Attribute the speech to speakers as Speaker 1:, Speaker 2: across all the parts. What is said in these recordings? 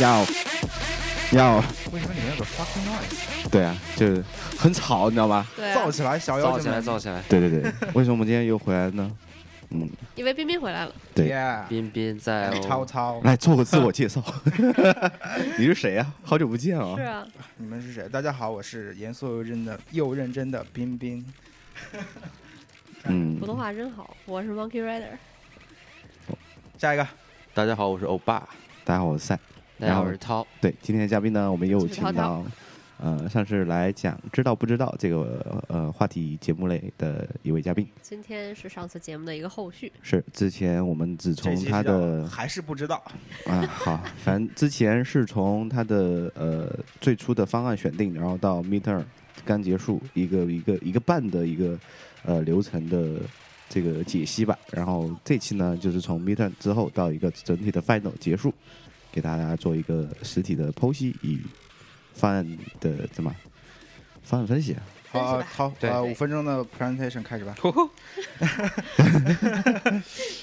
Speaker 1: 要要，
Speaker 2: 为什么里面有个 fucking noise？
Speaker 1: 对啊，就是很吵，你知道吧？
Speaker 3: 对啊
Speaker 2: 造，起来，小妖
Speaker 4: 造起
Speaker 2: 精
Speaker 4: 来，
Speaker 2: 们！
Speaker 4: 造起来！
Speaker 1: 对对对，为什么我们今天又回来了 呢？嗯，
Speaker 3: 因为冰冰回来了，
Speaker 1: 对
Speaker 2: Yeah，
Speaker 4: 彬彬在
Speaker 2: 涛
Speaker 4: 哦，
Speaker 2: 涛，
Speaker 1: 来做个自我介绍， 你是谁呀、好久不见啊
Speaker 3: 是！啊，
Speaker 2: 你们是谁？大家好，我是严肃又认真的又认真的彬彬。
Speaker 1: 嗯
Speaker 3: 普，通话真好，我是 Monkey Rider，
Speaker 2: 下一个，
Speaker 4: 大家好，我是欧巴，
Speaker 1: 大家好，我是赛。
Speaker 4: 大家
Speaker 1: 然
Speaker 4: 好，
Speaker 1: 后
Speaker 4: 我是涛。
Speaker 1: 对，今天的嘉宾呢，我们又
Speaker 3: 是
Speaker 1: 请
Speaker 3: 涛涛
Speaker 1: 到，呃，上次来讲知道不知道这个呃话题节目类的一位嘉宾，
Speaker 3: 今天是上次节目的一个后续，
Speaker 1: 是之前我们只
Speaker 2: 这
Speaker 1: 从
Speaker 2: 期
Speaker 1: 他
Speaker 2: 是叫
Speaker 1: 的
Speaker 2: 还是不知道，
Speaker 1: 啊，好，反正之前是从他的呃最初的方案选定，然后到 midterm 刚结束，一个一个一个半的一个呃流程的这个解析吧。然后这期呢，就是从 midterm 之后到一个整体的 final 结束，给大家做一个实体的剖析与方案的怎么方案分析啊。
Speaker 2: 好，
Speaker 3: 真是
Speaker 2: 呃
Speaker 3: 吧
Speaker 2: 好，
Speaker 4: 对
Speaker 2: 呃，五分钟的 presentation 开始吧。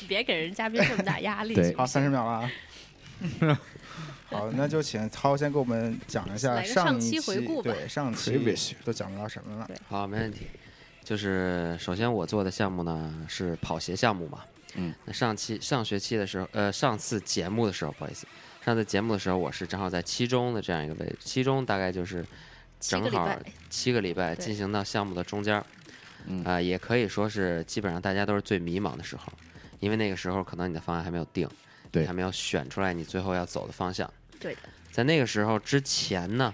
Speaker 3: 别给人嘉宾这么大压力，
Speaker 1: 对
Speaker 3: 行不
Speaker 2: 好，
Speaker 3: 行
Speaker 2: 三十秒了啊。好，那就请涛先给我们讲一下
Speaker 3: 来个
Speaker 2: 上
Speaker 3: 上
Speaker 2: 一
Speaker 3: 期回顾吧
Speaker 2: 对上期都讲到什么了？
Speaker 4: 好，没问题。就是首先我做的项目呢是跑鞋项目嘛。
Speaker 1: 嗯。
Speaker 4: 那上期上学期的时候，呃，上次节目的时候，不好意思，上次节目的时候我是正好在七中的这样一个位置，七中大概就是
Speaker 3: 七
Speaker 4: 正
Speaker 3: 个礼
Speaker 4: 好
Speaker 3: 拜，
Speaker 4: 七个礼拜
Speaker 3: 对
Speaker 4: 进行到项目的中间儿，
Speaker 1: 嗯
Speaker 4: 啊、也可以说是基本上大家都是最迷茫的时候，因为那个时候可能你的方案还没有定，
Speaker 1: 对
Speaker 4: 你还没有选出来你最后要走的方向。
Speaker 3: 对的，
Speaker 4: 在那个时候之前呢，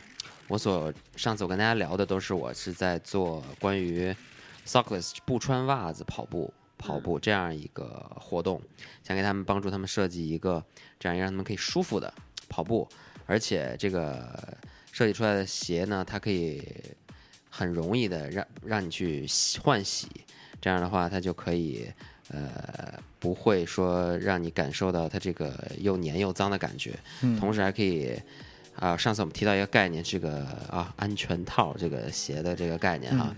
Speaker 4: 我所上次我跟大家聊的都是我是在做关于 sockless 不穿袜子跑步跑步这样一个活动，想给他们帮助他们设计一个这样让他们可以舒服的跑步，而且这个设计出来的鞋呢，它可以很容易的让让你去洗换洗，这样的话它就可以。呃，不会说让你感受到它这个又黏又脏的感觉，
Speaker 2: 嗯
Speaker 4: 同时还可以啊、上次我们提到一个概念，这个啊安全套这个鞋的这个概念哈，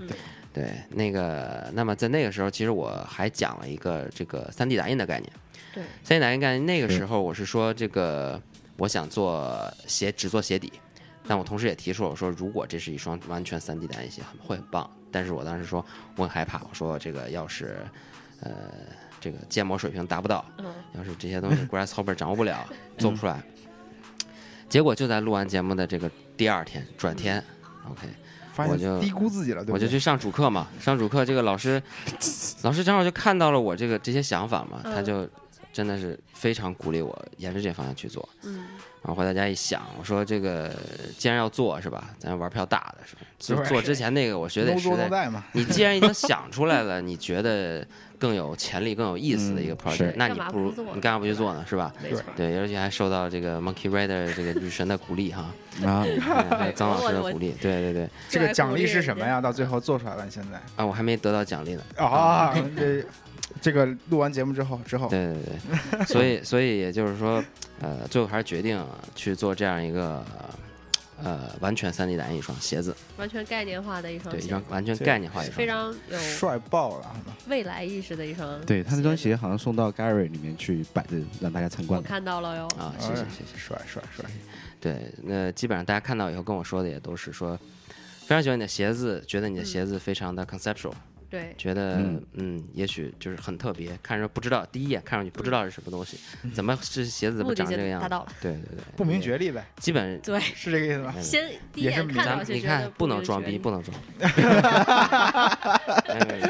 Speaker 4: 对，那个那么在那个时候，其实我还讲了一个这个三 D 打印的概念，
Speaker 3: 对，
Speaker 4: 三 D 打印概念那个
Speaker 1: 是
Speaker 4: 时候我是说这个我想做鞋只做鞋底，但我同时也提出了我说如果这是一双完全三 D 打印鞋，很会很棒，但是我当时说我很害怕，我说这个要是呃这个建模水平达不到，
Speaker 3: 嗯，
Speaker 4: 要是这 些东西 Grasshopper 掌握不了，做不
Speaker 2: 嗯
Speaker 4: 出来。结果就在录完节目的这个第二天，转天，OK，
Speaker 2: 发
Speaker 4: 我
Speaker 2: 现
Speaker 4: 就
Speaker 2: 低估自己了，嗯对
Speaker 4: 我
Speaker 2: 不
Speaker 4: 就
Speaker 2: 对？
Speaker 4: 去上主课嘛。上主课，这个 老师，老师正好就看到了我这个这些想法嘛，
Speaker 3: 嗯
Speaker 4: 他就真的是非常鼓励我沿着这方向去做。
Speaker 3: 嗯，
Speaker 4: 然后回到家一想，我说这个既然要做是吧，咱玩票大的是吧？就
Speaker 2: 对
Speaker 4: 做之前那个，我觉得
Speaker 2: 能
Speaker 4: 实
Speaker 2: 做能
Speaker 4: 在
Speaker 2: 带嘛。
Speaker 4: 你既然已经想出来了，你觉得更有潜力、更有意思的一个
Speaker 1: 嗯
Speaker 4: project，、
Speaker 1: 是
Speaker 4: 那
Speaker 3: 干
Speaker 4: 你
Speaker 3: 嘛
Speaker 4: 不
Speaker 3: 不
Speaker 4: 如
Speaker 3: 做呢
Speaker 4: 你干嘛不去做呢？是吧？
Speaker 3: 没错，
Speaker 4: 对，尤其还受到这个 Monkey Rider 这个女神的鼓 励哈，
Speaker 1: 啊，
Speaker 4: 嗯还有张老师
Speaker 3: 我
Speaker 4: 的
Speaker 3: 我
Speaker 4: 鼓励，对对对，
Speaker 2: 这个奖励是什么呀？到最后做出来了，你现在
Speaker 4: 啊，我还没得到奖励呢，
Speaker 2: 啊，这这个录完节目之后之
Speaker 3: 哦
Speaker 2: 后，
Speaker 4: 对对对，所以所以也就是说，呃，最后还是决定去做这样一个呃完全3 D 打印一双鞋子，
Speaker 3: 完全概念化的一双
Speaker 4: 对，一
Speaker 3: 鞋
Speaker 4: 双，完全
Speaker 2: 这
Speaker 4: 概念化一双
Speaker 3: 非
Speaker 4: 鞋，
Speaker 3: 常有
Speaker 2: 帅爆了！
Speaker 3: 未来意识的一双，
Speaker 1: 对他那双，鞋好像送到 Gary 里面去摆着让大家参观
Speaker 3: 我
Speaker 1: 了。
Speaker 3: 看到了哟，
Speaker 4: 啊，
Speaker 2: 哎
Speaker 4: 谢谢谢谢。
Speaker 2: 帅帅帅！
Speaker 4: 对，那基本上大家看到以后跟我说的也都是说，非常喜欢你的鞋子，觉得
Speaker 3: 嗯
Speaker 4: 你的鞋子非常的 conceptual，、
Speaker 3: 对，
Speaker 4: 觉得
Speaker 1: 嗯
Speaker 4: 嗯也许就是很特别，看着不知道，第一眼看上去不知道是什么东西，怎么这鞋子怎
Speaker 3: 目的
Speaker 4: 么长这
Speaker 3: 性
Speaker 4: 个样
Speaker 3: 达
Speaker 4: 子？
Speaker 3: 到了，
Speaker 4: 对对对，
Speaker 2: 不明觉厉呗，
Speaker 4: 基本
Speaker 3: 对，
Speaker 2: 是这个意思吧？
Speaker 4: 哎
Speaker 3: 先第一
Speaker 2: 也是
Speaker 3: 眼
Speaker 2: 迷
Speaker 3: 看
Speaker 4: 咱
Speaker 3: 到
Speaker 4: 们
Speaker 3: 就
Speaker 4: 你
Speaker 3: 觉得
Speaker 4: 看不能
Speaker 3: 明嗯
Speaker 4: 装
Speaker 3: 觉
Speaker 4: 逼，
Speaker 3: 厉
Speaker 4: 不 能装。哎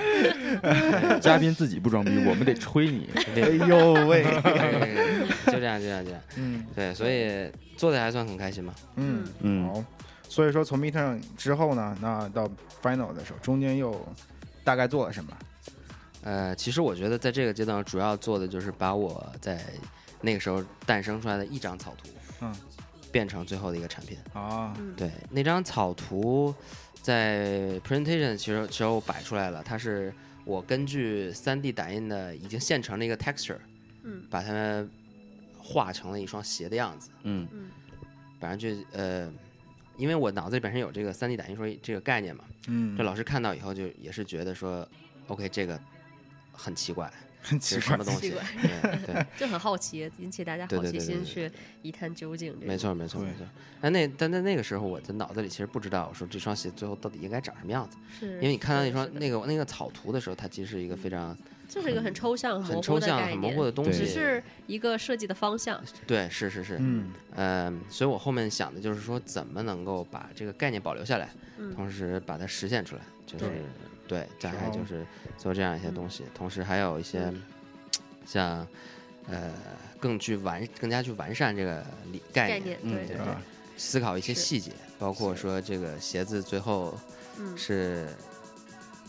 Speaker 4: 哎
Speaker 5: 嘉宾自己不装逼，我们得吹你。
Speaker 4: 哎
Speaker 2: 哎呦 喂，
Speaker 4: 哎就这样就这样就这样，
Speaker 2: 嗯
Speaker 4: 对，所以做的还算很开心吧。
Speaker 2: 嗯
Speaker 3: 嗯，
Speaker 1: 嗯，
Speaker 2: 好。所以说从 midterm 之后呢，那到 final 的时候，中间又大概做了什么？
Speaker 4: 呃，其实我觉得在这个阶段主要做的就是把我在那个时候诞生出来的一张草图，
Speaker 2: 嗯，
Speaker 4: 变成最后的一个产品。
Speaker 2: 啊，
Speaker 3: 嗯，
Speaker 4: 对，那张草图在 presentation 其实其实我摆出来了，它是我根据 3D 打印的已经现成的一个 texture，
Speaker 3: 嗯，
Speaker 4: 把它画成了一双鞋的样子。
Speaker 1: 嗯
Speaker 3: 嗯，
Speaker 4: 反正就呃，因为我脑子里本身有这个 3D 打印说这个概念嘛，
Speaker 2: 嗯
Speaker 4: 这老师看到以后就也是觉得说，OK，这个很奇怪，
Speaker 2: 很
Speaker 4: 其
Speaker 2: 奇
Speaker 4: 实
Speaker 2: 怪
Speaker 4: 什么。东西
Speaker 3: 奇怪，
Speaker 4: 对 对，
Speaker 3: 就很好奇，引起大家
Speaker 4: 对
Speaker 3: 好
Speaker 4: 对
Speaker 3: 奇
Speaker 4: 对对
Speaker 3: 心
Speaker 4: 对
Speaker 3: 去一探究竟。这
Speaker 4: 没
Speaker 3: 种，
Speaker 4: 错没错
Speaker 2: 对
Speaker 4: 没错。但那但在那个时候，我的脑子里其实不知道，我说这双鞋最后到底应该长什么样子，
Speaker 3: 是
Speaker 4: 因为你看到那双
Speaker 3: 嗯是的
Speaker 4: 那个那个草图的时候，它其实是一个非常
Speaker 3: 就是一个很抽象、
Speaker 4: 很
Speaker 3: 模
Speaker 4: 抽
Speaker 3: 糊的
Speaker 4: 象、
Speaker 3: 概
Speaker 4: 很模糊
Speaker 3: 念，
Speaker 4: 的东
Speaker 1: 对
Speaker 4: 西，
Speaker 3: 只是一个设计的方向。
Speaker 4: 对，是是是，
Speaker 2: 嗯，
Speaker 4: 嗯，所以我后面想的就是说，怎么能够把这个概念保留下来，
Speaker 3: 嗯
Speaker 4: 同时把它实现出来，就是
Speaker 3: 对嗯
Speaker 4: 对，大概
Speaker 2: 是哦
Speaker 4: 就是做这样一些东西，同时还有一些、像呃更去完更加去完善这个理概
Speaker 3: 概念
Speaker 1: 嗯
Speaker 3: 对
Speaker 4: 对
Speaker 2: 对
Speaker 4: 对
Speaker 2: 吧？
Speaker 4: 思考一些
Speaker 3: 是
Speaker 4: 细节，包括说这个鞋子最后
Speaker 3: 嗯，
Speaker 4: 是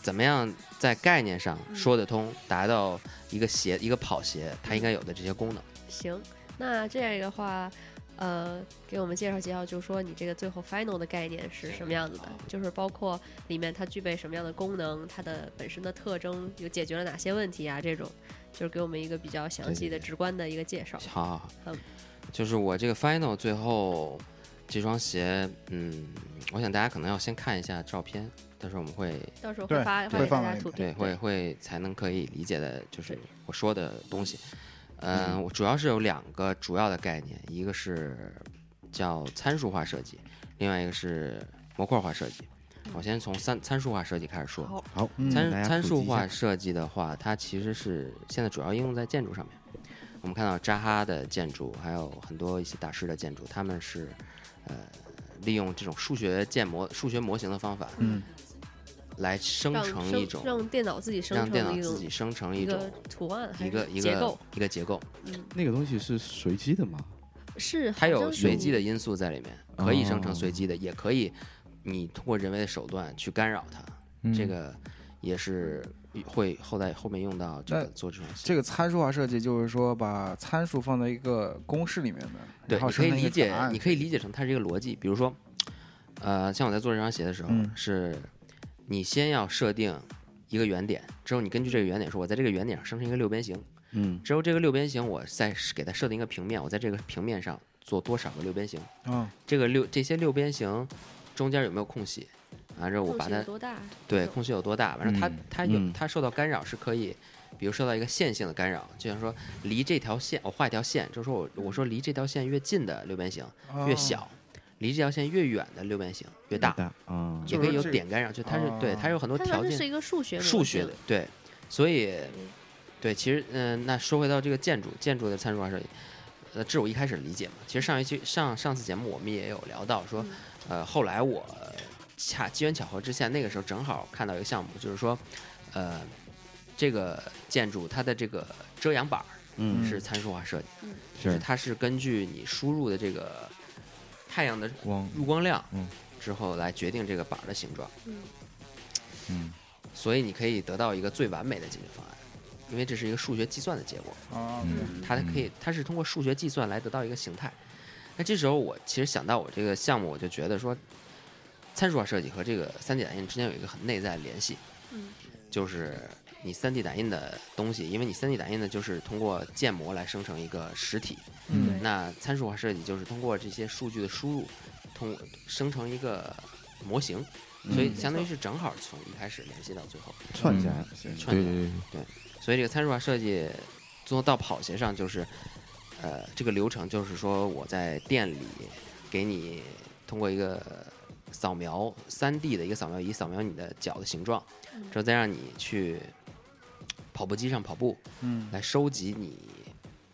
Speaker 4: 怎么样在概念上
Speaker 3: 嗯
Speaker 4: 说得通，达到一个鞋一个跑鞋它应该有的这些功能。
Speaker 3: 行，那这样的话，呃，给我们介绍介绍，就是说你这个最后 final 的概念是什么样子的？就是包括里面它具备什么样的功能，它的本身的特征，有解决了哪些问题啊？这种，就是给我们一个比较详细
Speaker 4: 对对
Speaker 3: 的、直观的一个介绍。
Speaker 4: 好好好
Speaker 3: 嗯，
Speaker 4: 就是我这个 final 最后这双鞋，嗯，我想大家可能要先看一下照片，到时候我们会
Speaker 3: 到时候
Speaker 2: 对
Speaker 3: 会发发
Speaker 2: 会
Speaker 3: 给大
Speaker 2: 放
Speaker 3: 家
Speaker 2: 那个
Speaker 3: 图
Speaker 4: 对
Speaker 3: 片，
Speaker 4: 会会才能可以理解的，就是我说的东西。嗯，我主要是有两个主要的概念，一个是叫参数化设计，另外一个是模块化设计。我先从参参数化设计开始说。
Speaker 3: 好，
Speaker 1: 好，
Speaker 2: 嗯
Speaker 1: 给大
Speaker 4: 参
Speaker 1: 家
Speaker 4: 参
Speaker 1: 普及
Speaker 4: 数
Speaker 1: 一下
Speaker 4: 化设计的话，它其实是现在主要应用在建筑上面。我们看到扎哈的建筑，还有很多一些大师的建筑，他们是呃利用这种数学建模、数学模型的方法，
Speaker 2: 嗯，
Speaker 4: 来生
Speaker 3: 让
Speaker 4: 成一种
Speaker 3: 让电脑自己生
Speaker 4: 让电脑
Speaker 3: 成一
Speaker 4: 自
Speaker 3: 种
Speaker 4: 己生成
Speaker 3: 一
Speaker 4: 一种
Speaker 3: 个图案，
Speaker 4: 一个一
Speaker 3: 结
Speaker 4: 个
Speaker 3: 构，
Speaker 4: 一个结构，
Speaker 3: 嗯，
Speaker 1: 那个东西是随机的嘛？
Speaker 3: 是
Speaker 4: 它有随机
Speaker 3: 的，
Speaker 4: 的因素在里面，可以生成
Speaker 1: 哦
Speaker 4: 随机的，也可以你通过人为的手段去干扰它。
Speaker 1: 嗯
Speaker 4: 这个也是会后代后面用到这
Speaker 2: 那
Speaker 4: 个做这种事
Speaker 2: 这个参数化设计就是说把参数放到一个公式里面的，
Speaker 4: 对，
Speaker 2: 然后
Speaker 4: 你可
Speaker 2: 生
Speaker 4: 以
Speaker 2: 成一
Speaker 4: 理
Speaker 2: 个
Speaker 4: 解
Speaker 2: 答，案
Speaker 4: 你可以理解成它是一个逻辑。比如说，呃，像我在做这双鞋的时候，
Speaker 2: 嗯
Speaker 4: 是你先要设定一个原点，之后你根据这个原点说，我在这个原点上生成一个六边形，
Speaker 1: 嗯，
Speaker 4: 之后这个六边形我再是给它设定一个平面，我在这个平面上做多少个六边形，
Speaker 2: 嗯，
Speaker 4: 这个六这些六边形中间有没有空隙？啊，然后我
Speaker 3: 空
Speaker 4: 把
Speaker 3: 隙有
Speaker 4: 它
Speaker 3: 多大？
Speaker 4: 对空隙有多大，反正它
Speaker 5: 嗯
Speaker 4: 它有
Speaker 1: 嗯
Speaker 4: 它受到干扰是可以，比如受到一个线性的干扰，就像说离这条线我画一条线，就是说我我说离这条线越近的六边形。越
Speaker 2: 哦
Speaker 4: 小，离这条线越远的六边形越大，
Speaker 1: 大啊，
Speaker 4: 也
Speaker 2: 就
Speaker 4: 可以
Speaker 2: 是
Speaker 4: 有
Speaker 2: 这
Speaker 4: 点干扰，就它是对它有很多
Speaker 3: 它反
Speaker 4: 条
Speaker 3: 正是
Speaker 4: 件，
Speaker 3: 一个嗯数学模
Speaker 4: 数学
Speaker 3: 型
Speaker 4: 的对，所以对，其实嗯、那说回到这个建筑，建筑的参数化设计，呃，这是我一开始理解嘛。其实上一期上上次节目我们也有聊到说，
Speaker 3: 嗯
Speaker 4: 呃，后来我恰机缘巧合之下，那个时候正好看到一个项目，就是说，呃，这个建筑它的这个遮阳板儿
Speaker 1: 嗯
Speaker 4: 是参数化设计，就是它是根据你输入的这个太阳的
Speaker 5: 光，
Speaker 4: 入光量，
Speaker 5: 嗯
Speaker 4: 之后来决定这个板儿的形状，
Speaker 3: 嗯
Speaker 5: 嗯，
Speaker 4: 所以你可以得到一个最完美的解决方案，因为这是一个数学计算的结果，
Speaker 2: 啊，
Speaker 5: 嗯
Speaker 4: 它可以它是通过数学计算来得到一个形态。那这时候我其实想到我这个项目，我就觉得说，参数化设计和这个三 D 打印之间有一个很内在的联系，
Speaker 3: 嗯
Speaker 4: 就是你三 D 打印的东西，因为你三 D 打印的就是通过建模来生成一个实体，
Speaker 2: 嗯
Speaker 3: 对
Speaker 4: 那参数化设计就是通过这些数据的输入，通生成一个模型，所以
Speaker 2: 嗯
Speaker 4: 相当于是正好从一开始联系到最后
Speaker 1: 串起来
Speaker 5: 嗯，
Speaker 4: 串
Speaker 5: 对
Speaker 4: 起来。
Speaker 5: 对
Speaker 4: 所以这个参数化设计，最后到跑鞋上就是，呃，这个流程就是说我在店里给你通过一个扫描三 D 的一个扫描仪扫描你的脚的形状，
Speaker 5: 嗯
Speaker 4: 之后再让你去跑步机上跑步，
Speaker 2: 嗯，
Speaker 4: 来收集你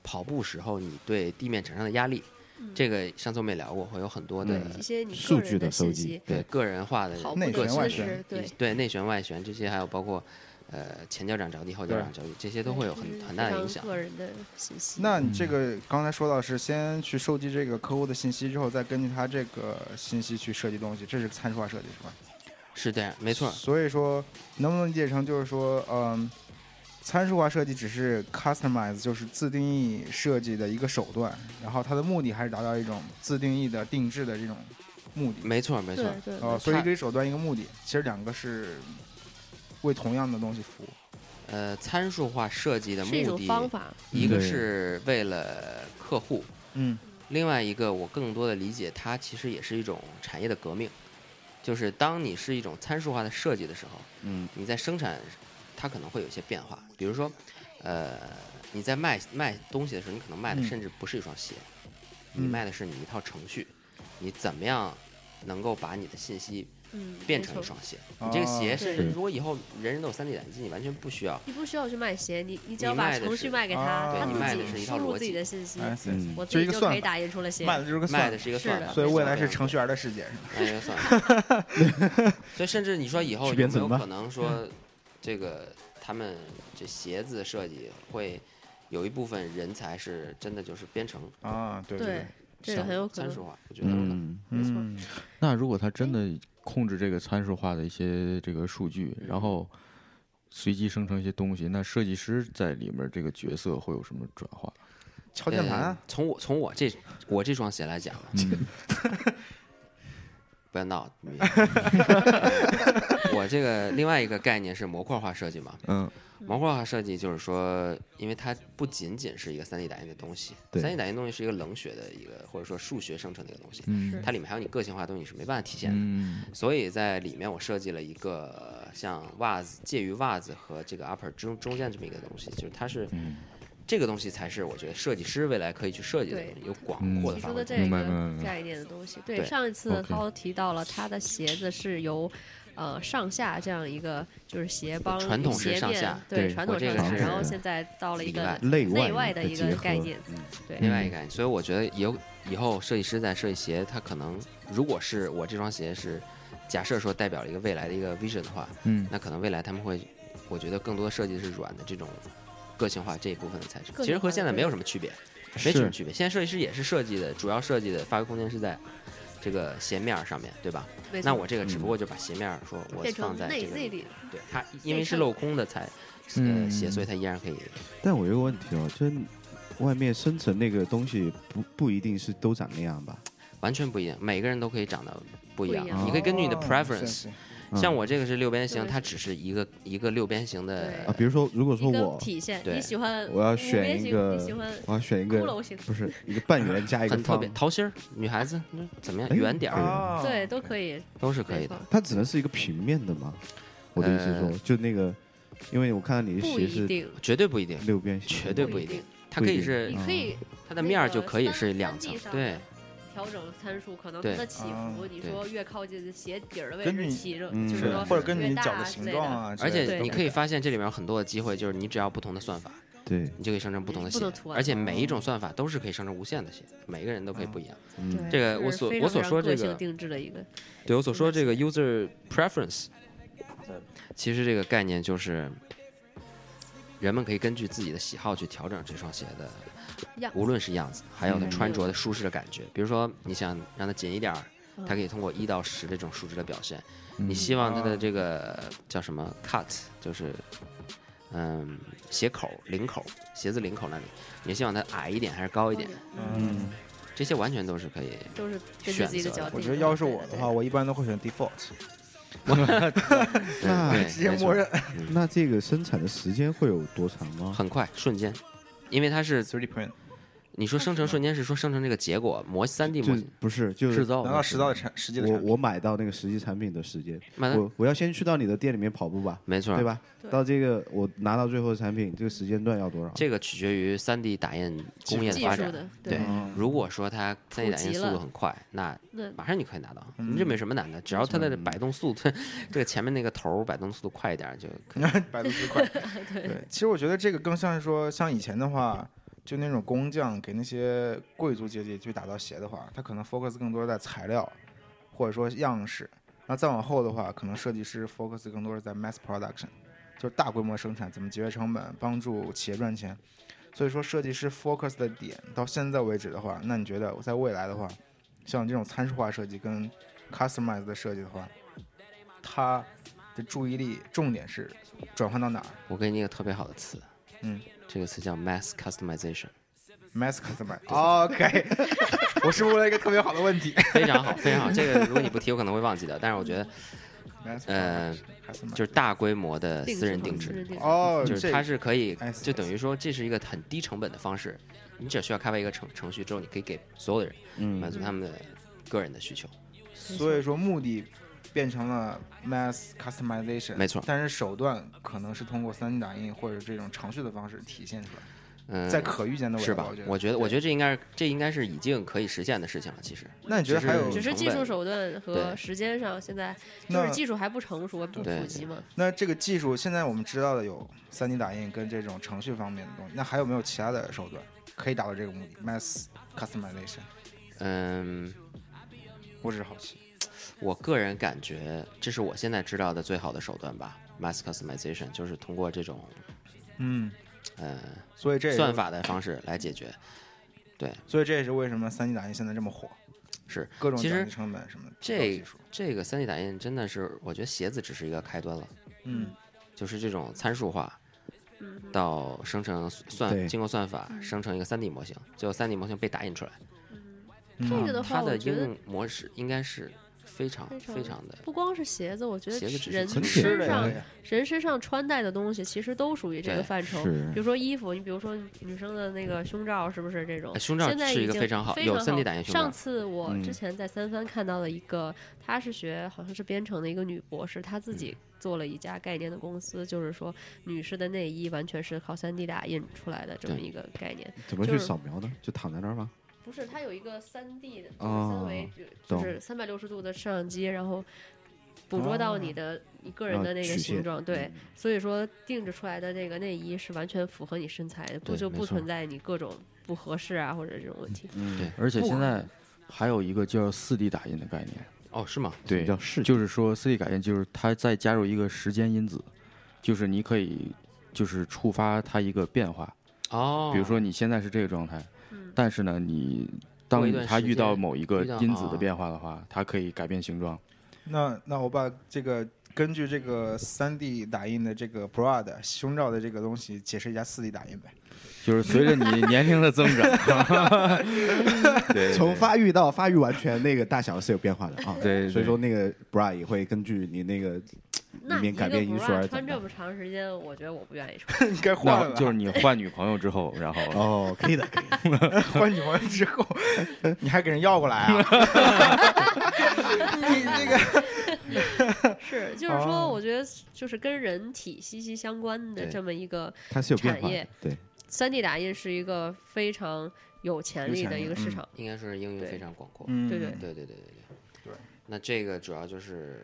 Speaker 4: 跑步时候你对地面承上的压力。
Speaker 3: 嗯
Speaker 4: 这个上次我们也聊过，会有很多的、
Speaker 3: 一些你个
Speaker 1: 数
Speaker 3: 人
Speaker 1: 据
Speaker 3: 的
Speaker 1: 收
Speaker 3: 信
Speaker 1: 集
Speaker 3: 息，，
Speaker 4: 对个人化的
Speaker 3: 跑步
Speaker 2: 内
Speaker 3: 的
Speaker 2: 旋外
Speaker 3: 知
Speaker 2: 旋
Speaker 3: 识，对，
Speaker 4: 对内旋、外旋这些，还有包括呃前脚掌着地、后脚
Speaker 2: 对
Speaker 4: 掌着地，这些都会有很
Speaker 3: 嗯
Speaker 4: 很大
Speaker 3: 非
Speaker 4: 的影
Speaker 3: 常
Speaker 4: 响。
Speaker 3: 个人的信息。
Speaker 2: 那你这个刚才说到是先去收集这个客户的信息，之后再根据他这个信息去设计东西，这是参数化设计是吧？
Speaker 4: 是这样，没错，
Speaker 2: 所以说，能不能理解成就是说，嗯，参数化设计只是 customize，就是自定义设计的一个手段，然后它的目的还是达到一种自定义的定制的这种目的。
Speaker 4: 没错，没
Speaker 3: 对
Speaker 4: 错。
Speaker 3: 对
Speaker 2: 哦，
Speaker 3: 对，
Speaker 2: 所以一个手段一个目的，其实两个是为同样的东西服务。
Speaker 4: 呃，参数化设计的
Speaker 3: 是一
Speaker 4: 目
Speaker 3: 种方
Speaker 4: 的，
Speaker 3: 法，
Speaker 4: 一个
Speaker 1: 对
Speaker 4: 是为了客户，
Speaker 2: 嗯
Speaker 4: 另外一个我更多的理解，它其实也是一种产业的革命，就是当你是一种参数化的设计的时候，
Speaker 1: 嗯
Speaker 4: 你在生产它可能会有一些变化，比如说呃，你在卖卖东西的时候，你可能卖的
Speaker 2: 嗯
Speaker 4: 甚至不是一双鞋，你
Speaker 2: 嗯
Speaker 4: 卖的是你一套程序，你怎么样能够把你的信息
Speaker 3: 嗯，
Speaker 4: 变
Speaker 3: 没
Speaker 4: 成
Speaker 3: 错
Speaker 4: 一双鞋？你这个
Speaker 2: 哦
Speaker 4: 鞋
Speaker 3: 对
Speaker 4: 甚至
Speaker 1: 是
Speaker 4: 如果以后人人都有 3D 打印机，你完全不需要。
Speaker 3: 你不需要去卖鞋，你你只
Speaker 4: 你
Speaker 3: 要把
Speaker 4: 卖的
Speaker 3: 程
Speaker 4: 是
Speaker 3: 序卖给他
Speaker 2: 啊，
Speaker 4: 对
Speaker 3: 他
Speaker 4: 你卖的
Speaker 3: 自
Speaker 4: 是
Speaker 3: 己
Speaker 4: 一
Speaker 3: 输
Speaker 4: 套
Speaker 3: 入
Speaker 4: 逻
Speaker 3: 自己
Speaker 4: 辑
Speaker 3: 的信息，
Speaker 2: 哎，
Speaker 1: 嗯
Speaker 3: 我
Speaker 2: 就
Speaker 3: 自
Speaker 2: 一
Speaker 3: 己
Speaker 2: 个
Speaker 3: 就
Speaker 2: 算
Speaker 3: 可以
Speaker 2: 法
Speaker 3: 打印出了鞋。
Speaker 2: 卖的就是个
Speaker 4: 卖
Speaker 2: 算
Speaker 4: 的
Speaker 2: 法，
Speaker 4: 是一个
Speaker 3: 是
Speaker 4: 算
Speaker 3: 的
Speaker 4: 法，
Speaker 2: 所以
Speaker 4: 没
Speaker 2: 未
Speaker 4: 错
Speaker 2: 来是
Speaker 4: 没错
Speaker 2: 程序员的世界，是吧？
Speaker 4: 哎呀，算了。所以甚至你说以后
Speaker 1: 去
Speaker 4: 有
Speaker 1: 编
Speaker 4: 没有
Speaker 1: 程吧
Speaker 4: 可能说，这个他们这鞋子设计会有一部分人才是真的就是编程，
Speaker 2: 啊，对
Speaker 3: 对，这个
Speaker 4: 商
Speaker 3: 很有可
Speaker 4: 参
Speaker 3: 能。
Speaker 4: 数化，我觉得有可能
Speaker 1: 嗯，
Speaker 3: 没错
Speaker 2: 嗯，
Speaker 5: 那如果他真的控制这个参数化的一些这个数据，
Speaker 4: 嗯
Speaker 5: 然后随机生成一些东西，那设计师在里面这个角色会有什么转化？
Speaker 2: 敲键盘
Speaker 4: 呃
Speaker 2: 啊，
Speaker 4: 从我从我这我这双鞋来讲，啊
Speaker 5: 嗯，
Speaker 4: 不要闹。你 我这个另外一个概念是模块化设计嘛，
Speaker 5: 嗯
Speaker 4: 模块化设计就是说，因为它不仅仅是一个3 D 打印的东西，
Speaker 1: 对
Speaker 4: 3 D 打印的东西是一个冷血的一个或者说数学生成的一个东西，
Speaker 5: 嗯
Speaker 3: 是
Speaker 4: 它里面还有你个性化的东西是没办法体现的。
Speaker 5: 嗯
Speaker 4: 所以在里面我设计了一个呃像袜子介于袜子和这个 upper 中中间这么一个东西，就是它是、这个东西才是我觉得设计师未来可以去设计的
Speaker 3: 对
Speaker 4: 东西，有广
Speaker 5: 嗯
Speaker 4: 阔的
Speaker 3: 提
Speaker 4: 发
Speaker 3: 出的
Speaker 4: 挥空
Speaker 3: 这
Speaker 4: 间。
Speaker 5: 明白明白明
Speaker 3: 个
Speaker 5: 白
Speaker 3: 概念的东西，对
Speaker 4: 对
Speaker 3: 上一次
Speaker 5: OK
Speaker 3: 涛提到了他的鞋子是由，呃上下这样一个就是鞋帮
Speaker 4: 传统是
Speaker 3: 鞋
Speaker 4: 上
Speaker 3: 面
Speaker 4: 下
Speaker 1: 对
Speaker 3: 对传统
Speaker 4: 我这
Speaker 3: 上
Speaker 4: 个
Speaker 1: 是
Speaker 3: 下，然后现在到了一
Speaker 4: 里
Speaker 3: 个
Speaker 4: 外
Speaker 1: 内
Speaker 3: 啊内外的一个
Speaker 1: 结合
Speaker 3: 概念，
Speaker 1: 嗯
Speaker 3: 对
Speaker 4: 另外一个概念，所以我觉得有以后设计师在设计鞋，他可能如果是我这双鞋是假设说代表了一个未来的一个 vision 的话，
Speaker 5: 嗯
Speaker 4: 那可能未来他们会，我觉得更多的设计是软的这种个性化这一部分的材质，
Speaker 3: 个性化的
Speaker 4: 其实和现在没有什么区别，没什么
Speaker 1: 是
Speaker 4: 区别。现在设计师也是设计的，主要设计的发挥空间是在这个鞋面儿上面对吧？
Speaker 3: 没
Speaker 4: 那
Speaker 3: 错
Speaker 4: 我这个只不
Speaker 1: 嗯
Speaker 4: 过就把鞋面儿说我
Speaker 3: 变
Speaker 4: 放
Speaker 3: 成
Speaker 4: 在
Speaker 3: 内
Speaker 4: 这个
Speaker 3: 内里，
Speaker 4: 对它因为是
Speaker 3: 衬
Speaker 4: 镂空的材。呃，
Speaker 5: 嗯
Speaker 4: 鞋，所以它依然可以。
Speaker 1: 但我有个问题哦，就是外面深层那个东西不不一定是都长那样吧？
Speaker 4: 完全不一样，每个人都可以长得不一样。
Speaker 3: 不一样
Speaker 4: 你可以根据你的
Speaker 2: 哦
Speaker 4: preference，、
Speaker 2: 是是
Speaker 1: 嗯
Speaker 4: 像我这个是六边形，
Speaker 3: 对
Speaker 4: 它只是一个一个六边形
Speaker 1: 啊
Speaker 4: 的，
Speaker 1: 比如说，如果说
Speaker 3: 一个
Speaker 1: 我
Speaker 3: 体现
Speaker 4: 对
Speaker 3: 你喜欢
Speaker 1: 我要
Speaker 3: 五
Speaker 1: 选
Speaker 3: 边
Speaker 1: 一
Speaker 3: 形
Speaker 1: 个
Speaker 3: 你喜欢
Speaker 1: 我要选一
Speaker 3: 骷
Speaker 1: 个，
Speaker 3: 髅形，
Speaker 1: 不是一个半圆加一个
Speaker 4: 很特
Speaker 1: 方
Speaker 4: 别，，桃心儿，女孩子嗯怎么样，
Speaker 1: 哎
Speaker 4: 圆点
Speaker 1: 可以
Speaker 4: 儿
Speaker 1: 的
Speaker 2: 啊，
Speaker 3: 对都可以，
Speaker 4: 都是可以
Speaker 3: 没
Speaker 4: 的
Speaker 3: 错。
Speaker 1: 它只能是一个平面的吗？我的意思是说，
Speaker 4: 呃
Speaker 1: 就那个，因为我看到你的
Speaker 3: 不
Speaker 1: 鞋
Speaker 3: 一
Speaker 1: 是
Speaker 3: 定，
Speaker 4: 绝对不一定，
Speaker 1: 六边形，
Speaker 4: 绝对不一定，它可以是
Speaker 3: 你
Speaker 1: 嗯
Speaker 3: 可以
Speaker 4: 它的面儿就可以是两层
Speaker 3: 那个三，
Speaker 4: 对，
Speaker 3: 调整参数，可能它
Speaker 4: 对
Speaker 3: 的起伏，你
Speaker 4: 对
Speaker 3: 说越靠近鞋底儿的位
Speaker 2: 嗯根据
Speaker 3: 置
Speaker 2: 你
Speaker 3: 起着，
Speaker 1: 嗯
Speaker 3: 就是说
Speaker 2: 或者跟
Speaker 3: 越
Speaker 2: 你
Speaker 3: 大
Speaker 2: 脚的
Speaker 3: 之
Speaker 2: 形
Speaker 3: 类
Speaker 2: 状啊之
Speaker 4: 而
Speaker 2: 类的，
Speaker 4: 且
Speaker 3: 对
Speaker 4: 你可以发现这里面有很多的机会，就是你只要不同的算法，
Speaker 1: 对，
Speaker 4: 你就可以生成不同的
Speaker 3: 不
Speaker 4: 鞋
Speaker 3: 同图，案
Speaker 4: 而且每一种算法都是可以生成无限的鞋，每个人都可以不一样。
Speaker 1: 嗯，
Speaker 4: 这个我
Speaker 3: 是
Speaker 4: 所
Speaker 3: 非
Speaker 4: 我
Speaker 3: 常非
Speaker 4: 所
Speaker 3: 常
Speaker 4: 说这
Speaker 3: 个性
Speaker 4: 个
Speaker 3: 定制的一个，
Speaker 4: 对我所说这个 user preference，其实这个概念就是，人们可以根据自己的喜好去调整这双鞋的
Speaker 3: 样，
Speaker 4: 无论是样子，还有它
Speaker 3: 嗯
Speaker 4: 穿着的舒适的感觉。比如说，你想让它紧一点儿，
Speaker 3: 嗯
Speaker 4: 它可以通过一到十这种数值的表现。
Speaker 5: 嗯
Speaker 4: 你希望它的这个叫什么 cut，就是嗯鞋口、领口、鞋子领口那里，你希望它矮一点还是高一点？
Speaker 2: 嗯，
Speaker 4: 这些完全都是可以。
Speaker 3: 都是根据自己的脚定的。
Speaker 2: 我觉得要是我
Speaker 3: 对
Speaker 2: 的话，，我一般都会选 default，
Speaker 1: 那
Speaker 4: 对
Speaker 2: 直接
Speaker 4: 没错
Speaker 2: 默 认
Speaker 1: 那这个生产的时间会有多长吗？
Speaker 4: 很快瞬间，因为它是
Speaker 2: three D print，
Speaker 4: 你说生成瞬间是说生成这个结果，模三 D
Speaker 1: 就
Speaker 4: 模
Speaker 1: 不是，就
Speaker 4: 制
Speaker 1: 是
Speaker 4: 造
Speaker 2: 拿到实到的产实际的
Speaker 1: 我
Speaker 2: 产品，
Speaker 1: 我买到那个实际产品的时间，
Speaker 4: 买的
Speaker 1: 我我要先去到你的店里面跑步吧，
Speaker 4: 没错，
Speaker 1: 对？吧？
Speaker 3: 对
Speaker 1: 到这个我拿到最后的产品，这个时间段要多少？
Speaker 4: 这个取决于三 D 打印工业的
Speaker 3: 技
Speaker 4: 发
Speaker 3: 术
Speaker 4: 展。
Speaker 3: 的
Speaker 4: 对，
Speaker 2: 嗯
Speaker 4: 如果说它三 D 打印
Speaker 3: 普及
Speaker 4: 速
Speaker 3: 了
Speaker 4: 度很快，那
Speaker 3: 那
Speaker 4: 马上就可以拿到，
Speaker 2: 嗯
Speaker 4: 这没什么难的，只要它的摆动速度， 这个前面那个头儿摆动速度快一点就可以。
Speaker 2: 百度之快。对，其实我觉得这个更像是说，像以前的话，就那种工匠给那些贵族阶级去打造鞋的话，他可能 focus 更多在材料，或者说样式。那再往后的话，可能设计师 focus 更多是在 mass production，就是大规模生产，怎么节约成本，帮助企业赚钱。所以说，设计师 focus 的点到现在为止的话，那你觉得在未来的话，像这种参数化设计跟 customize 的设计的话，它的注意力重点是转换到哪儿？
Speaker 4: 我给你一个特别好的词，
Speaker 2: 嗯，
Speaker 4: 这个词叫 mass customization，
Speaker 2: mass customer。OK，我 是问了一个特别好的问题。
Speaker 4: 非常好，非常好。这个如果你不提，我可能会忘记的。但是我觉得
Speaker 2: mass
Speaker 4: 呃
Speaker 2: customer
Speaker 4: 就是大规模的
Speaker 3: 定
Speaker 4: 呃私人
Speaker 3: 制
Speaker 4: 定
Speaker 3: 化私
Speaker 4: 制
Speaker 3: 人，定制
Speaker 2: 哦，
Speaker 4: 就是
Speaker 2: 这
Speaker 4: 它是可以，
Speaker 2: I see,
Speaker 4: 就等于说这是一个很低成本的方式，你只需要开发一个程程序之后，你可以给所有的人
Speaker 1: 嗯
Speaker 4: 满足他们的个人的需求。
Speaker 2: 所以说目的变成了 mass customization，
Speaker 4: 没错
Speaker 2: 但是手段可能是通过 3D 打印或者这种程序的方式体现出来，
Speaker 4: 嗯，
Speaker 2: 在可预见的未来
Speaker 4: 是吧
Speaker 2: 我觉？得，
Speaker 4: 我觉得，我觉
Speaker 2: 得。
Speaker 4: 得这应该是这应该是已经可以实现的事情了。其实，
Speaker 2: 那你觉得还有
Speaker 3: 只是
Speaker 4: 成
Speaker 3: 技
Speaker 4: 本
Speaker 3: 术手段和
Speaker 4: 对
Speaker 3: 时间上，现在就
Speaker 2: 哦那
Speaker 3: 是技术还不成熟，还不
Speaker 4: 对
Speaker 3: 普
Speaker 4: 对
Speaker 3: 及嘛。
Speaker 2: 那这个技术现在我们知道的有 3D 打印跟这种程序方面的东西，那还有没有其他的手段可以达到这个目的？mass customization，
Speaker 4: 嗯，
Speaker 2: 我只是好奇。
Speaker 4: 我个人感觉这是我现在知道的最好的手段吧。Mass customization 就是通过这种
Speaker 2: 嗯，
Speaker 4: 呃
Speaker 2: 所以这也
Speaker 4: 算
Speaker 2: 法，
Speaker 4: 法的方式来解决。
Speaker 2: 所以这也是为什么 3D 打印现在这么火，
Speaker 4: 是
Speaker 2: 各种
Speaker 4: 其
Speaker 2: 奖
Speaker 4: 实
Speaker 2: 励成本什么的
Speaker 4: 这
Speaker 2: 技术。
Speaker 4: 这个 3D 打印真的是，我觉得鞋子只是一个开端了，
Speaker 2: 嗯，
Speaker 4: 就是这种参数化
Speaker 3: 嗯哼，
Speaker 4: 到生成
Speaker 1: 对
Speaker 4: 算，经过算法生成一个 3D 模型，最后 3D 模型被打印出来。
Speaker 2: 嗯
Speaker 3: 这个的
Speaker 4: 它
Speaker 3: 话，我
Speaker 4: 的
Speaker 3: 觉
Speaker 4: 应
Speaker 3: 得
Speaker 4: 用模式应该是非常
Speaker 3: 非常
Speaker 4: 非常的
Speaker 3: 不光是鞋子，我觉得
Speaker 4: 鞋子只是
Speaker 3: 人
Speaker 4: 很
Speaker 1: 简
Speaker 3: 身
Speaker 2: 的
Speaker 3: 上
Speaker 2: 呀
Speaker 3: 人身上穿戴的东西，其实都属于这个
Speaker 4: 对
Speaker 3: 范畴。
Speaker 1: 是
Speaker 3: 比如说衣服，你比如说女生的那个胸罩，是不是这种
Speaker 4: 呃？胸罩
Speaker 3: 现在
Speaker 4: 是一
Speaker 3: 已
Speaker 4: 个
Speaker 3: 经
Speaker 4: 非常好有 3D 打印胸
Speaker 3: 上
Speaker 4: 罩
Speaker 3: 次我
Speaker 1: 嗯
Speaker 3: 之前在三番看到了一个，她是学好像是编程的一个女博士，她自己
Speaker 4: 嗯
Speaker 3: 做了一家概念的公司，就是说女士的内衣完全是靠 3D 打印出来的这么
Speaker 4: 对
Speaker 3: 一个概念。
Speaker 1: 怎么
Speaker 3: 就
Speaker 1: 去
Speaker 3: 是
Speaker 1: 扫描呢？就躺在那儿吗？
Speaker 3: 不是，它有一个三 D 的，就是
Speaker 1: 哦
Speaker 3: 三维，就
Speaker 1: 懂哦
Speaker 3: 是三百六十度的摄像机，然后捕捉到你的你个人
Speaker 1: 啊
Speaker 3: 的那个
Speaker 1: 曲
Speaker 3: 形
Speaker 1: 线嗯
Speaker 3: 状。对，所以说定制出来的那个内衣是完全符合你身材的，不
Speaker 4: 对
Speaker 3: 就
Speaker 4: 没
Speaker 3: 不
Speaker 4: 错
Speaker 3: 存在你各种不合适啊或者这种问题。
Speaker 1: 嗯，
Speaker 4: 对
Speaker 5: 而且
Speaker 4: 不
Speaker 5: 现
Speaker 4: 可
Speaker 5: 在还有一个叫四 D 打印的概念，
Speaker 4: 哦，是吗？
Speaker 1: 对，
Speaker 5: 对，
Speaker 1: 叫视觉，
Speaker 5: 就是说 4D 打印就是它再加入一个时间因子，就是你可以就是触发它一个变化，
Speaker 4: 哦，
Speaker 5: 比如说你现在是这个状态，
Speaker 3: 嗯，
Speaker 5: 但是呢你。
Speaker 4: 过
Speaker 5: 当
Speaker 4: 一
Speaker 5: 你
Speaker 4: 段
Speaker 5: 它
Speaker 4: 时
Speaker 5: 遇到
Speaker 4: 间
Speaker 5: 某一个
Speaker 4: 遇到
Speaker 5: 因子
Speaker 4: 啊
Speaker 5: 的变化的话，它可以改变形状。
Speaker 2: 那那我把这个根据这个三 D 打印的这个 bra 的胸罩的这个东西解释一下四 D 打印呗。
Speaker 5: 就是随 着你年龄的增长，对，
Speaker 1: 从发育到发育完全那个大小是有变化的啊。
Speaker 5: 对对
Speaker 1: 所以说那个 bra 也会根据你那个
Speaker 3: 那
Speaker 4: 嗯
Speaker 1: 里面
Speaker 3: 一
Speaker 1: 改
Speaker 3: 个
Speaker 1: 变因
Speaker 3: bra
Speaker 1: 素而长
Speaker 3: 穿这
Speaker 1: 大
Speaker 3: 么长时间，我觉得我不愿意穿。
Speaker 2: 你该换
Speaker 5: 那
Speaker 2: 了吧，
Speaker 5: 就是你换女朋友之后，然后
Speaker 1: 哦，可以的，可以的。
Speaker 2: 换女朋友之 后，你还给人要过来啊？你这个
Speaker 3: 是，就是
Speaker 2: 哦
Speaker 3: 说，我觉得就是跟人体息息相关的
Speaker 4: 对
Speaker 3: 这么一个
Speaker 1: 它是有变化
Speaker 3: 产
Speaker 1: 的
Speaker 3: 业，
Speaker 1: 对，
Speaker 3: 三 D 打印是一个非常有潜
Speaker 2: 有
Speaker 3: 力
Speaker 2: 潜
Speaker 3: 的
Speaker 2: 力
Speaker 3: 一个
Speaker 2: 嗯
Speaker 3: 市场。
Speaker 4: 应该是应用
Speaker 3: 对
Speaker 4: 非常广阔。
Speaker 2: 嗯
Speaker 3: 对对
Speaker 4: 对对对对对
Speaker 2: 对。
Speaker 4: 那这个主要就是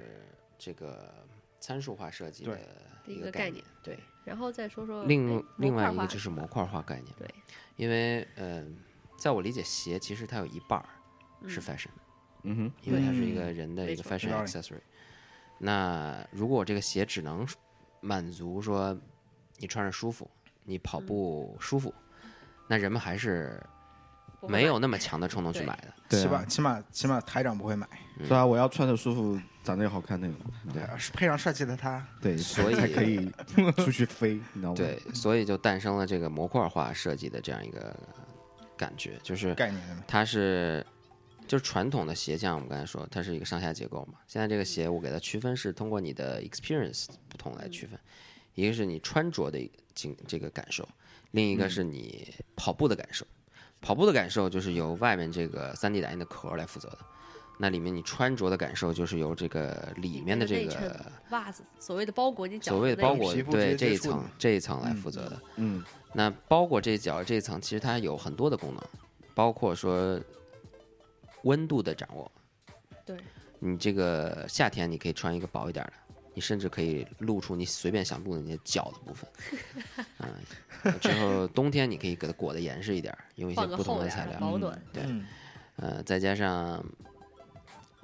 Speaker 4: 这个参数化设计
Speaker 2: 对
Speaker 4: 的
Speaker 3: 的一
Speaker 4: 一
Speaker 3: 个
Speaker 4: 个
Speaker 3: 概
Speaker 4: 念。对，
Speaker 3: 然后再说说哎
Speaker 4: 另另
Speaker 3: 模块
Speaker 4: 外一
Speaker 3: 化
Speaker 4: 个就是模块化概念。
Speaker 3: 对，
Speaker 4: 因为嗯，在我理解，鞋其实它有一半儿是
Speaker 3: 嗯
Speaker 4: fashion，
Speaker 1: 嗯哼，
Speaker 4: 因为它是一个
Speaker 2: 嗯
Speaker 4: 人的
Speaker 3: 没
Speaker 4: 一个
Speaker 3: 错
Speaker 4: fashion
Speaker 2: 有道理
Speaker 4: accessory。那如果我这个鞋只能满足说你穿着舒服，你跑
Speaker 3: 嗯
Speaker 4: 步舒服，那人们还是
Speaker 3: 不会
Speaker 4: 没有
Speaker 3: 买
Speaker 4: 那么强的冲动去
Speaker 3: 对
Speaker 4: 买的。
Speaker 1: 对
Speaker 2: 嗯起码
Speaker 1: 啊。
Speaker 2: 起码起码台长不会买，
Speaker 1: 对啊，我要穿的舒服，长得也好看那种，
Speaker 4: 对
Speaker 2: 配上帅气的他，
Speaker 1: 对，
Speaker 4: 所以
Speaker 1: 才可以出去飞，你知道吗？
Speaker 4: 对，所以就诞生了这个模块化设计的这样一个感觉，就是
Speaker 2: 概念了没？
Speaker 4: 它是就是传统的鞋像我们刚才说，它是一个上下结构嘛。现在这个鞋我给它区分是通过你的 experience 不同来区分，一个是你穿着的经这个感受，另一个是你跑步的感受。跑步的感受就是由外面这个 3D 打印的壳来负责的，那里面你穿着的感受就是由这个里面的这
Speaker 3: 里面的内
Speaker 4: 个
Speaker 3: 袜子，所谓的包裹，你脚
Speaker 4: 所谓
Speaker 3: 的
Speaker 4: 的
Speaker 3: 那
Speaker 4: 包
Speaker 3: 一
Speaker 4: 裹
Speaker 2: 皮肤直
Speaker 4: 对
Speaker 2: 接
Speaker 4: 这
Speaker 2: 接
Speaker 4: 一
Speaker 2: 触
Speaker 4: 层
Speaker 2: 的
Speaker 4: 这一层来
Speaker 2: 嗯
Speaker 4: 负责的。
Speaker 1: 嗯，
Speaker 4: 那包裹这角这层，其实它有很多的功能，包括说温度的掌握。
Speaker 3: 对，
Speaker 4: 你这个夏天你可以穿一个薄一点的，你甚至可以露出你随便想露的你的脚的部分。 嗯，之后冬天你可以给它裹得严实一点儿，用一些
Speaker 3: 换个
Speaker 4: 不同
Speaker 3: 厚
Speaker 4: 的
Speaker 3: 点
Speaker 4: 材
Speaker 3: 儿的
Speaker 4: 料。
Speaker 3: 保暖。
Speaker 4: 对，
Speaker 2: 嗯
Speaker 4: 呃，再加上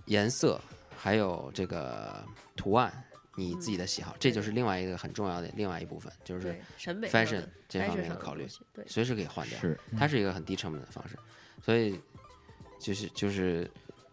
Speaker 4: 颜色，还有这个图案，你自己的喜好，这就是另外一个很重要的另外一部分，就是
Speaker 3: 对审美上
Speaker 4: fashion
Speaker 3: 的
Speaker 4: 这方
Speaker 3: fashion
Speaker 4: 面
Speaker 3: 上
Speaker 4: 的
Speaker 3: 的
Speaker 4: 考虑
Speaker 3: 东。西。对，
Speaker 4: 随时可以换掉，
Speaker 1: 是
Speaker 4: 它是一个很低成本的方式，所以就是就是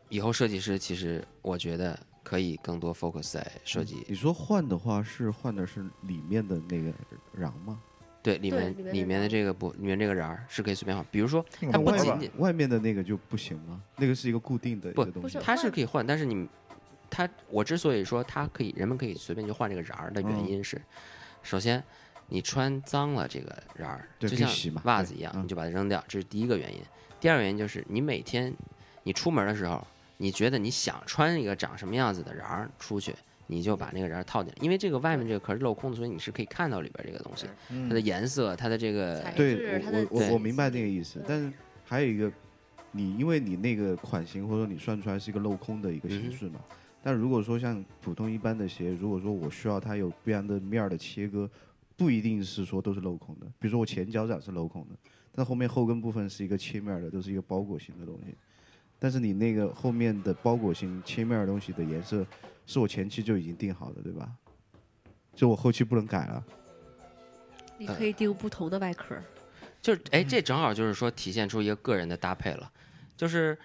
Speaker 4: 以后设计师其实我觉得可以更多 focus 在设计
Speaker 1: 你
Speaker 3: 嗯
Speaker 1: 说换的话是换的是里面的那个瓤吗？
Speaker 4: 对里
Speaker 3: 对
Speaker 4: 面
Speaker 3: 里面
Speaker 4: 里
Speaker 3: 那
Speaker 4: 面的
Speaker 3: 个
Speaker 4: 这个不里面这个瓤儿是可以随便换，比如说
Speaker 2: 那
Speaker 4: 它
Speaker 2: 个
Speaker 4: 不
Speaker 2: 外
Speaker 4: 仅
Speaker 2: 吧
Speaker 4: 仅
Speaker 1: 外面的那个就不行吗？那个是一个固定的一
Speaker 4: 不
Speaker 1: 个东
Speaker 3: 不
Speaker 1: 西
Speaker 3: 是。
Speaker 4: 它
Speaker 3: 外
Speaker 4: 是可以换，但是你它我之所以说它可以人们可以随便就换这个瓤儿的原
Speaker 1: 嗯
Speaker 4: 因是，首先你穿脏了这个瓤儿，
Speaker 1: 对
Speaker 4: 就
Speaker 1: 可以
Speaker 4: 像
Speaker 1: 洗嘛
Speaker 4: 袜
Speaker 1: 对
Speaker 4: 子一样，
Speaker 1: 嗯
Speaker 4: 你就把它扔掉，这是第一个原因。第二个原因就是你每天你出门的时候，你觉得你想穿一个长什么样子的瓤儿出去，你就把那个瓤儿套进来，因为这个外面这个壳是镂空的，所以你是可以看到里边这个东西，它的
Speaker 2: 嗯，
Speaker 4: 颜色，它的这个
Speaker 3: 材
Speaker 1: 对
Speaker 3: 质它的
Speaker 1: 我我
Speaker 4: 对
Speaker 1: 我明白那个意思，但是还有一个，你因为你那个款型或者说你算出来是一个镂空的一个形式嘛，但如果说像普通一般的鞋，如果说我需要它有不一样的面儿的切割，不一定是说都是镂空的，比如说我前脚掌是镂空的，但后面后跟部分是一个切面儿的，都是一个包裹型的东西。但是你那个后面的包裹型切面儿的东西的颜色，是我前期就已经定好的，对吧？就我后期不能改了。
Speaker 4: 呃
Speaker 3: 你可以定不同的外壳儿，
Speaker 4: 就是哎，
Speaker 1: 嗯
Speaker 4: 这正好就是说体现出一个个人的搭配了，就是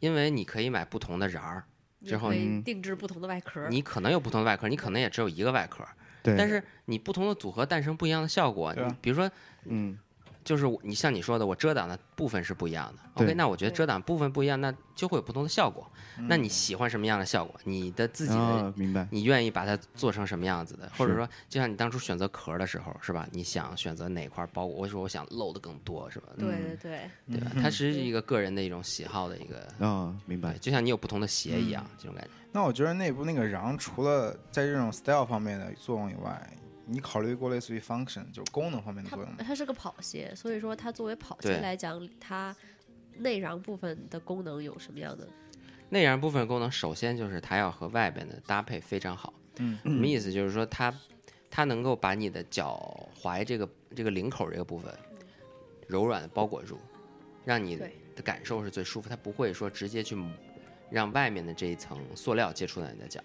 Speaker 4: 因为你可以买不同的瓤儿，
Speaker 3: 你
Speaker 4: 之后
Speaker 3: 可以
Speaker 1: 嗯
Speaker 3: 定制不同的外壳儿。
Speaker 4: 你可能有不同的外壳，你可能也只有一个外壳，
Speaker 1: 对，
Speaker 4: 但是你不同的组合诞生不一样的效果。
Speaker 2: 对啊
Speaker 4: 你比如说，
Speaker 1: 嗯，
Speaker 4: 就是我你像你说的，我遮挡的部分是不一样的。
Speaker 1: 对
Speaker 4: OK，那我觉得
Speaker 3: 对
Speaker 4: 遮挡部分不一样，那就会有不同的效果。
Speaker 2: 嗯
Speaker 1: 嗯
Speaker 4: 那你喜欢什么样的效果？你的自己的
Speaker 1: 啊，明白。
Speaker 4: 你愿意把它做成什么样子的？或者
Speaker 1: 是
Speaker 4: 说，就像你当初选择壳的时候，是吧？你想选择哪块包裹？我说我想露的更多，是吧？
Speaker 3: 对对对，
Speaker 4: 对吧？它是一个个人的一种喜好的一个，
Speaker 1: 啊、嗯明白嗯
Speaker 4: 对，。就像你有不同的鞋一样，这种感觉。
Speaker 2: 那我觉得内部那个瓤除了在这种 style 方面的作用以外，你考虑过类似于 function 就是功能方面的
Speaker 3: 它
Speaker 2: 作用吗？
Speaker 3: 它是个跑鞋，所以说它作为跑鞋
Speaker 4: 对
Speaker 3: 来讲，它内瓤部分的功能有什么样的？
Speaker 4: 内瓤部分功能，首先就是它要和外边的搭配非常好。
Speaker 2: 嗯，
Speaker 4: 什么意思？就是说它它能够把你的脚踝这个这个领口这个部分柔软的包裹住，让你
Speaker 3: 对
Speaker 4: 的感受是最舒服。它不会说直接去抹让外面的这一层塑料接触到你的脚，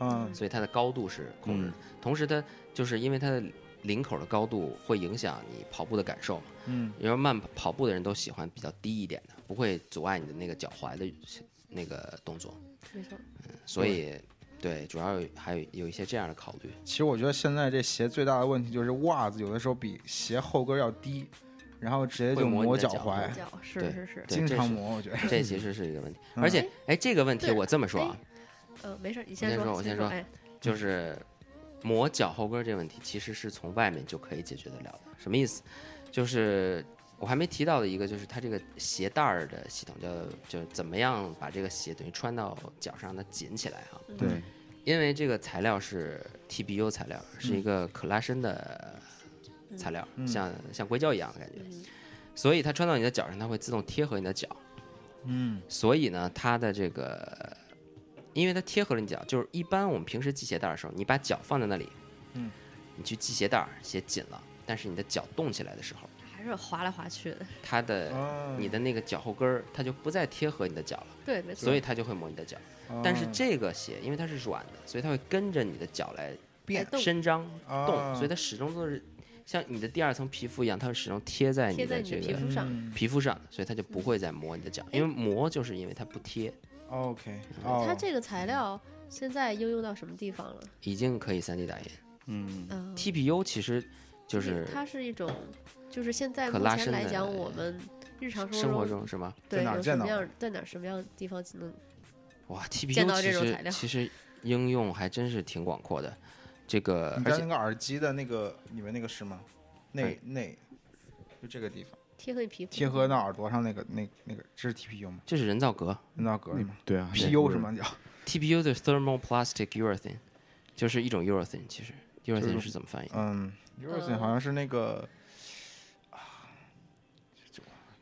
Speaker 2: 嗯，
Speaker 4: 所以它的高度是控制的。同时，它就是因为它的领口的高度会影响你跑步的感受嘛。
Speaker 2: 嗯，
Speaker 4: 因为慢跑步的人都喜欢比较低一点的，不会阻碍你的那个脚踝的那个动作，
Speaker 3: 没错，
Speaker 4: 所以。对，主要有还有有一些这样的考 虑，
Speaker 2: 其实我觉得现在这鞋最大的问题就是袜子有的时候比鞋后跟要低，然后直接
Speaker 4: 会
Speaker 2: 就
Speaker 4: 磨你
Speaker 2: 磨
Speaker 4: 的
Speaker 2: 脚
Speaker 4: 脚
Speaker 2: 踝，
Speaker 3: 脚是
Speaker 4: 哎对
Speaker 3: 是是，
Speaker 4: 对
Speaker 2: 经
Speaker 4: 这
Speaker 2: 常
Speaker 4: 是
Speaker 2: 磨，我觉得。
Speaker 4: 这其实是一个问题。
Speaker 2: 嗯
Speaker 4: 而且，哎，这个问题
Speaker 3: 对
Speaker 4: 我这么说啊，
Speaker 3: 呃，没事儿，你
Speaker 4: 先说
Speaker 3: 说，
Speaker 4: 我先
Speaker 3: 先
Speaker 4: 说
Speaker 3: 哎，
Speaker 4: 就是磨脚后跟儿这个问题，其实是从外面就可以解决得了的。什么意思？就是我还没提到的一个，就是它这个鞋带儿的系统，叫就怎么样把这个鞋等于穿到脚上，让它紧起来啊。
Speaker 2: 嗯
Speaker 1: 对，
Speaker 4: 因为这个材料是 TBU 材料，是一个可拉伸的材料，
Speaker 2: 嗯
Speaker 4: 像像硅胶一样的感觉，
Speaker 3: 嗯，
Speaker 4: 所以它穿到你的脚上，它会自动贴合你的脚。
Speaker 2: 嗯
Speaker 4: 所以呢，它的这个，因为它贴合了你脚，就是一般我们平时系鞋带儿的时候，你把脚放在那里，
Speaker 2: 嗯，
Speaker 4: 你去系鞋带儿，鞋紧了，但是你的脚动起来的时候，
Speaker 3: 还是滑来滑去 的，
Speaker 4: 它的、
Speaker 2: 哦
Speaker 4: 你的那个脚后跟儿它就不再贴合你的脚了，
Speaker 3: 对，没错，
Speaker 4: 所以它就会磨你的脚。但是
Speaker 2: 哦
Speaker 4: 这个鞋因为它是软的，所以它会跟着你的脚来
Speaker 3: 变哎动
Speaker 4: 伸张
Speaker 2: 啊
Speaker 3: 哦
Speaker 4: 动，所以它始终都是像你的第二层皮肤一样，它会始终贴在
Speaker 3: 贴
Speaker 4: 你
Speaker 3: 在
Speaker 4: 的
Speaker 3: 你的
Speaker 4: 这
Speaker 3: 皮
Speaker 4: 个
Speaker 3: 肤上，
Speaker 2: 嗯
Speaker 4: 皮肤上，所以它就不会再磨你的脚，因为磨就是因为它不贴。
Speaker 2: OK，哦，
Speaker 4: 嗯
Speaker 3: 它这个材料现在应用到什么地方了？
Speaker 4: 已经可以 3D 打印。
Speaker 1: 嗯，
Speaker 3: 嗯，
Speaker 4: TPU 其实就是
Speaker 3: 它是一种，就是现在
Speaker 4: 可
Speaker 3: 目
Speaker 4: 拉
Speaker 3: 前
Speaker 4: 伸
Speaker 3: 来
Speaker 4: 的
Speaker 3: 讲，我们日常
Speaker 4: 生活
Speaker 3: 活
Speaker 4: 中是吗？
Speaker 2: 在
Speaker 3: 对
Speaker 2: 哪儿
Speaker 3: 有
Speaker 2: 见
Speaker 3: 什么
Speaker 2: 到
Speaker 3: 样在哪儿什么样的地方能
Speaker 4: 哇
Speaker 3: 见到
Speaker 4: ，TPU
Speaker 3: 这
Speaker 4: 其
Speaker 3: 种材
Speaker 4: 实
Speaker 3: 料
Speaker 4: 其实应用还真是挺广阔的。这个
Speaker 2: 你
Speaker 4: 而
Speaker 2: 知道
Speaker 4: 且哎
Speaker 2: 那个耳机的那个里面那个是吗？内内就这个地方
Speaker 3: 贴合你皮肤？
Speaker 2: 贴合到耳朵上那个那那个，这是 TPU 吗？
Speaker 4: 这是人造革
Speaker 2: 人造革
Speaker 1: 你
Speaker 2: 吗
Speaker 1: 对啊
Speaker 2: ？PU 是？吗？叫
Speaker 4: ，TPU 的 thermoplastic urethane，就是一种 urethane。其实
Speaker 2: 是
Speaker 4: urethane 是怎么翻译？
Speaker 2: 嗯 u r o t h a 好像是那 个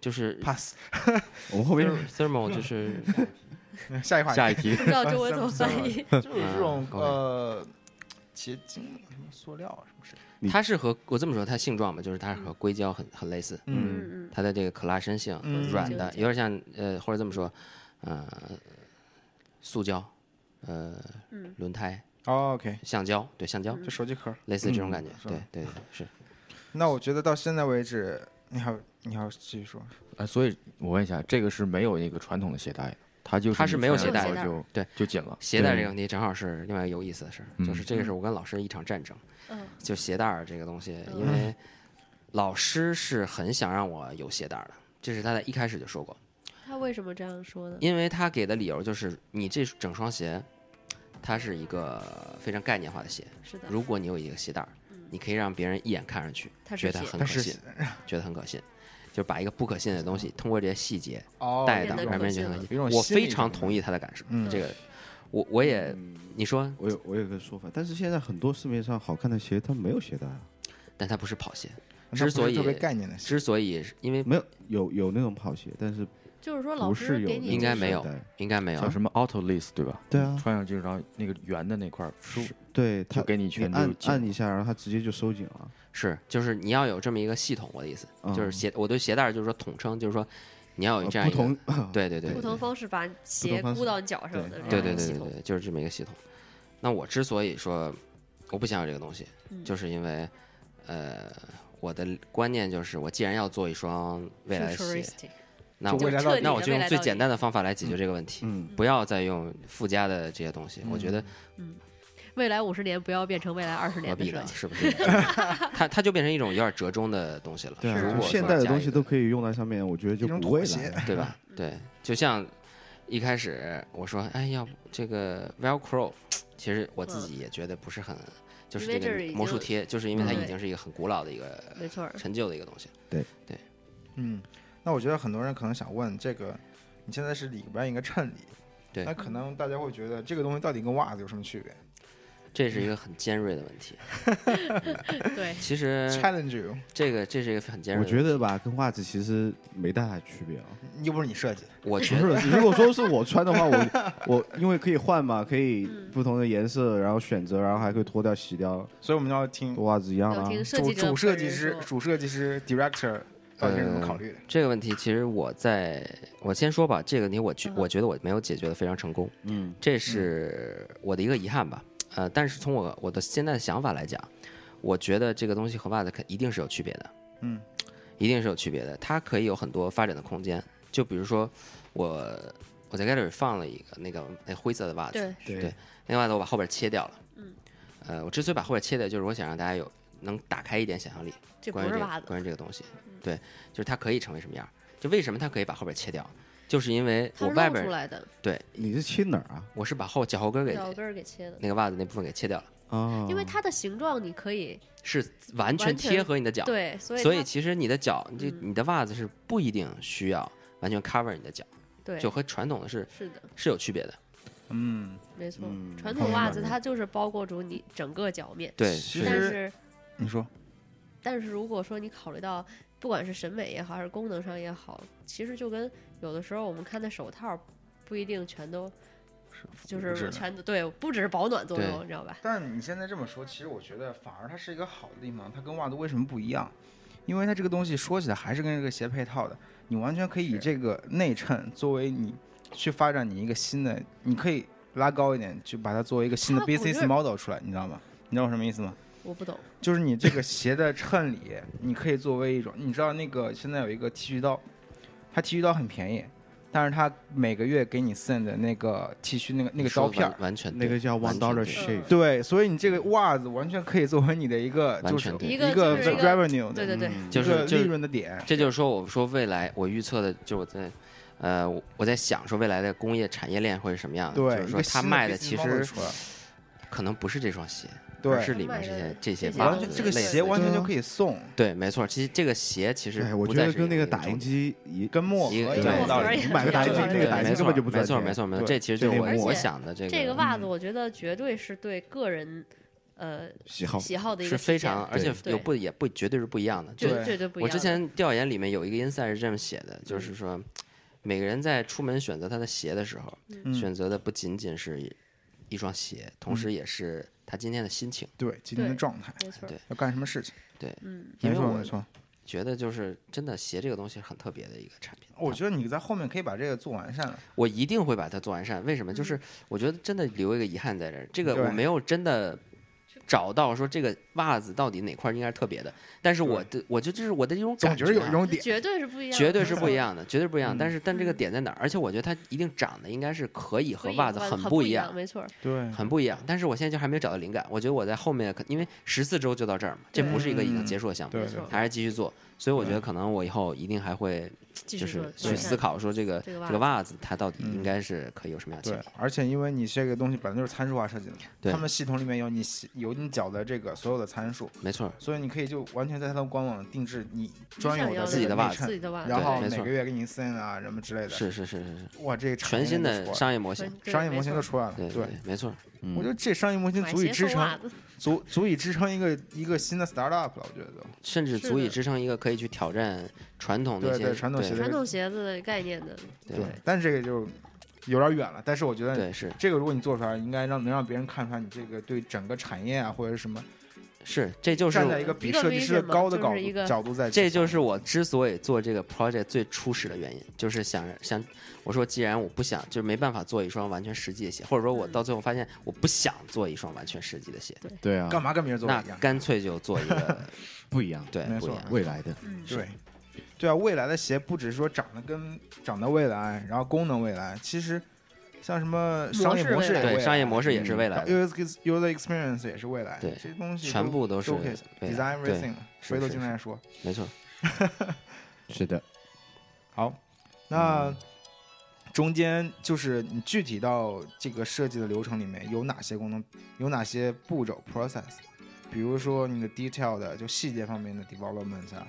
Speaker 4: 就是
Speaker 2: pass。
Speaker 1: 我们后面
Speaker 4: thermal 就是
Speaker 2: 下一啊话题，
Speaker 5: 下一题
Speaker 3: 不知道中文怎 么翻译？
Speaker 2: 就是这种
Speaker 4: 嗯，OK
Speaker 2: 呃结晶什么塑料啊什么是？
Speaker 1: 你
Speaker 4: 它是和我这么说，它性状嘛，就是它是和硅胶很很类似，
Speaker 2: 嗯
Speaker 3: 嗯嗯，
Speaker 4: 它的这个可拉伸性
Speaker 2: 嗯，
Speaker 4: 软
Speaker 3: 就
Speaker 4: 的，
Speaker 3: 是这
Speaker 4: 有点像呃，或者这么说，呃，塑胶，呃
Speaker 3: 嗯，
Speaker 4: 轮胎，
Speaker 2: 哦，OK，
Speaker 4: 橡胶，对，橡胶，
Speaker 2: 就手机壳。
Speaker 4: 类似于这
Speaker 1: 嗯
Speaker 4: 种感觉，
Speaker 2: 是
Speaker 4: 对 对对是。
Speaker 2: 那我觉得到现在为止，你还有你还要继续说，
Speaker 5: 啊，所以我问一下，这个是没有那个传统的鞋带的，它就是
Speaker 4: 它是没有
Speaker 5: 你
Speaker 4: 鞋
Speaker 5: 穿
Speaker 3: 带
Speaker 5: 上就
Speaker 4: 对
Speaker 5: 就紧了。
Speaker 4: 鞋带这个问题正好是另外一个有意思的事儿，就是
Speaker 2: 嗯
Speaker 4: 这个是我跟老师一场战争，
Speaker 3: 嗯
Speaker 4: 就鞋带儿这个东西，
Speaker 2: 嗯
Speaker 4: 因为老师是很想让我有鞋带儿的，这是他在一开始就说过，
Speaker 3: 他为什么这样说呢？
Speaker 4: 因为他给的理由就是你这整双鞋，它是一个非常概念化的鞋，
Speaker 3: 是的，
Speaker 4: 嗯如果你有一个鞋带儿，你可以让别人一眼看上去
Speaker 3: 嗯它是
Speaker 4: 觉得
Speaker 3: 鞋
Speaker 4: 很
Speaker 2: 但
Speaker 4: 可
Speaker 2: 是
Speaker 4: 信，觉得很可信。就把一个不可信的东西通过这些细节
Speaker 2: 哦，
Speaker 4: 带
Speaker 3: 变
Speaker 4: 到
Speaker 3: 得
Speaker 4: 让
Speaker 3: 可
Speaker 4: 别
Speaker 3: 信
Speaker 4: 人
Speaker 3: 了
Speaker 2: 有一种
Speaker 4: 我
Speaker 2: 心理
Speaker 4: 非常
Speaker 2: 上的
Speaker 4: 同意他的感受。
Speaker 2: 嗯
Speaker 4: 这个我我也你说，
Speaker 1: 我有我有个说法，但是现在很多市面上好看的鞋它没有鞋带啊，
Speaker 4: 但它不是跑鞋，
Speaker 2: 那
Speaker 4: 之
Speaker 2: 不是
Speaker 4: 所以
Speaker 2: 特别概念的事，
Speaker 4: 之所以是因为
Speaker 1: 没有有有那种跑鞋，但是
Speaker 3: 就是说老
Speaker 1: 不
Speaker 3: 师
Speaker 1: 是有
Speaker 3: 给
Speaker 1: 那
Speaker 3: 你
Speaker 1: 种
Speaker 4: 应该没有
Speaker 1: 鞋带
Speaker 4: 应该没
Speaker 5: 叫
Speaker 4: 有，
Speaker 5: 什么 Autoless 对吧？
Speaker 1: 对啊
Speaker 5: 穿上去然后那个圆的那块儿，
Speaker 1: 是对
Speaker 5: 就
Speaker 1: 它
Speaker 5: 给你
Speaker 1: 你
Speaker 5: 全就
Speaker 1: 按
Speaker 5: 紧
Speaker 1: 按一下，然后它直接就收紧了。
Speaker 4: 是就是你要有这么一个系统。我的意思
Speaker 1: 嗯
Speaker 4: 就是鞋，我对鞋带儿就是说统称，就是说你要有
Speaker 1: 呃
Speaker 4: 哦这样一
Speaker 1: 不
Speaker 4: 个
Speaker 1: 同
Speaker 4: 对对对
Speaker 3: 不
Speaker 4: 对
Speaker 3: 同嗯方式把鞋
Speaker 1: 方
Speaker 3: 箍
Speaker 1: 式
Speaker 3: 到你脚上的
Speaker 1: 对
Speaker 3: 这
Speaker 4: 对对
Speaker 3: 样的
Speaker 4: 对
Speaker 3: 系
Speaker 4: 对
Speaker 3: 统，
Speaker 4: 对，就是这么一个系统。那我之所以说我不想有这个东西，
Speaker 3: 嗯
Speaker 4: 就是因为呃我的观念就是，我既然要做一双未来的鞋，
Speaker 3: Futuristic
Speaker 4: 那
Speaker 2: 就
Speaker 4: 我
Speaker 2: 未来
Speaker 3: 彻
Speaker 2: 到
Speaker 3: 底
Speaker 4: 那
Speaker 3: 的
Speaker 4: 我就
Speaker 3: 未
Speaker 4: 用
Speaker 3: 来
Speaker 4: 最
Speaker 3: 到
Speaker 4: 简
Speaker 3: 底
Speaker 4: 单的方法来解决这个问题，
Speaker 1: 嗯
Speaker 4: 不要再用附加的这些东西。我觉
Speaker 2: 嗯
Speaker 4: 得
Speaker 3: 未来五十年不要变成未来二十
Speaker 4: 何
Speaker 3: 年的
Speaker 4: 必
Speaker 3: 设
Speaker 4: 呢？
Speaker 3: 计。
Speaker 4: 是不是？ 它它就变成一种有点折中的东西了。
Speaker 1: 对啊，
Speaker 4: 如
Speaker 1: 就
Speaker 4: 果
Speaker 1: 现代的东西都
Speaker 4: 以，
Speaker 1: 可以用在上面，我觉得就
Speaker 2: 一种
Speaker 1: 不会
Speaker 2: 妥协
Speaker 1: 来了。
Speaker 4: 对吧？
Speaker 3: 嗯
Speaker 4: 对，就像一开始我说，哎，要不这个 Velcro，其实我自己也觉得不是很，就是
Speaker 3: 嗯因为
Speaker 4: 这
Speaker 3: 这
Speaker 4: 个
Speaker 3: 是已经
Speaker 4: 魔术贴，就是因为它
Speaker 3: 嗯
Speaker 4: 已经是一个很古老的一个
Speaker 3: 没错儿，
Speaker 4: 陈旧的一个东西。
Speaker 2: 嗯，那我觉得很多人可能想问，这个你现在是里边一个衬里，
Speaker 4: 对
Speaker 2: 那可能大家会觉得这个东西到底跟袜子有什么区别
Speaker 4: 这是一个很尖锐的问题。
Speaker 3: 对，
Speaker 4: 其实
Speaker 2: ？Challenge you，
Speaker 4: 这个这是一个很尖锐
Speaker 1: 我
Speaker 4: 的问
Speaker 1: 觉
Speaker 4: 题。
Speaker 1: 得吧，跟袜子其实没太大区别啊。
Speaker 2: 又不是你设计的，
Speaker 4: 我觉
Speaker 1: 不
Speaker 4: 得，
Speaker 1: 是，如果说是我穿的话，我我因为可以换嘛，可以
Speaker 4: 嗯
Speaker 1: 不同的颜色，然后选择，然后还可以脱掉、洗掉，
Speaker 2: 所以我们要听
Speaker 1: 袜子一样
Speaker 3: 要
Speaker 1: 啊。
Speaker 3: 听设
Speaker 2: 主
Speaker 3: 计者
Speaker 2: 主设计
Speaker 3: 本人
Speaker 2: 师
Speaker 3: 说、
Speaker 2: 主设计师 director 到底是怎么考虑的？
Speaker 4: 这个问题，其实我在我先说吧，这个问题我觉
Speaker 3: 嗯
Speaker 4: 我觉得我没有解决的非常成功，
Speaker 1: 嗯，
Speaker 4: 这是我的一个遗憾吧。呃，但是从我我的现在的想法来讲，我觉得这个东西和袜子肯一定是有区别的，
Speaker 2: 嗯，
Speaker 4: 一定是有区别的。它可以有很多发展的空间，就比如说我我在 gallery 放了一个那个那灰色的袜子，
Speaker 3: 对，
Speaker 1: 对
Speaker 4: 对，那个袜子我把后边切掉了，
Speaker 3: 嗯，
Speaker 4: 呃，我之所以把后边切掉，就是我想让大家有能打开一点想象力，
Speaker 3: 这不
Speaker 4: 关于
Speaker 3: 是
Speaker 4: 这
Speaker 3: 袜
Speaker 4: 个，
Speaker 3: 子，嗯
Speaker 4: 关于这个东西，对，就是它可以成为什么样儿，就为什么它可以把后边切掉，就是因为
Speaker 3: 它
Speaker 4: 我
Speaker 3: 是
Speaker 4: 外
Speaker 3: 露出
Speaker 4: 边儿
Speaker 3: 来的，
Speaker 1: 你是切哪儿啊？
Speaker 4: 我是把后脚后跟儿给
Speaker 3: 脚跟儿给切的，
Speaker 4: 那个袜子那部分给切掉了，嗯
Speaker 1: 啊，
Speaker 3: 因为它的形状你可以
Speaker 4: 是完
Speaker 3: 完
Speaker 4: 全
Speaker 3: 全
Speaker 4: 贴合你的脚，
Speaker 3: 对，所以
Speaker 4: 嗯所以
Speaker 3: 它
Speaker 4: 其实你的脚，这
Speaker 3: 嗯
Speaker 4: 你的袜子是不一定需要完全 cover 你的脚，
Speaker 3: 对
Speaker 4: 就和传统的是
Speaker 3: 是的，
Speaker 4: 是有区别的，
Speaker 2: 嗯，
Speaker 3: 没错。
Speaker 1: 嗯
Speaker 3: 传统袜子它就是包裹住你整个脚面，
Speaker 4: 对，
Speaker 1: 其
Speaker 4: 是
Speaker 3: 但
Speaker 2: 实
Speaker 3: 是
Speaker 2: 你说
Speaker 3: 但是如果说你考虑到不管是审美也好，还是功能上也好，其实就跟有的时候我们看的手套不一定全都就
Speaker 2: 物质
Speaker 3: 是
Speaker 2: 的
Speaker 3: 全都对，不只是保暖作用，
Speaker 4: 对
Speaker 3: 你知道吧？
Speaker 2: 但你现在这么说，其实我觉得反而它是一个好的地方。它跟袜子为什么不一样？因为它这个东西说起来还是跟这个鞋配套的，你完全可以以这个内衬作为你去发展你一个新的，你可以拉高一点，去把它作为一个新的
Speaker 3: 它我觉
Speaker 2: business
Speaker 3: 得
Speaker 2: model 出来，你知道吗？你知道我什么意思吗？
Speaker 3: 我不懂，
Speaker 2: 就是你这个鞋的衬里， 你可以作为一种，你知道那个现在有一个剃须刀，它剃须刀很便宜，但是它每个月给你 send 的那个剃须那个那个
Speaker 4: 说
Speaker 2: 刀
Speaker 4: 得
Speaker 2: 片
Speaker 4: 完
Speaker 2: 儿，
Speaker 4: 完全
Speaker 1: 那
Speaker 4: 对
Speaker 1: 个叫 one
Speaker 4: 完全
Speaker 1: dollar
Speaker 4: 对
Speaker 1: shave，
Speaker 2: 对，所以你这个袜子完全可以作为你的一个
Speaker 4: 完
Speaker 2: 就是
Speaker 4: 全对
Speaker 2: 一
Speaker 3: 一个
Speaker 2: 个
Speaker 3: 就是一个
Speaker 4: 哦
Speaker 2: revenue
Speaker 3: 对
Speaker 2: 的
Speaker 3: 对对，
Speaker 4: 就
Speaker 2: 一个
Speaker 4: 是就
Speaker 2: 利
Speaker 4: 是
Speaker 2: 润的点，
Speaker 4: 这就是说，我说未来我预测的，就是我在，呃，我我在想说未来的工业产业链会是什么样的。
Speaker 2: 对，
Speaker 4: 就是
Speaker 2: 一
Speaker 4: 说
Speaker 2: 个
Speaker 4: 它
Speaker 2: 新的
Speaker 4: 卖的
Speaker 2: business
Speaker 4: 其
Speaker 2: model
Speaker 4: 实
Speaker 2: 出来
Speaker 4: 可能不是这双鞋，而是
Speaker 2: 对，
Speaker 4: 里面这些这些
Speaker 3: 这些
Speaker 4: 袜
Speaker 2: 完
Speaker 4: 子
Speaker 2: 全
Speaker 4: 类似的。
Speaker 2: 这个鞋完全就可以送，
Speaker 4: 对，没错。其实这个鞋其实
Speaker 1: 哎，我
Speaker 4: 不
Speaker 1: 觉
Speaker 4: 再
Speaker 1: 得
Speaker 4: 是
Speaker 1: 跟那
Speaker 4: 一
Speaker 1: 个
Speaker 4: 一
Speaker 1: 打印
Speaker 4: 种
Speaker 1: 机一
Speaker 2: 跟墨盒一
Speaker 4: 对
Speaker 2: 样
Speaker 4: 对
Speaker 2: 的道
Speaker 3: 对
Speaker 2: 理。
Speaker 1: 你买个打印机，那
Speaker 4: 对
Speaker 1: 个打印
Speaker 4: 没
Speaker 1: 机
Speaker 4: 错
Speaker 1: 根本就不赚
Speaker 4: 没错
Speaker 1: 钱
Speaker 4: 没错没错。
Speaker 2: 对
Speaker 4: 这其实就
Speaker 1: 这类
Speaker 4: 是我
Speaker 1: 目
Speaker 4: 我
Speaker 3: 而且
Speaker 4: 想的这
Speaker 3: 这个
Speaker 4: 个嗯
Speaker 3: 袜子我觉得绝对是对个人呃
Speaker 1: 喜好
Speaker 3: 喜好的一
Speaker 4: 是
Speaker 3: 个
Speaker 4: 非
Speaker 3: 体现
Speaker 4: 常，而且
Speaker 3: 对
Speaker 4: 有不也不绝对是不一样的。
Speaker 3: 绝
Speaker 4: 就是
Speaker 2: 对
Speaker 3: 绝对不一
Speaker 4: 我
Speaker 3: 样的。嗯
Speaker 4: 之前调研里面有一个 insight 是这么写的，就是说每个人在出门选择他的鞋的时候，
Speaker 2: 嗯
Speaker 4: 选择的不仅仅是一一双鞋，同时也是他今天的心情。
Speaker 2: 对今天的状态，
Speaker 3: 没错儿
Speaker 4: 对，
Speaker 2: 要干什么事情，
Speaker 3: 嗯，
Speaker 2: 没
Speaker 4: 因为
Speaker 2: 错
Speaker 4: 我
Speaker 2: 没错。
Speaker 4: 觉得就是真的鞋这个东西很特别的一个产品。
Speaker 2: 我觉得你在后面可以把这个做完善了。
Speaker 4: 我一定会把它做完善。为什么？
Speaker 3: 嗯
Speaker 4: 就是我觉得真的留一个遗憾在这儿，这个
Speaker 2: 对
Speaker 4: 我没有真的找到说这个袜子到底哪块儿应该是特别的。但是我的，我觉得这是我的一种
Speaker 2: 总
Speaker 4: 感
Speaker 2: 觉得有
Speaker 4: 啊
Speaker 2: 一种
Speaker 3: 这
Speaker 2: 点，
Speaker 3: 绝对是不一样的，
Speaker 4: 绝对是不一
Speaker 3: 没错。
Speaker 4: 样的，绝对不一样。
Speaker 2: 嗯
Speaker 4: 但是但这个点在哪儿？而且我觉得它一定长得应该是可以和
Speaker 3: 所以
Speaker 4: 袜子
Speaker 3: 很
Speaker 4: 不
Speaker 3: 一
Speaker 4: 一
Speaker 3: 样，嗯
Speaker 4: 样。
Speaker 3: 没错儿，
Speaker 2: 对
Speaker 4: 很不一样，但是我现在就还没有找到灵感。我觉得我在后面可，因为十四周就到这儿嘛，这不是一个已经
Speaker 2: 嗯
Speaker 4: 结束的项目，
Speaker 2: 对嗯
Speaker 3: 没错
Speaker 4: 还是继续做。所以我觉得可能我以后一定还会
Speaker 3: 继
Speaker 4: 就
Speaker 3: 续
Speaker 4: 是
Speaker 3: 做
Speaker 4: 去思。考说这个
Speaker 3: 这个袜
Speaker 4: 这个
Speaker 3: 子
Speaker 4: 袜子它到底
Speaker 2: 嗯
Speaker 4: 应该是可以有什么样的
Speaker 2: 对
Speaker 4: 情况？，
Speaker 2: 而且因为你这个东西本来就是参数化设计的嘛，
Speaker 4: 对
Speaker 2: 他们系统里面有你有你脚的这个所有的参数，
Speaker 4: 没错，
Speaker 2: 所以你可以就完全在它的官网定制你
Speaker 3: 你
Speaker 2: 专
Speaker 3: 想
Speaker 2: 有
Speaker 3: 要
Speaker 2: 的
Speaker 4: 自己
Speaker 2: 这
Speaker 4: 的
Speaker 2: 个
Speaker 4: 袜
Speaker 2: 内
Speaker 4: 子
Speaker 3: 嗯自
Speaker 2: 衬
Speaker 3: 己的袜子
Speaker 2: 然后
Speaker 4: 没
Speaker 2: 每
Speaker 4: 错
Speaker 2: 个月给你 send 啊什么之类的，
Speaker 4: 是是是是是，
Speaker 2: 哇，这个产
Speaker 4: 全
Speaker 2: 业
Speaker 4: 新
Speaker 2: 就
Speaker 4: 的
Speaker 2: 出来了
Speaker 4: 商业模型
Speaker 3: 纯，对
Speaker 2: 商业模
Speaker 3: 没
Speaker 2: 型就
Speaker 3: 错
Speaker 2: 出来了，
Speaker 4: 对
Speaker 2: 对，
Speaker 4: 没错，
Speaker 1: 嗯
Speaker 2: 我觉得这商业模型
Speaker 3: 买
Speaker 2: 足以
Speaker 3: 鞋
Speaker 2: 支
Speaker 3: 送袜
Speaker 2: 撑，
Speaker 3: 子，
Speaker 2: 足足以支撑一个一个新的 startup 了，我觉得都
Speaker 4: 甚至
Speaker 3: 是
Speaker 4: 足以
Speaker 3: 的
Speaker 4: 支撑一个可以去挑战传统那
Speaker 2: 对
Speaker 4: 些
Speaker 2: 对传统鞋
Speaker 3: 传统鞋子概念的，
Speaker 4: 对
Speaker 2: 对，但是这个就有点远了，但是我觉得
Speaker 4: 对是
Speaker 2: 这个如果你做出来，应该让能让别人看出来你这个对整个产业啊或者什么
Speaker 4: 是，这就是
Speaker 2: 站在
Speaker 4: 我
Speaker 2: 一个比
Speaker 3: 一个
Speaker 2: 设计
Speaker 3: vision
Speaker 2: 师
Speaker 3: 嘛
Speaker 2: 高的
Speaker 3: 就是
Speaker 2: 角
Speaker 3: 一
Speaker 2: 度
Speaker 3: 个
Speaker 2: 角度在去
Speaker 4: 这
Speaker 2: 想，
Speaker 4: 就是我之所以做这个 project 最初始的原因，就是想想，我说既然我不想，就是没办法做一双完全实际的鞋，或者说我
Speaker 3: 嗯
Speaker 4: 到最后发现我不想做一双完全实际的鞋，
Speaker 1: 对啊，
Speaker 2: 干嘛跟别人做
Speaker 4: 那
Speaker 2: 不一样？
Speaker 4: 干脆就做一 个
Speaker 1: 不一样，
Speaker 4: 对
Speaker 2: 没
Speaker 4: 不一
Speaker 2: 错
Speaker 4: 样。
Speaker 1: 未来的
Speaker 3: 嗯，
Speaker 2: 对，对啊，未来的鞋不只是说长得跟长得未来，然后功能未来，其实像什么商业
Speaker 3: 模式
Speaker 2: 模式
Speaker 3: 未
Speaker 2: 也
Speaker 3: 来
Speaker 2: 未
Speaker 4: 对，
Speaker 2: 来啊
Speaker 4: 商业模式也是未来的，
Speaker 2: ，user ex- user experience 也是未来，
Speaker 4: 对
Speaker 2: 这些嗯东西
Speaker 4: 全部都是
Speaker 2: showcase
Speaker 4: 未
Speaker 2: design
Speaker 4: 来
Speaker 2: racing，
Speaker 4: 对，
Speaker 2: 回头
Speaker 4: 是
Speaker 2: 经常说。
Speaker 4: 没错，
Speaker 1: 是的，
Speaker 2: 好，那中间就是你具体到这个设计的流程里面有哪些功能，有哪些步骤 process，比如说你的 detail 的就细节方面的 development 啊，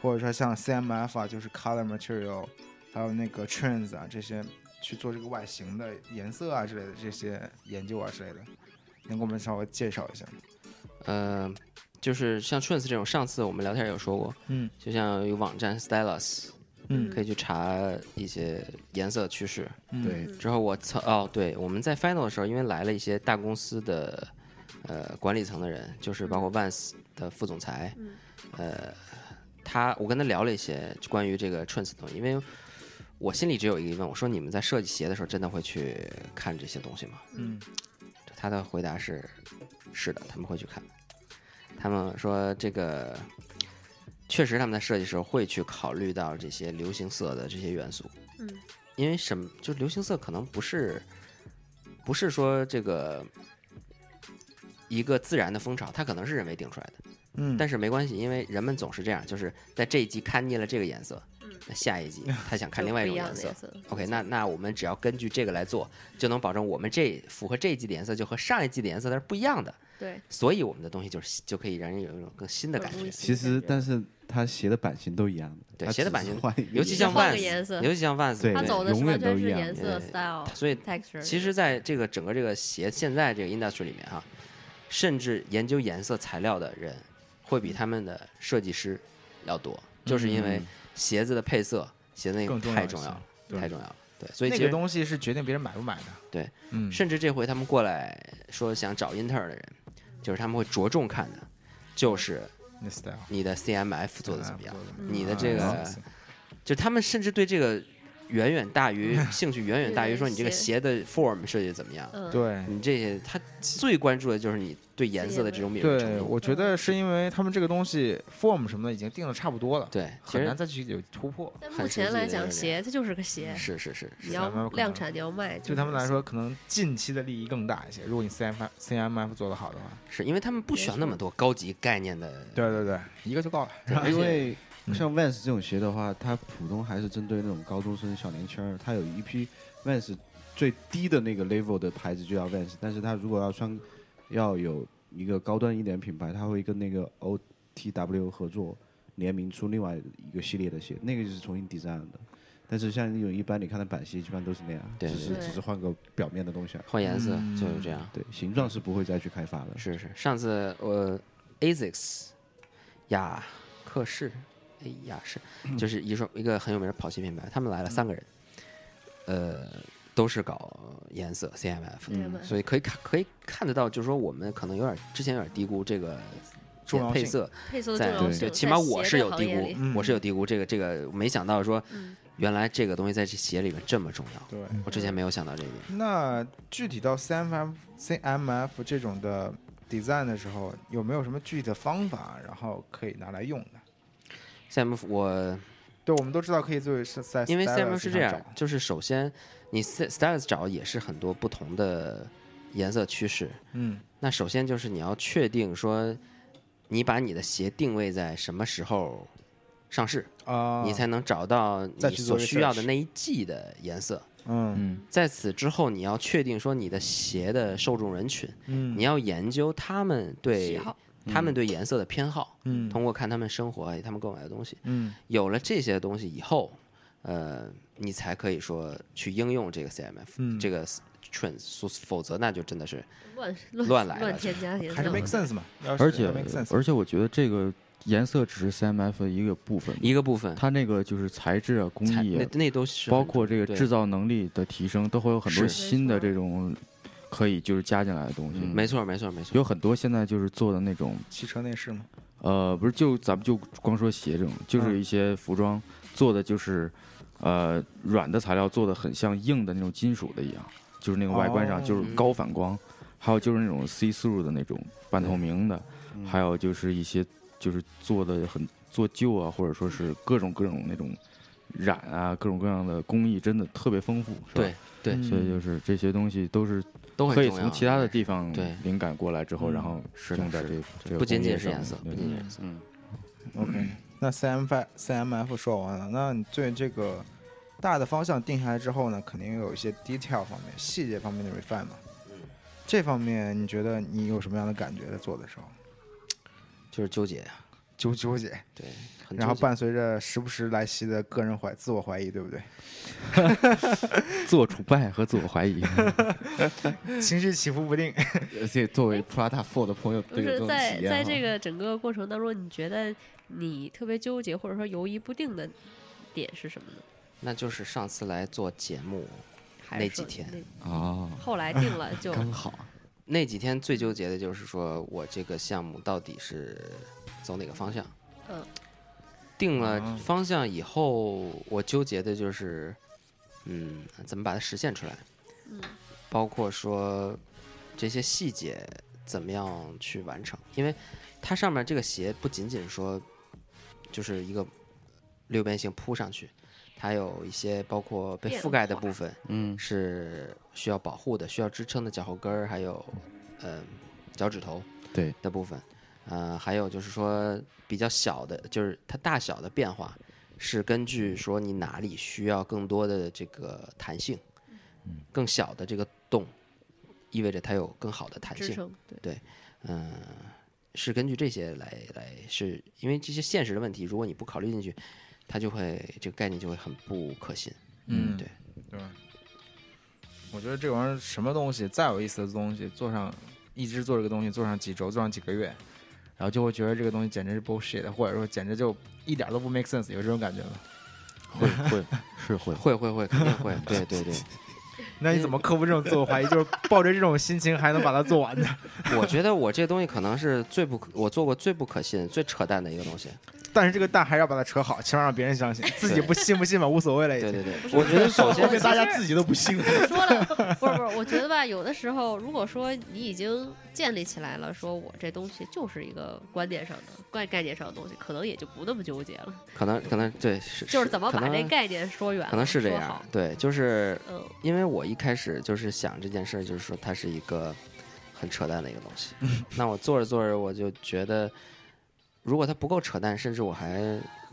Speaker 2: 或者说像 CMF 啊，就是 color material，还有那个 trends 啊这些去做这个外形的颜色啊之类的这些研究啊之类的，能给我们稍微介绍一下吗？
Speaker 4: 呃，就是像 Trends 这种，上次我们聊天有说过，
Speaker 2: 嗯
Speaker 4: 就像有网站 Stylus
Speaker 2: 嗯
Speaker 4: 可以去查一些颜色趋势，
Speaker 2: 嗯，
Speaker 1: 对，
Speaker 4: 之后我曾哦，对，我们在 final 的时候，因为来了一些大公司的呃管理层的人，就是包括 Vans 的副总裁，
Speaker 3: 嗯
Speaker 4: 呃，他我跟他聊了一些关于这个 trends 的东西，因为我心里只有一个疑问，我说你们在设计鞋的时候真的会去看这些东西吗？
Speaker 2: 嗯
Speaker 4: 他的回答是：是的，他们会去看。他们说这个确实他们在设计时候会去考虑到这些流行色的这些元素。
Speaker 3: 嗯，
Speaker 4: 因为什么？就流行色可能不是不是说这个一个自然的风潮，它可能是人为定出来的。
Speaker 2: 嗯，
Speaker 4: 但是没关系，因为人们总是这样，就是在这一季看腻了这个颜色，
Speaker 3: 嗯
Speaker 4: 那下 一季他想看
Speaker 3: 就
Speaker 4: 另外一
Speaker 3: 不
Speaker 4: 种
Speaker 3: 一样
Speaker 4: 颜
Speaker 3: 的
Speaker 4: 色
Speaker 3: 颜。色
Speaker 4: OK，那那我们只要根据这个来做，就能保证我们这符合这一季的颜色就和上一季的颜色它是不一样的，
Speaker 3: 对，
Speaker 4: 所以我们的东西就是就可以让人有一种更新的
Speaker 3: 耳
Speaker 4: 感
Speaker 3: 目一
Speaker 4: 觉。
Speaker 3: 新
Speaker 1: 其实
Speaker 3: 感觉
Speaker 1: 但是它鞋的版型都一样的，
Speaker 4: 对
Speaker 1: 它
Speaker 4: 鞋的
Speaker 1: 只
Speaker 4: 版
Speaker 1: 是
Speaker 4: 型
Speaker 1: 换一个
Speaker 4: 尤其
Speaker 1: 颜
Speaker 4: 像
Speaker 1: 色
Speaker 3: 换个
Speaker 4: Vans，
Speaker 3: 颜色
Speaker 4: 尤其像 Vans，
Speaker 1: 对
Speaker 3: 它走的是
Speaker 1: 永
Speaker 3: 完
Speaker 1: 远
Speaker 3: 全
Speaker 1: 都
Speaker 3: 是
Speaker 1: 一样
Speaker 3: 颜色
Speaker 4: 对
Speaker 3: style
Speaker 4: 所以
Speaker 3: texture。
Speaker 4: 其实在这个整个这个鞋现在这个 industry 里面哈、甚至研究颜色材料的人会比他们的设计师要多，就是因为鞋子的配色、鞋子那
Speaker 2: 嗯
Speaker 4: 个
Speaker 2: 更重要
Speaker 4: 太
Speaker 2: 一
Speaker 4: 重要
Speaker 2: 些
Speaker 4: 了，
Speaker 2: 对
Speaker 4: 太重要了。对，所以
Speaker 2: 那
Speaker 4: 其
Speaker 2: 个
Speaker 4: 实
Speaker 2: 东西是决定别人买不买的，
Speaker 5: 嗯，
Speaker 4: 甚至这回他们过来说想找英特尔的人，就是他们会着重看的，就是
Speaker 2: 那 style
Speaker 4: 你的 CMF
Speaker 2: 哎
Speaker 4: 做的怎么样，你的
Speaker 2: 啊
Speaker 4: 这个，就他们甚至对这个远远大于兴趣，远远大于说你这个鞋的 form 设计得怎么样，
Speaker 3: 嗯，
Speaker 2: 对，
Speaker 4: 你这些他最关注的就是你对颜色的这种敏锐程
Speaker 2: 对，
Speaker 4: 度。
Speaker 2: 我觉得是因为他们这个东西 form 什么的已经定的差不多了，
Speaker 4: 对，其
Speaker 2: 很难
Speaker 4: 实
Speaker 2: 再去有突破。
Speaker 3: 但目
Speaker 4: 很神
Speaker 3: 前
Speaker 4: 奇
Speaker 3: 来
Speaker 4: 的有
Speaker 3: 讲，
Speaker 4: 点
Speaker 3: 鞋它就是个鞋，
Speaker 4: 是是是，
Speaker 3: 你要量产，你要卖，
Speaker 2: 对他们来，说，可能近期的利益更大一些。如果你 CMF CMF 做得好的话，
Speaker 4: 是因为他们不需要那么多高级概念的，
Speaker 2: 对对对，一个就够了。
Speaker 4: 而
Speaker 1: 因
Speaker 4: 且
Speaker 1: 为
Speaker 4: 嗯
Speaker 1: 像 Vans 这种鞋的话，它普通还是针对那种高中生、小年轻儿。它有一批 Vans 最低的那个 level 的牌子就叫 Vans，但是它如果要穿，要有一个高端一点品牌，它会跟那个 OTW 合作联名出另外一个系列的鞋，那个就是重新 design 的。但是像那种一般你看的板鞋，基本都是那样，
Speaker 4: 对
Speaker 1: 只是
Speaker 3: 对
Speaker 1: 只是换个表面的东西而已。啊
Speaker 4: 换颜色
Speaker 2: 嗯
Speaker 4: 就是这样。
Speaker 1: 对，形状是不会再去开发了。
Speaker 4: 是是，上次我 ASICS 雅克士，哎雅士，
Speaker 2: 嗯
Speaker 4: 就是一双一个很有名的跑鞋品牌，他们来了三个人，呃，都是搞颜色 CMF，的、
Speaker 3: 嗯
Speaker 4: 所以可以看可以看得到，就是说我们可能有点之前有点低估这个
Speaker 2: 重要
Speaker 4: 配
Speaker 2: 性嗯
Speaker 4: 色，
Speaker 3: 配色的
Speaker 4: 在
Speaker 3: 重要性，
Speaker 4: 对，
Speaker 3: 在
Speaker 4: 起码
Speaker 3: 鞋
Speaker 4: 我
Speaker 3: 这
Speaker 4: 是有
Speaker 3: 行
Speaker 4: 低
Speaker 3: 业里
Speaker 4: 估，我是有低估这个这个，没想到说
Speaker 3: 嗯
Speaker 4: 原来这个东西在这鞋里面这么重要，
Speaker 2: 对，
Speaker 4: 我之前没有想到这一点。
Speaker 2: 那具体到 CMF CMF 这种的 design 的时候，有没有什么具体的方法，然后可以拿来用的？
Speaker 4: CMF 我
Speaker 2: 对，我们都知道可以作为是在
Speaker 4: 因为
Speaker 2: stylus
Speaker 4: CMF 是这样
Speaker 2: 上，找
Speaker 4: 就是首先你 Stylus 找也是很多不同的颜色趋势。
Speaker 2: 嗯
Speaker 4: 那首先就是你要确定说，你把你的鞋定位在什么时候上市，
Speaker 2: 啊，
Speaker 4: 你才能找到
Speaker 2: 再
Speaker 4: 你
Speaker 2: 去做
Speaker 4: 所需要的
Speaker 2: research
Speaker 4: 那一季的颜色。
Speaker 2: 嗯
Speaker 5: 嗯
Speaker 4: 在此之后，你要确定说你的鞋的受众人群，
Speaker 2: 嗯
Speaker 4: 你要研究他们
Speaker 3: 喜
Speaker 4: 对
Speaker 3: 好，
Speaker 4: 他们对颜色的偏好，
Speaker 2: 嗯
Speaker 4: 通过看他们生活以啊及他们购买的东西，
Speaker 2: 嗯
Speaker 4: 有了这些东西以后，呃，你才可以说去应用这个 CMF、
Speaker 2: 嗯
Speaker 4: 这个 trends，否则那就真的是
Speaker 3: 乱
Speaker 4: 乱
Speaker 3: 乱
Speaker 4: 来了
Speaker 3: 乱添加颜色，
Speaker 2: 还是 make sense 嘛，要是
Speaker 5: 而且
Speaker 2: make sense，
Speaker 5: 而且我觉得这个颜色只是 CMF 的一个部分，
Speaker 4: 一个部分，
Speaker 5: 它那个就是材质啊、工
Speaker 4: 才
Speaker 5: 艺
Speaker 4: 那
Speaker 5: 啊，
Speaker 4: 那都是
Speaker 5: 包
Speaker 4: 很
Speaker 5: 括这个
Speaker 4: 对
Speaker 5: 制造能力的提升，都会有很多
Speaker 4: 是
Speaker 5: 新的这种可以就是加进来的东西。
Speaker 4: 嗯没错没错没错，
Speaker 5: 嗯有很多现在就是做的那种，
Speaker 2: 汽车内饰嘛，
Speaker 5: 呃，不是就咱们就光说鞋这种，就是
Speaker 2: 嗯
Speaker 5: 一些服装做的就是，呃，软的材料做的很像硬的那种金属的一样，就是那个外观上
Speaker 2: 哦
Speaker 5: 就是
Speaker 4: 嗯
Speaker 5: 高反光，还有就是那种 see through 的那种半透明的，
Speaker 4: 嗯
Speaker 1: 嗯
Speaker 5: 还有就是一些就是做的很做旧啊，或者说是各种各种那种染啊，各种各样的工艺真的特别丰富，是吧嗯
Speaker 4: 对？对
Speaker 2: 嗯
Speaker 5: 所以就是这些东西都是
Speaker 4: 都很
Speaker 5: 可以
Speaker 4: 重要
Speaker 5: 从其他的
Speaker 4: 对
Speaker 5: 地方
Speaker 4: 对
Speaker 5: 灵感过来之后，
Speaker 2: 嗯
Speaker 5: 然后
Speaker 4: 是的
Speaker 5: 用在
Speaker 4: 是
Speaker 5: 这这个
Speaker 4: 不仅
Speaker 5: 工业
Speaker 4: 仅是
Speaker 5: 上
Speaker 4: 颜色，
Speaker 5: 对
Speaker 4: 不仅仅是颜色，
Speaker 1: 嗯，
Speaker 2: OK，那
Speaker 5: 嗯
Speaker 2: CMF CMF 说完了，那你对这个大的方向定下来之后呢，肯定有一些 detail 方面、细节方面的 refine 嘛。这方面你觉得你有什么样的感觉在做的时候？
Speaker 4: 就是纠结呀，
Speaker 2: 纠纠结，
Speaker 4: 对，很
Speaker 2: 然后
Speaker 4: 纠结
Speaker 2: 伴随着时不时来袭的个人怀自我怀疑，对不 对？
Speaker 5: 自我崇拜和自我怀疑，
Speaker 2: 情绪起伏不定。
Speaker 6: 而且作为 Prada Four 的朋友，
Speaker 3: 不
Speaker 6: 对这
Speaker 3: 是
Speaker 6: 种
Speaker 3: 在
Speaker 6: 体验
Speaker 3: 在
Speaker 6: 哈
Speaker 3: 这个整个过程当中，你觉得你特别纠结或者说犹疑不定的点是什么呢？
Speaker 4: 那就是上次来做节目
Speaker 3: 还
Speaker 4: 那
Speaker 3: 是
Speaker 4: 几
Speaker 3: 说
Speaker 4: 天
Speaker 3: 那
Speaker 5: 哦，
Speaker 3: 后来定了就
Speaker 6: 刚好
Speaker 4: 那几天最纠结的就是说我这个项目到底是走哪个方向。
Speaker 3: 嗯，
Speaker 4: 定了
Speaker 2: 啊
Speaker 4: 方向以后，我纠结的就是，嗯，怎么把它实现出来？
Speaker 3: 嗯，
Speaker 4: 包括说这些细节怎么样去完成，因为它上面这个鞋不仅仅说就是一个六边形铺上去，它有一些包括被覆盖的部分，
Speaker 1: 嗯
Speaker 4: 是需要保护的，需要支撑的脚后跟儿，还有呃脚趾头
Speaker 5: 对
Speaker 4: 的部分，呃，还有就是说比较小的，就是它大小的变化是根据说你哪里需要更多的这个弹性，
Speaker 3: 嗯
Speaker 4: 更小的这个洞意味着它有更好的弹
Speaker 3: 支
Speaker 4: 性，
Speaker 3: 撑对
Speaker 4: 嗯、是根据这些来来，是因为这些现实的问题，如果你不考虑进去，它就会这个概念就会很不可信。
Speaker 2: 嗯
Speaker 4: 对，
Speaker 2: 对吧？我觉得这玩意儿什么东西，再有意思的东西，做上一直做这个东西，做上几周，做上几个月，然后就会觉得这个东西简直是 bullshit，或者说简直就一点都不 make sense，有这种感觉吗？
Speaker 5: 会会是会，
Speaker 4: 会会会，肯定会，对对对。
Speaker 2: 那你怎么克服这种自我怀疑？就是抱着这种心情还能把它做 完的？
Speaker 4: 我觉得我这东西可能是最不可，我做过最不可信、最扯淡的一个东西。
Speaker 2: 但是这个蛋还是要把它扯好，起码让别人相信，自己不信不信吧，无所谓了已
Speaker 4: 对
Speaker 2: 经。
Speaker 4: 哎对对，我觉得首
Speaker 3: 我
Speaker 4: 先
Speaker 3: 觉得
Speaker 6: 大家自己都不信了。
Speaker 3: 说了，不是不是，我觉得吧，有的时候如果说你已经建立起来了，说我这东西就是一个观点上的概概念上的东西，可能也就不那么纠结了，
Speaker 4: 可能可能对是
Speaker 3: 就是怎么把这
Speaker 4: 可能
Speaker 3: 概念说圆了，
Speaker 4: 可能是这
Speaker 3: 说
Speaker 4: 样
Speaker 3: 好，，
Speaker 4: 对，就是
Speaker 3: 嗯，
Speaker 4: 因为我一开始就是想这件事儿，就是说它是一个很扯淡的一个东西。
Speaker 2: 嗯
Speaker 4: 那我做着做着，我就觉得，如果它不够扯淡，甚至我还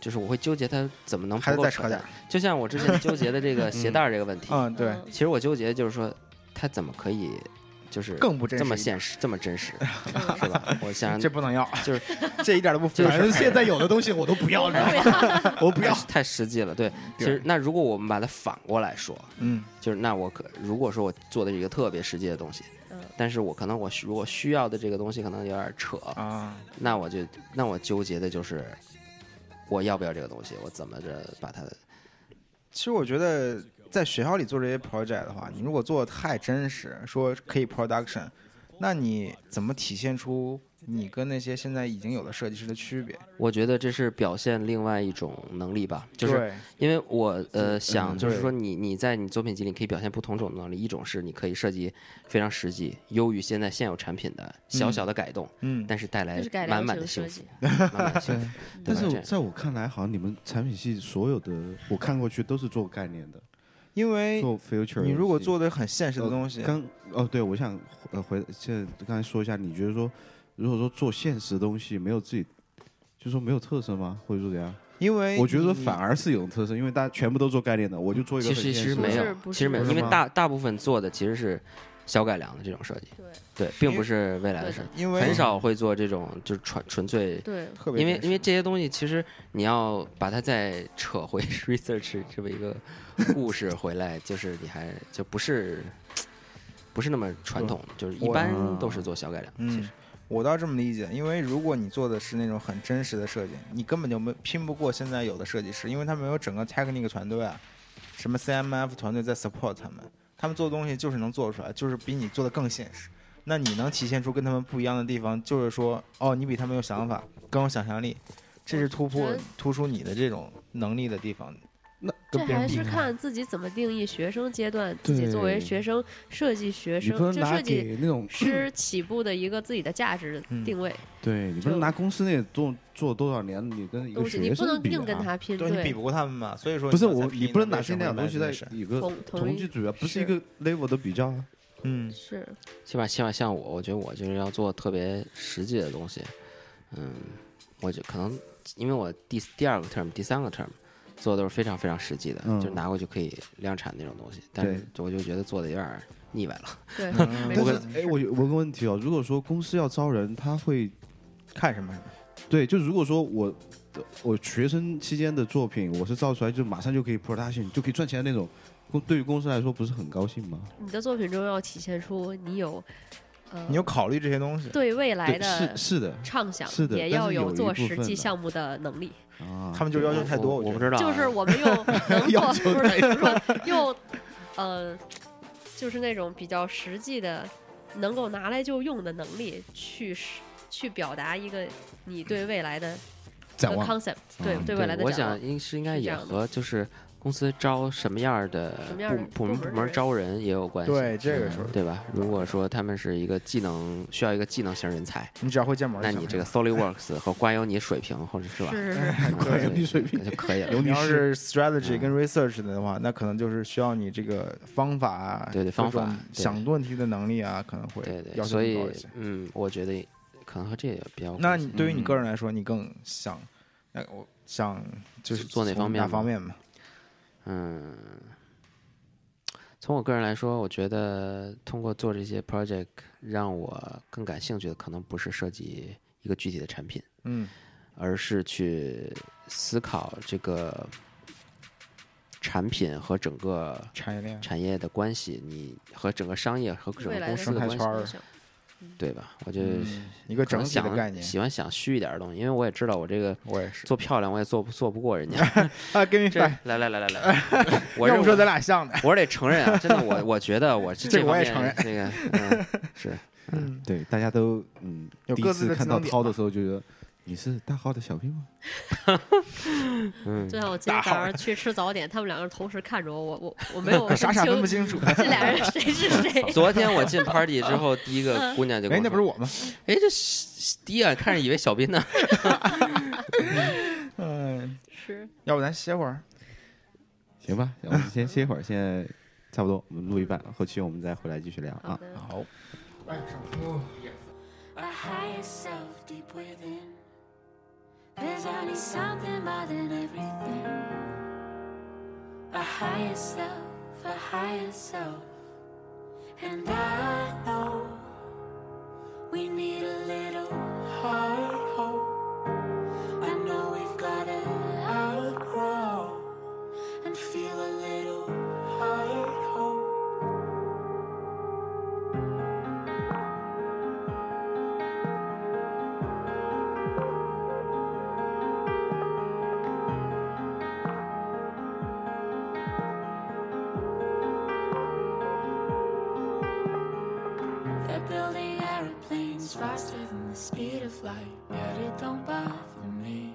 Speaker 4: 就是我会纠结它怎么能
Speaker 2: 还得
Speaker 4: 不够
Speaker 2: 再
Speaker 4: 扯
Speaker 2: 扯点
Speaker 4: 淡
Speaker 2: 儿。
Speaker 4: 就像我之前纠结的这个鞋带儿这个问题，
Speaker 2: 嗯，对，
Speaker 3: 嗯
Speaker 4: 其实我纠结就是说它怎么可以就是
Speaker 2: 更不真实
Speaker 4: 这
Speaker 2: 一
Speaker 4: 么
Speaker 2: 点，
Speaker 4: 现实，这么 真实，
Speaker 3: 嗯
Speaker 4: 是吧？我想让
Speaker 2: 这不能要，
Speaker 4: 就是
Speaker 2: 这一点都不符合
Speaker 6: 反正现在有的东西我都不要了，我不要。
Speaker 4: 太实际了。对，其实那如果我们把它反过来说，
Speaker 2: 嗯
Speaker 4: 就是那我可如果说我做的是一个特别实际的东西，
Speaker 3: 嗯
Speaker 4: 但是我可能我需如果需要的这个东西可能有点扯，
Speaker 2: 啊，
Speaker 4: 那我就那我纠结的就是我要不要这个东西，我怎么着把它
Speaker 2: 其实我觉得在学校里做这些 project 的话，你如果做的太真实，说可以 production，那你怎么体现出你跟那些现在已经有的设计师的区别？
Speaker 4: 我觉得这是表现另外一种能力吧，就是
Speaker 2: 对
Speaker 4: 因为我呃想就是
Speaker 2: 对
Speaker 4: 说你你在你作品集里可以表现不同种能力，一种是你可以设计非常实际，优于现在现有产品的小小的改动，
Speaker 2: 嗯，
Speaker 4: 但是带来
Speaker 3: 这是改良
Speaker 4: 满满
Speaker 3: 型
Speaker 4: 的幸
Speaker 3: 设
Speaker 4: 福
Speaker 3: 计，，
Speaker 4: 满满的幸福。
Speaker 1: 但是
Speaker 4: 对吧啊
Speaker 1: 我在我看来，好像你们产品系所有的我看过去都是做概念的，
Speaker 2: 因为
Speaker 1: 做 future。
Speaker 2: 哎你如果做的很现实的
Speaker 1: 呃
Speaker 2: 东西，
Speaker 1: 刚哦，对，我想呃回现在刚才说一下，你觉得说，如果说做现实的东西没有自己，就说没有特色吗？或者说怎样？
Speaker 2: 因为
Speaker 1: 我觉得
Speaker 2: 哎你
Speaker 1: 反而是有特色，因为大家全部都做概念的，我就做一个
Speaker 4: 其
Speaker 1: 很
Speaker 4: 实
Speaker 1: 现
Speaker 4: 其
Speaker 1: 实
Speaker 4: 实
Speaker 1: 的
Speaker 4: 没
Speaker 3: 不是
Speaker 4: 有，
Speaker 3: 不
Speaker 4: 其
Speaker 3: 是
Speaker 4: 实没有，
Speaker 2: 不是
Speaker 4: 因为
Speaker 2: 吗
Speaker 4: 大大部分做的其实是小改良的这种设计，
Speaker 3: 对
Speaker 4: 对，并
Speaker 2: 因
Speaker 4: 不
Speaker 2: 为
Speaker 4: 是未来的
Speaker 3: 对
Speaker 4: 设计，
Speaker 2: 因为
Speaker 4: 很少会做这种就是纯纯粹。
Speaker 3: 对，
Speaker 2: 特别
Speaker 4: 因为
Speaker 2: 真实
Speaker 4: 因为这些东西，其实你要把它再扯回 research 这么一 个故事回来，就是你还就不是不是那么传统，就是一
Speaker 2: 我
Speaker 4: 般都是做小改良。其
Speaker 2: 嗯
Speaker 4: 实，
Speaker 2: 我倒这么理解，因为如果你做的是那种很真实的设计，你根本就没拼不过现在有的设计师，因为他们有整个 technical 团队啊，什么 CMF 团队在 support 他们，他们做的东西就是能做出来，就是比你做的更现实。那你能体现出跟他们不一样的地方，就是说，哦，你比他们有想法，更有想象力，这是突破
Speaker 3: 我觉得
Speaker 2: 突出你的这种能力的地方。
Speaker 1: 那
Speaker 3: 这
Speaker 2: 跟别人
Speaker 3: 还
Speaker 2: 比
Speaker 3: 是
Speaker 2: 呢
Speaker 3: 看自己怎么定义学生阶段，自己作为
Speaker 5: 对
Speaker 3: 学生设计学
Speaker 1: 你
Speaker 3: 生
Speaker 1: 不能
Speaker 3: 就
Speaker 1: 拿
Speaker 3: 设计
Speaker 1: 给那种
Speaker 3: 师起步的一个自己的价值
Speaker 2: 嗯
Speaker 3: 定位
Speaker 1: 对你不能拿公司那做做多少年，你跟一个
Speaker 3: 东西，
Speaker 1: 学
Speaker 3: 你不
Speaker 1: 生
Speaker 3: 能
Speaker 1: 比
Speaker 3: 硬跟
Speaker 1: 啊。
Speaker 3: 他拼，
Speaker 2: 对你比不过他们嘛，所以说
Speaker 1: 不是
Speaker 2: 要
Speaker 1: 我
Speaker 2: 才，
Speaker 1: 你
Speaker 2: 拼
Speaker 1: 不能拿
Speaker 2: 为什
Speaker 1: 这
Speaker 2: 么
Speaker 1: 两
Speaker 2: 会
Speaker 1: 个东西
Speaker 2: 卖
Speaker 1: 在
Speaker 2: 这事
Speaker 1: 一个
Speaker 3: 同同
Speaker 1: 同
Speaker 3: 一
Speaker 1: 级组啊，不是
Speaker 3: 是
Speaker 1: 一个 level 的比较啊。
Speaker 2: 嗯，
Speaker 3: 是
Speaker 4: 起码起码像我，我觉得我就是要做特别实际的东西。嗯，我就可能因为我第第二个 term、第三个 term 做的都是非常非常实际的，
Speaker 1: 嗯
Speaker 4: 就拿过去可以量产那种东西，但是我就觉得做的有点儿腻歪了。
Speaker 3: 对，
Speaker 2: 嗯
Speaker 3: 没
Speaker 1: 但
Speaker 3: 错
Speaker 1: 是，哎，我有我有个问题哦，如果说公司要招人，他会
Speaker 2: 看什么什么。
Speaker 1: 对，就如果说我我学生期间的作品，我是造出来就马上就可以 production 就可以赚钱的那种，公对于公司来说不是很高兴吗？
Speaker 3: 你的作品中要体现出你有呃
Speaker 2: 你有考虑这些东西，
Speaker 3: 对未来
Speaker 1: 对，
Speaker 3: 的
Speaker 1: 是是的
Speaker 3: 畅想
Speaker 1: 是，的
Speaker 3: 也
Speaker 1: 但
Speaker 3: 要
Speaker 1: 是有一
Speaker 3: 做
Speaker 1: 部
Speaker 3: 实
Speaker 1: 分
Speaker 3: 际
Speaker 1: 的
Speaker 3: 项目的能力。
Speaker 1: 啊，
Speaker 2: 他们就要求太多，
Speaker 4: 我
Speaker 2: 觉
Speaker 4: 不
Speaker 2: 得。
Speaker 4: 知道啊，
Speaker 3: 就是我们用能做，
Speaker 6: 要
Speaker 3: 不
Speaker 6: 求
Speaker 3: 是不是说用呃，就是那种比较实际的，能够拿来就用的能力去实去表达一个你对未来的一
Speaker 6: 展
Speaker 3: 个
Speaker 6: 望
Speaker 3: concept，对
Speaker 1: 嗯
Speaker 3: 对未来的
Speaker 4: 我
Speaker 3: 展
Speaker 4: 想
Speaker 3: 望。
Speaker 4: 应是应该
Speaker 3: 是这
Speaker 4: 也
Speaker 3: 样的
Speaker 4: 和就是公司招什么样儿的
Speaker 3: 什么样儿的
Speaker 4: 部
Speaker 3: 部门
Speaker 4: 部
Speaker 3: 儿
Speaker 4: 部
Speaker 3: 的
Speaker 4: 门儿
Speaker 3: 人
Speaker 4: 招人也有关系。嗯
Speaker 2: 对这个时候
Speaker 4: 对吧？如果说他们是一个技能需要一个技能型人才，
Speaker 2: 你只要会建模就
Speaker 4: 那
Speaker 2: 行了。
Speaker 4: 你这 个 SolidWorks 和瓜有你水平，或者是吧，
Speaker 3: 是是
Speaker 2: 哎
Speaker 3: 是，
Speaker 4: 嗯
Speaker 1: 可以
Speaker 4: 对
Speaker 1: 有你水平
Speaker 4: 就 可以了。
Speaker 1: 有
Speaker 2: 你
Speaker 1: 你
Speaker 2: 要
Speaker 1: 是
Speaker 2: 是 strategy
Speaker 4: 嗯
Speaker 2: 跟 research 的话，那可能就是需要你这个方法啊，
Speaker 4: 对对
Speaker 2: 各
Speaker 4: 方法
Speaker 2: 种
Speaker 4: 对
Speaker 2: 想问题的能力啊，可能会
Speaker 4: 对对，
Speaker 2: 要求
Speaker 4: 所
Speaker 2: 更
Speaker 4: 以
Speaker 2: 高一些。
Speaker 4: 嗯，我觉得可能和这也比较有
Speaker 2: 那
Speaker 4: 关系。
Speaker 2: 你对于你
Speaker 5: 嗯
Speaker 2: 个人来说，你更想，那我想就是
Speaker 4: 做哪
Speaker 2: 从
Speaker 4: 方面
Speaker 2: 哪
Speaker 4: 吗
Speaker 2: 方面嘛？
Speaker 4: 嗯，从我个人来说，我觉得通过做这些 project，让我更感兴趣的可能不是设计一个具体的产品，
Speaker 2: 嗯，
Speaker 4: 而是去思考这个产品和整个
Speaker 2: 产业链
Speaker 4: 产业的关系，你和整个商业和整
Speaker 3: 未
Speaker 4: 个
Speaker 3: 来
Speaker 4: 公
Speaker 3: 的
Speaker 4: 司的
Speaker 2: 生态
Speaker 4: 关系
Speaker 2: 圈，儿
Speaker 4: 对吧？我就
Speaker 2: 嗯一个
Speaker 4: 可
Speaker 2: 整
Speaker 4: 能
Speaker 2: 体
Speaker 4: 想
Speaker 2: 的概念。
Speaker 4: 喜欢想虚一点的东西，因为我也知道我这个
Speaker 2: 我也是
Speaker 4: 做漂亮我也做不做不过人家。
Speaker 2: 啊，跟你
Speaker 4: 这
Speaker 2: 反，
Speaker 4: 来来来来来， 我
Speaker 2: 要不
Speaker 4: 认
Speaker 2: 说咱俩像呢。
Speaker 4: 我是得承认啊，真的，我我觉得我是
Speaker 2: 这
Speaker 4: 这
Speaker 2: 个
Speaker 4: 方
Speaker 2: 我也
Speaker 4: 面
Speaker 2: 承认
Speaker 4: 这 个嗯 是
Speaker 2: 嗯，
Speaker 1: 对，大家都嗯，
Speaker 2: 有
Speaker 1: 第
Speaker 2: 各
Speaker 1: 一
Speaker 2: 自
Speaker 1: 次
Speaker 2: 的
Speaker 1: 看
Speaker 2: 技
Speaker 1: 到
Speaker 2: 能点
Speaker 1: 涛的时候就觉得你是大号的小兵吗？
Speaker 4: 嗯。
Speaker 3: 就像我今天早上去吃早点，他们两个人同时看着我，我我我没有分
Speaker 2: 傻傻分不
Speaker 3: 清
Speaker 2: 清楚。
Speaker 3: 这俩人谁是谁
Speaker 4: 昨天我进 party 之后，第
Speaker 3: 嗯
Speaker 4: 一个姑娘就
Speaker 2: 哎，
Speaker 4: 跟我
Speaker 2: 那不是
Speaker 4: 说
Speaker 2: 我吗？
Speaker 4: 哎这是第一眼啊看着以为小斌 呢，
Speaker 2: 嗯，
Speaker 3: 是
Speaker 2: 要不咱歇会儿？
Speaker 1: 行 吧，我们先歇会儿，现在差不多，我们录一半，后期我们再回来继续聊
Speaker 3: 好
Speaker 1: 啊。
Speaker 3: 的。
Speaker 2: 好，
Speaker 7: my higher self deep within. There's only something more than everything. A higher self, a higher self. And I know we need a little hard hope. I know we've gotta outgrow and feel a little hard hope. They're building aeroplanes faster than the speed of light, yet it don't bother me.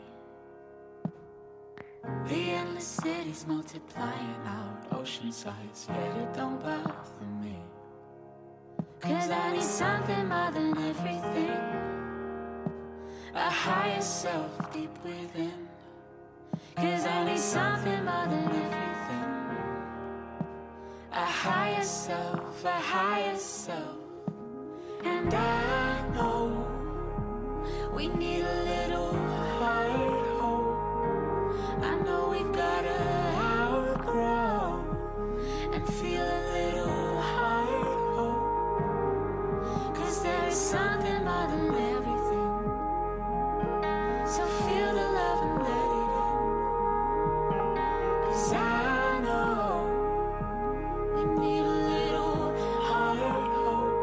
Speaker 7: The endless cities multiplying out ocean size, yet it don't bother me. Cause I need something more than everything. A higher self deep within. Cause I need something more than everything. A higher self, a higher self. And I know we need a little hard hope. know we've gotta outgrow and feel a little higher hope. Cause there is something more than everything. So feel the love and let it in. Cause I know we need a little higher hope.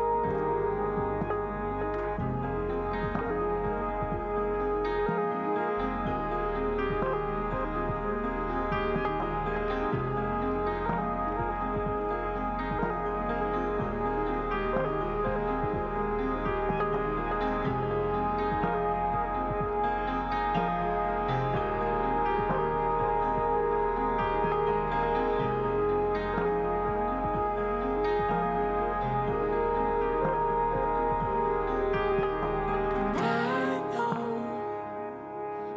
Speaker 7: And I know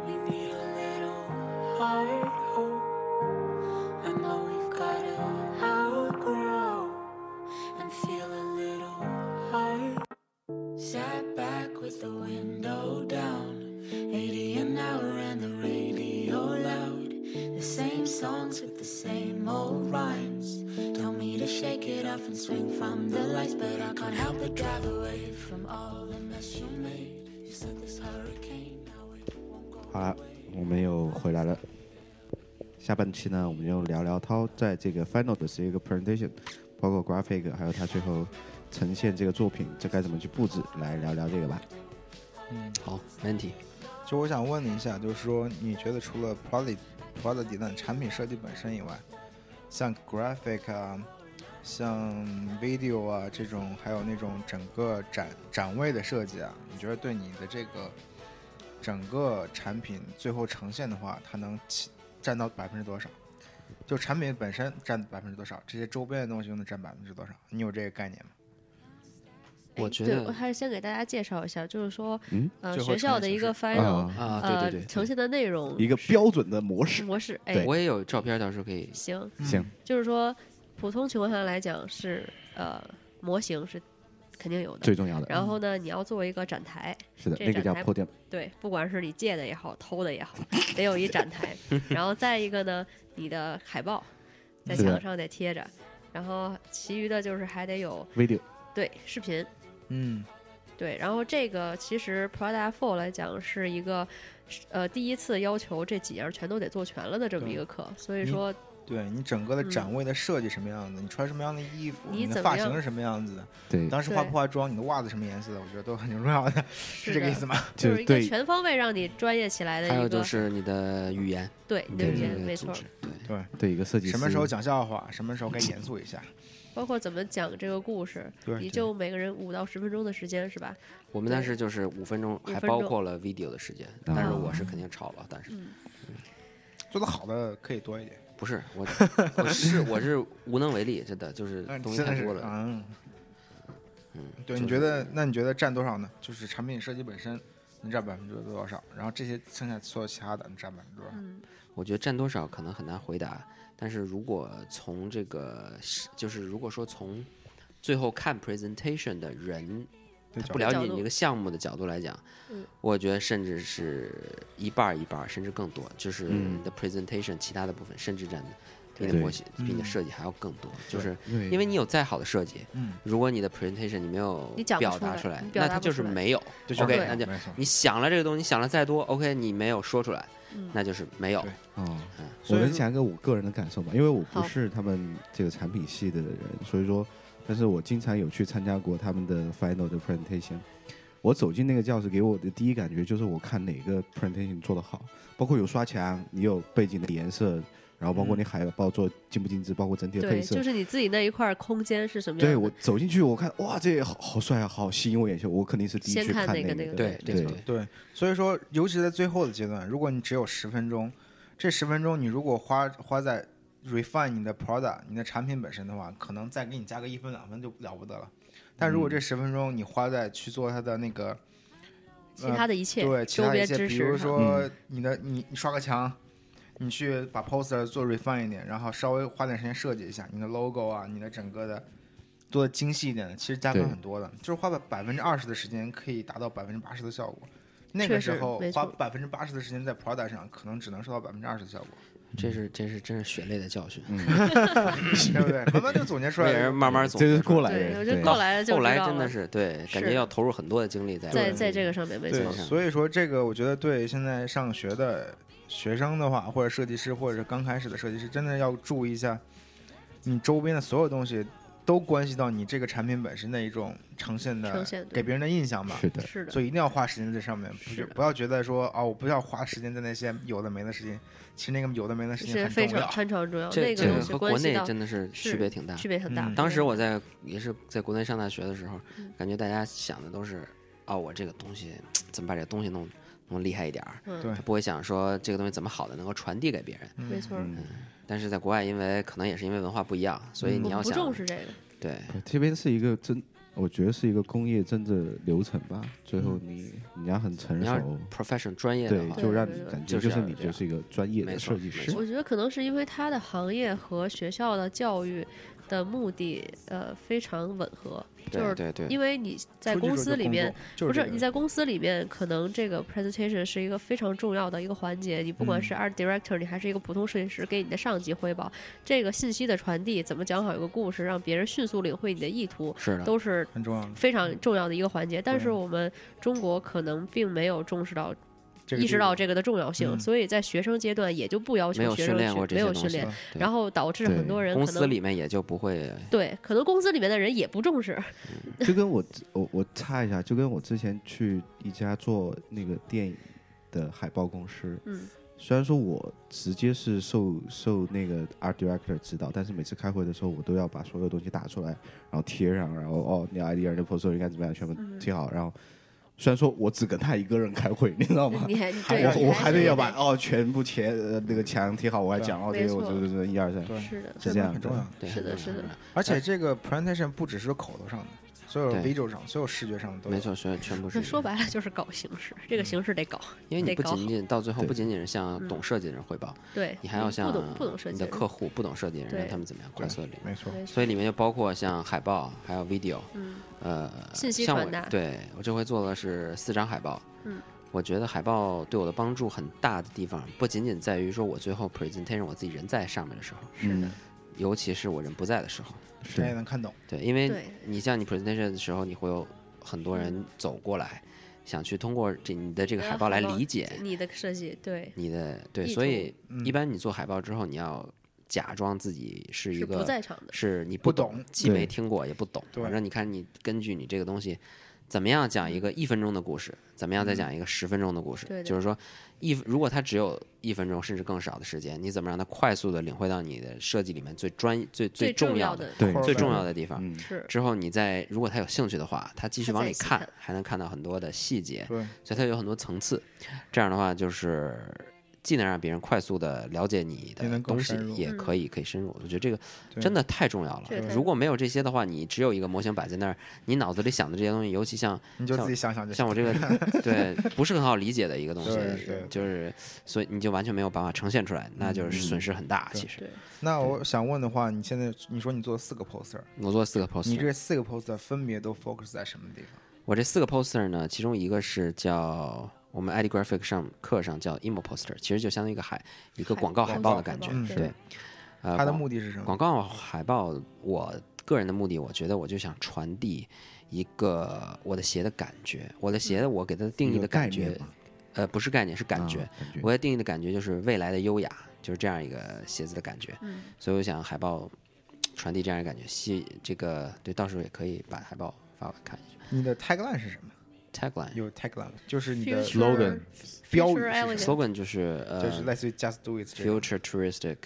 Speaker 7: we need a little hard hope. I know we've gotta outgrow and feel a little hard. Sat back with the window down, 80 an hour and the radio loud. The same songs with the same old rhymes. Told me to shake it off and swing from the lights, but I can't help but drive away from all the mess you made. You said this hurricane, now it won't go
Speaker 1: 好了，我们又回来了。下半期呢，我们就聊聊涛在这个 final 的是一个 presentation，包括 graphic，还有他最后呈现这个作品，这该怎么去布置，来聊聊这个吧。
Speaker 2: 嗯，
Speaker 4: 好，没问题。
Speaker 2: 就我想问你一下，就是说你觉得除了 product product design 产品设计本身以外，像 graphic 啊，像 video 啊这种，还有那种整个展展位的设计啊，你觉得对你的这个整个产品最后呈现的话，它能起占到百分之多少？就产品本身占百分之多少，这些周边的东西又能占百分之多少？你有这个概念吗？
Speaker 4: 我
Speaker 3: 哎
Speaker 4: 觉
Speaker 3: 对
Speaker 4: 得
Speaker 3: 我还是先给大家介绍一下，就是说，
Speaker 1: 嗯
Speaker 3: 呃，
Speaker 2: 最后
Speaker 3: 学
Speaker 2: 呈
Speaker 3: 校
Speaker 2: 现
Speaker 3: 的一
Speaker 2: 形
Speaker 3: 个
Speaker 2: 式
Speaker 3: final，
Speaker 4: 啊，
Speaker 3: 呃
Speaker 4: 对对，对，
Speaker 3: 呈现的内容
Speaker 1: 一个标准的模式。
Speaker 3: 模式，哎
Speaker 1: 对，
Speaker 4: 我也有照片，到时候可以。
Speaker 3: 行，
Speaker 1: 行，
Speaker 3: 就是说，普通情况下来讲是呃，模型是肯定有的。
Speaker 1: 最重要的
Speaker 3: 然后呢，你要做一个展台，
Speaker 1: 是的，
Speaker 3: 这
Speaker 1: 那个叫
Speaker 3: 展台
Speaker 1: podium，
Speaker 3: 对，不管是你借的也好，偷的也好，得有一展台。然后再一个呢，你的海报在
Speaker 1: 是的
Speaker 3: 墙上得贴着，然后其余的就是还得有
Speaker 1: video，
Speaker 3: 对视频，
Speaker 2: 嗯，
Speaker 3: 对，然后这个其实 Prada Four 来讲是一个，呃，第一次要求这几样全都得做全了的这么一个课，所以
Speaker 2: 你
Speaker 3: 说
Speaker 2: 对你整个的
Speaker 3: 嗯
Speaker 2: 展位的设计什么样子，你穿什么样的衣服，
Speaker 3: 你
Speaker 2: 你
Speaker 3: 怎
Speaker 2: 的
Speaker 3: 么
Speaker 2: 发型
Speaker 3: 样
Speaker 2: 是什么样子的，
Speaker 1: 对，
Speaker 2: 当时化
Speaker 3: 对
Speaker 2: 不化妆，你的袜子什么颜色的，我觉得都很重要的，是这个
Speaker 3: 的
Speaker 2: 意思吗？
Speaker 3: 就
Speaker 1: 就是
Speaker 3: 一个
Speaker 1: 对
Speaker 3: 全方位让你专业起来的
Speaker 4: 还有
Speaker 3: 呃一
Speaker 4: 就
Speaker 3: 个，
Speaker 4: 是你的语言，
Speaker 3: 对你的
Speaker 1: 对
Speaker 3: 语
Speaker 4: 你
Speaker 1: 对
Speaker 3: 言
Speaker 4: 的
Speaker 3: 没
Speaker 4: 组
Speaker 3: 错，
Speaker 4: 织对，
Speaker 1: 对一个设计师
Speaker 2: 什么时候讲笑话，什么时候该严肃一 下。
Speaker 3: 包括怎么讲这个故事，
Speaker 2: 对
Speaker 3: 你就每个人五到十分钟的时间是吧？
Speaker 4: 我们当时就是五分钟，
Speaker 3: 五
Speaker 4: 还
Speaker 3: 分
Speaker 4: 包
Speaker 3: 钟
Speaker 4: 括了 video 的时间，
Speaker 2: 嗯
Speaker 4: 但是
Speaker 3: 啊
Speaker 4: 我是肯定超了，但是
Speaker 3: 嗯，
Speaker 2: 做的好的可以多一点，
Speaker 4: 不是我，我是我是无能为力，真的就是
Speaker 2: 那
Speaker 4: 东
Speaker 2: 你
Speaker 4: 西
Speaker 2: 真的
Speaker 4: 太
Speaker 2: 是
Speaker 4: 多了，
Speaker 2: 嗯，
Speaker 4: 嗯，
Speaker 2: 对，
Speaker 4: 就
Speaker 2: 你
Speaker 4: 是
Speaker 2: 觉得那你觉得占多少呢？就是产品设计本身能占百分之多少，然后这些剩下所有其他的能占百分之多少？
Speaker 3: 嗯，
Speaker 4: 我觉得占多少可能很难回答，但是如果从这个是就是如果说从最后看 presentation 的人，
Speaker 2: 对
Speaker 4: 他
Speaker 2: 角
Speaker 4: 不
Speaker 2: 度
Speaker 4: 了解
Speaker 3: 角
Speaker 4: 你
Speaker 3: 度
Speaker 4: 这个项目的角度来讲，
Speaker 3: 嗯
Speaker 4: 我觉得甚至是一半儿一半儿，甚至更多，就是
Speaker 1: 嗯
Speaker 4: 你的 presentation 其他的部分甚至占比你的
Speaker 1: 对
Speaker 4: 模型比你的
Speaker 2: 嗯
Speaker 4: 设计还要更多，就是
Speaker 1: 对
Speaker 4: 因为你有再好的设计，
Speaker 2: 嗯，
Speaker 4: 如果你的 presentation 你没有
Speaker 3: 你讲不
Speaker 4: 表
Speaker 3: 出
Speaker 4: 达
Speaker 3: 来你表
Speaker 4: 那
Speaker 3: 达
Speaker 4: 它
Speaker 3: 不
Speaker 4: 就
Speaker 3: 出
Speaker 4: 是
Speaker 3: 来
Speaker 4: 没有。
Speaker 2: 对
Speaker 4: OK，
Speaker 2: 没有
Speaker 4: 那就
Speaker 2: 没错
Speaker 4: 你想了这个东西，你想了再多，OK，你没有说出来，
Speaker 3: 嗯
Speaker 4: 那就是没有。
Speaker 1: 哦
Speaker 4: 嗯，
Speaker 1: 我
Speaker 2: 哎所以
Speaker 1: 能
Speaker 2: 说
Speaker 1: 讲一个我个人的感受吧，因为我不
Speaker 3: 好
Speaker 1: 是他们这个产品系的人，所以说，但是我经常有去参加过他们的 final 的 presentation。我走进那个教室，给我的第一感觉就是我看哪个 presentation 做得好，包括有刷墙，你有背景的颜色，然后包
Speaker 2: 嗯
Speaker 1: 括你海报做精不精致，包括整体的配
Speaker 3: 对，
Speaker 1: 色，
Speaker 3: 就是你自己那一块空间是什么样
Speaker 1: 对
Speaker 3: 的？
Speaker 1: 我走进去，我看哇，这好好帅啊，好吸引我眼球，我肯定是第一
Speaker 3: 先
Speaker 1: 去
Speaker 3: 看
Speaker 1: 看
Speaker 3: 那个那
Speaker 1: 那
Speaker 3: 个
Speaker 1: 的
Speaker 4: 对
Speaker 1: 对
Speaker 4: 对，
Speaker 2: 对，所以说，尤其在最后的阶段，如果你只有十分钟，这十分钟你如果花花在 refine 你的 product、你的产品本身的话，可能再给你加个一分两分就了不得了。但
Speaker 3: 嗯
Speaker 2: 如果这十分钟你花在去做它的那个呃
Speaker 3: 其他的一切，
Speaker 2: 对其
Speaker 3: 周
Speaker 2: 他一
Speaker 3: 边
Speaker 2: 些，
Speaker 3: 知
Speaker 2: 比如
Speaker 3: 识上，
Speaker 2: 说你的你你刷个墙，你去把 poster 做 refine 一点，然后稍微花点时间设计一下你的 logo 啊，你的整个的做的精细一点的，其实加分
Speaker 1: 对
Speaker 2: 很多的，就是花百百分之二十的时间可以达到百分之八十的效果。那
Speaker 3: 确
Speaker 2: 个
Speaker 3: 实
Speaker 2: 时候
Speaker 3: 没
Speaker 2: 花
Speaker 3: 错
Speaker 2: 百分之八十的时间在 product 上，可能只能收到百分之二十的效果。
Speaker 4: 这是这是真是血泪的教训，
Speaker 2: 对不对？慢慢就总结出
Speaker 4: 为
Speaker 2: 来
Speaker 4: 人
Speaker 2: 了。
Speaker 4: 慢慢总
Speaker 1: 这
Speaker 4: 结
Speaker 1: 是
Speaker 4: 出来
Speaker 1: 过来
Speaker 3: 对，
Speaker 1: 人，
Speaker 3: 我觉得
Speaker 1: 对
Speaker 3: 过来了就
Speaker 4: 后
Speaker 3: 知
Speaker 4: 来
Speaker 3: 道
Speaker 4: 真的
Speaker 3: 了，
Speaker 4: 是对，感觉
Speaker 3: 是
Speaker 4: 要投入很多的精力在
Speaker 3: 在在这个上面没错
Speaker 2: 对，，所以说这个我觉得对现在上学的学生的话，或者设计师，或者是刚开始的设计师，真的要注意一下，你周边的所有东西都关系到你这个产品本身的一种呈现的
Speaker 3: 呈现对
Speaker 2: 给别人的印象吧。
Speaker 1: 是的，
Speaker 3: 是的
Speaker 2: 所，以一定要花时间在这上面，不
Speaker 3: 是
Speaker 2: 是
Speaker 3: 的
Speaker 2: 不要觉得说啊，我不要花时间在那些有的没的事情，其实那个有的没的事情
Speaker 3: 是
Speaker 2: 很
Speaker 3: 非
Speaker 2: 重
Speaker 3: 常
Speaker 2: 要。
Speaker 3: 非常重要，
Speaker 4: 这
Speaker 3: 那
Speaker 4: 这
Speaker 3: 个
Speaker 4: 个
Speaker 3: 东西
Speaker 4: 和国
Speaker 3: 关系
Speaker 4: 内
Speaker 3: 到
Speaker 4: 真的是区
Speaker 3: 是
Speaker 4: 别挺大。
Speaker 3: 区别很大
Speaker 2: 嗯。
Speaker 4: 当时我
Speaker 3: 对
Speaker 4: 在也是在国内上大学的时候
Speaker 3: 嗯，
Speaker 4: 感觉大家想的都是啊，我这个东西怎么把这个东西弄弄厉害一点儿，
Speaker 3: 嗯
Speaker 2: 对
Speaker 4: 他不会想说这个东西怎么好的能够传递给别人。
Speaker 2: 嗯
Speaker 3: 没错儿，
Speaker 4: 但是在国外，因为可能也是因为文化不一样，所以
Speaker 3: 我
Speaker 4: 你
Speaker 3: 们
Speaker 4: 要
Speaker 3: 不
Speaker 4: 想
Speaker 3: 重视这个，
Speaker 4: 对
Speaker 1: 这边是一个真，我觉得是一个工业真的流程吧。最后你你要很成
Speaker 4: 嗯你要
Speaker 1: 熟，
Speaker 4: profession 专业的
Speaker 1: 对，
Speaker 4: 话，
Speaker 1: 就让
Speaker 3: 对
Speaker 1: 你
Speaker 3: 对
Speaker 1: 感觉
Speaker 4: 就是
Speaker 1: 就是
Speaker 4: 要
Speaker 1: 你
Speaker 4: 这
Speaker 1: 就
Speaker 4: 样
Speaker 1: 是一个专业
Speaker 4: 没
Speaker 1: 的
Speaker 4: 错
Speaker 1: 设计
Speaker 4: 没
Speaker 1: 师
Speaker 4: 错。
Speaker 3: 我觉得可能是因为它的行业和学校的教育的目的呃非常吻合，就
Speaker 4: 对
Speaker 3: 是
Speaker 4: 对对，
Speaker 3: 因为你在
Speaker 2: 出去
Speaker 3: 公
Speaker 2: 之后
Speaker 3: 司
Speaker 2: 就
Speaker 3: 里
Speaker 2: 工
Speaker 3: 面
Speaker 2: 作就
Speaker 3: 不
Speaker 2: 是
Speaker 3: 是
Speaker 2: 这
Speaker 3: 你
Speaker 2: 个
Speaker 3: 在公司里面，可能这个 presentation 是一个非常重要的一个环节。你不管是 art director，、你还是一个普通设计师，给你的上级汇报这个信息的传递，怎么讲好一个故事，让别人迅速领会你的意图，
Speaker 4: 是的，
Speaker 3: 都是
Speaker 2: 很重要的
Speaker 3: 非常重要的一个环节。但是
Speaker 2: 对
Speaker 3: 我们中国可能并没有重视到、
Speaker 2: 这个
Speaker 3: 意
Speaker 2: 地
Speaker 3: 识到
Speaker 2: 方
Speaker 3: 这个的重要性，
Speaker 2: 嗯
Speaker 3: 所以在学生阶段也就不要求
Speaker 4: 没有
Speaker 3: 学
Speaker 4: 训
Speaker 3: 生
Speaker 4: 练过
Speaker 3: 去
Speaker 4: 这
Speaker 3: 没
Speaker 4: 些
Speaker 3: 有
Speaker 4: 东
Speaker 3: 训
Speaker 4: 西
Speaker 3: 练，
Speaker 4: 对
Speaker 3: 然后导致
Speaker 1: 对
Speaker 3: 很多人
Speaker 4: 公
Speaker 3: 可
Speaker 4: 司
Speaker 3: 能
Speaker 4: 里面也就不会
Speaker 3: 对，可能公司里面的人也不重视，
Speaker 1: 就跟我我我插一下，就跟我之前去一家做那个电影的海报公司，
Speaker 3: 嗯，
Speaker 1: 虽然说我直接是受受那个 art director 指导，但是每次开会的时候，我都要把所有东西打出来，然后贴上，然后哦，你 idea 你的 proposal 应该怎么样，全部
Speaker 3: 嗯
Speaker 1: 贴好。然后虽然说我只跟他一个人开会，你知道吗？
Speaker 3: 你还你对
Speaker 1: 我
Speaker 3: 你
Speaker 1: 我还
Speaker 3: 是
Speaker 1: 得要
Speaker 3: 得
Speaker 1: 把哦全部贴呃那个墙贴好，我还讲哦
Speaker 3: 对
Speaker 1: 这个我
Speaker 3: 没
Speaker 1: 这
Speaker 3: 错
Speaker 1: 个这个一二三，
Speaker 2: 对
Speaker 3: 是
Speaker 1: 是
Speaker 3: 的，
Speaker 2: 这
Speaker 1: 这
Speaker 2: 个
Speaker 1: 样
Speaker 2: 很重要
Speaker 1: 的。。
Speaker 4: 对
Speaker 3: 是的是的，
Speaker 2: 而且这个 presentation 不只是口头上的，所有
Speaker 4: 哎对
Speaker 2: visual 上、所有视觉上的都有
Speaker 4: 没。错，全全部
Speaker 3: 那
Speaker 4: 是
Speaker 3: 说白了就是搞形式，这个形式得搞。
Speaker 4: 因为你
Speaker 3: 得
Speaker 4: 不
Speaker 3: 搞
Speaker 4: 仅
Speaker 3: 好
Speaker 4: 仅到最后
Speaker 1: 对
Speaker 4: 不仅仅是向
Speaker 3: 嗯
Speaker 4: 懂设计的人汇报，
Speaker 3: 对，
Speaker 4: 你还要向
Speaker 3: 不懂不懂设
Speaker 4: 你
Speaker 3: 计
Speaker 4: 的
Speaker 3: 人
Speaker 4: 客户、不懂设计的人，让
Speaker 3: 对
Speaker 4: 他们怎么样快速的领
Speaker 2: 没错，
Speaker 3: 没错
Speaker 4: 所以里面就包括像海报，还有 video，
Speaker 3: 嗯，
Speaker 4: 呃，
Speaker 3: 信息
Speaker 4: 像我
Speaker 3: 传达
Speaker 4: 对我这回做的是四张海报，
Speaker 3: 嗯，
Speaker 4: 我觉得海报对我的帮助很大的地方，不仅仅在于说我最后 presentation 我自己人在上面的时候，嗯
Speaker 3: 是的，
Speaker 4: 尤其是我人不在的时候，
Speaker 1: 是
Speaker 2: 谁也能看懂。
Speaker 4: 对，因为
Speaker 3: 对嗯
Speaker 4: 你像你 presentation 的时候，你会有很多人走过来，想去通过这你的这个
Speaker 3: 呃
Speaker 4: 海报
Speaker 3: 海
Speaker 4: 来
Speaker 3: 报
Speaker 4: 理解
Speaker 3: 你的设计对
Speaker 4: 你的对，
Speaker 3: 意
Speaker 4: 所
Speaker 3: 图
Speaker 4: 以
Speaker 2: 嗯
Speaker 4: 一般你做海报之后，你要假装自己是一
Speaker 3: 是不
Speaker 4: 个
Speaker 3: 在场的，
Speaker 4: 是你
Speaker 2: 不
Speaker 4: 不懂
Speaker 2: 懂，
Speaker 4: 既没
Speaker 1: 对
Speaker 4: 听过也不懂。
Speaker 2: 对
Speaker 4: 反正你看，你根据你这个东西，怎么样讲一个一分钟的故事，怎么样再讲一个十分钟的故事，
Speaker 3: 对对
Speaker 4: 就是说一如果它只有一分钟甚至更少的时间，你怎么让它快速的领会到你的设计里面最专最
Speaker 3: 最
Speaker 4: 重
Speaker 3: 重要
Speaker 4: 的
Speaker 3: 的
Speaker 1: 对
Speaker 2: core
Speaker 4: 最重
Speaker 2: value
Speaker 4: 要的
Speaker 5: 啊
Speaker 4: 地方？
Speaker 1: 嗯，
Speaker 3: 是
Speaker 4: 之后你再如果他有兴趣的话，他继续
Speaker 3: 他
Speaker 4: 往
Speaker 3: 再
Speaker 4: 里
Speaker 3: 细
Speaker 4: 看
Speaker 3: 看，
Speaker 4: 还能看到很多的细节，
Speaker 2: 对，
Speaker 4: 所以它有很多层次。这样的话就是。既能让别人快速的了解你
Speaker 2: 也
Speaker 4: 的
Speaker 2: 能更
Speaker 4: 东西
Speaker 2: 深，入
Speaker 4: 也
Speaker 3: 嗯
Speaker 4: 可以可以深入。我觉得这个
Speaker 2: 对
Speaker 4: 真的太重要了
Speaker 3: 这个太。
Speaker 4: 如果没有这些的话，你只有一个模型摆在那儿，你脑子里想的这些东西，尤其像
Speaker 2: 你就自己想想就行
Speaker 4: 像我这个对不是很好理解的一个东西
Speaker 2: 对对，嗯
Speaker 4: 就是所以你就完全没有办法呈现出来，那就是损失很大。
Speaker 2: 对
Speaker 4: 其实
Speaker 3: 对
Speaker 2: 那我想问的话，你现在你说你做了四个 poster，
Speaker 4: 我做四个
Speaker 2: 你
Speaker 4: poster，
Speaker 2: 这四个 poster 分别都 focus 在什么地方？
Speaker 4: 我这四个 poster 呢，其中一个是叫。我们 ID Graphic 上课上叫 Emo Poster，其实就相当于一个海一个广告海报的感觉
Speaker 2: 广告，海报
Speaker 4: 对。呃，
Speaker 2: 它的
Speaker 4: 广
Speaker 2: 目的是什么？
Speaker 4: 广告海报，我个人的目的，我觉得我就想传递一个我的鞋的感觉。我的鞋，我给它定
Speaker 1: 一
Speaker 4: 义的
Speaker 1: 个
Speaker 4: 感
Speaker 1: 概
Speaker 4: 觉
Speaker 1: 念嘛，
Speaker 4: 呃，不是概念，是感
Speaker 1: 啊
Speaker 4: 觉。
Speaker 1: 感觉
Speaker 4: 我的定义的感觉就是未来的优雅，就是这样一个鞋子的感觉。
Speaker 3: 嗯
Speaker 4: 所以我想海报传递这样的感觉，吸这个对，到时候也可以把海报发给我看一下。
Speaker 2: 你的 tagline 是什么？
Speaker 4: Tagline
Speaker 2: 有 tagline，就是你的
Speaker 3: Future-
Speaker 5: slogan
Speaker 3: future
Speaker 2: 标语是
Speaker 3: elegant
Speaker 2: 什么
Speaker 4: slogan 就是
Speaker 2: 就是
Speaker 4: 呃
Speaker 2: 类似于 just do it 这种
Speaker 4: ，futuristic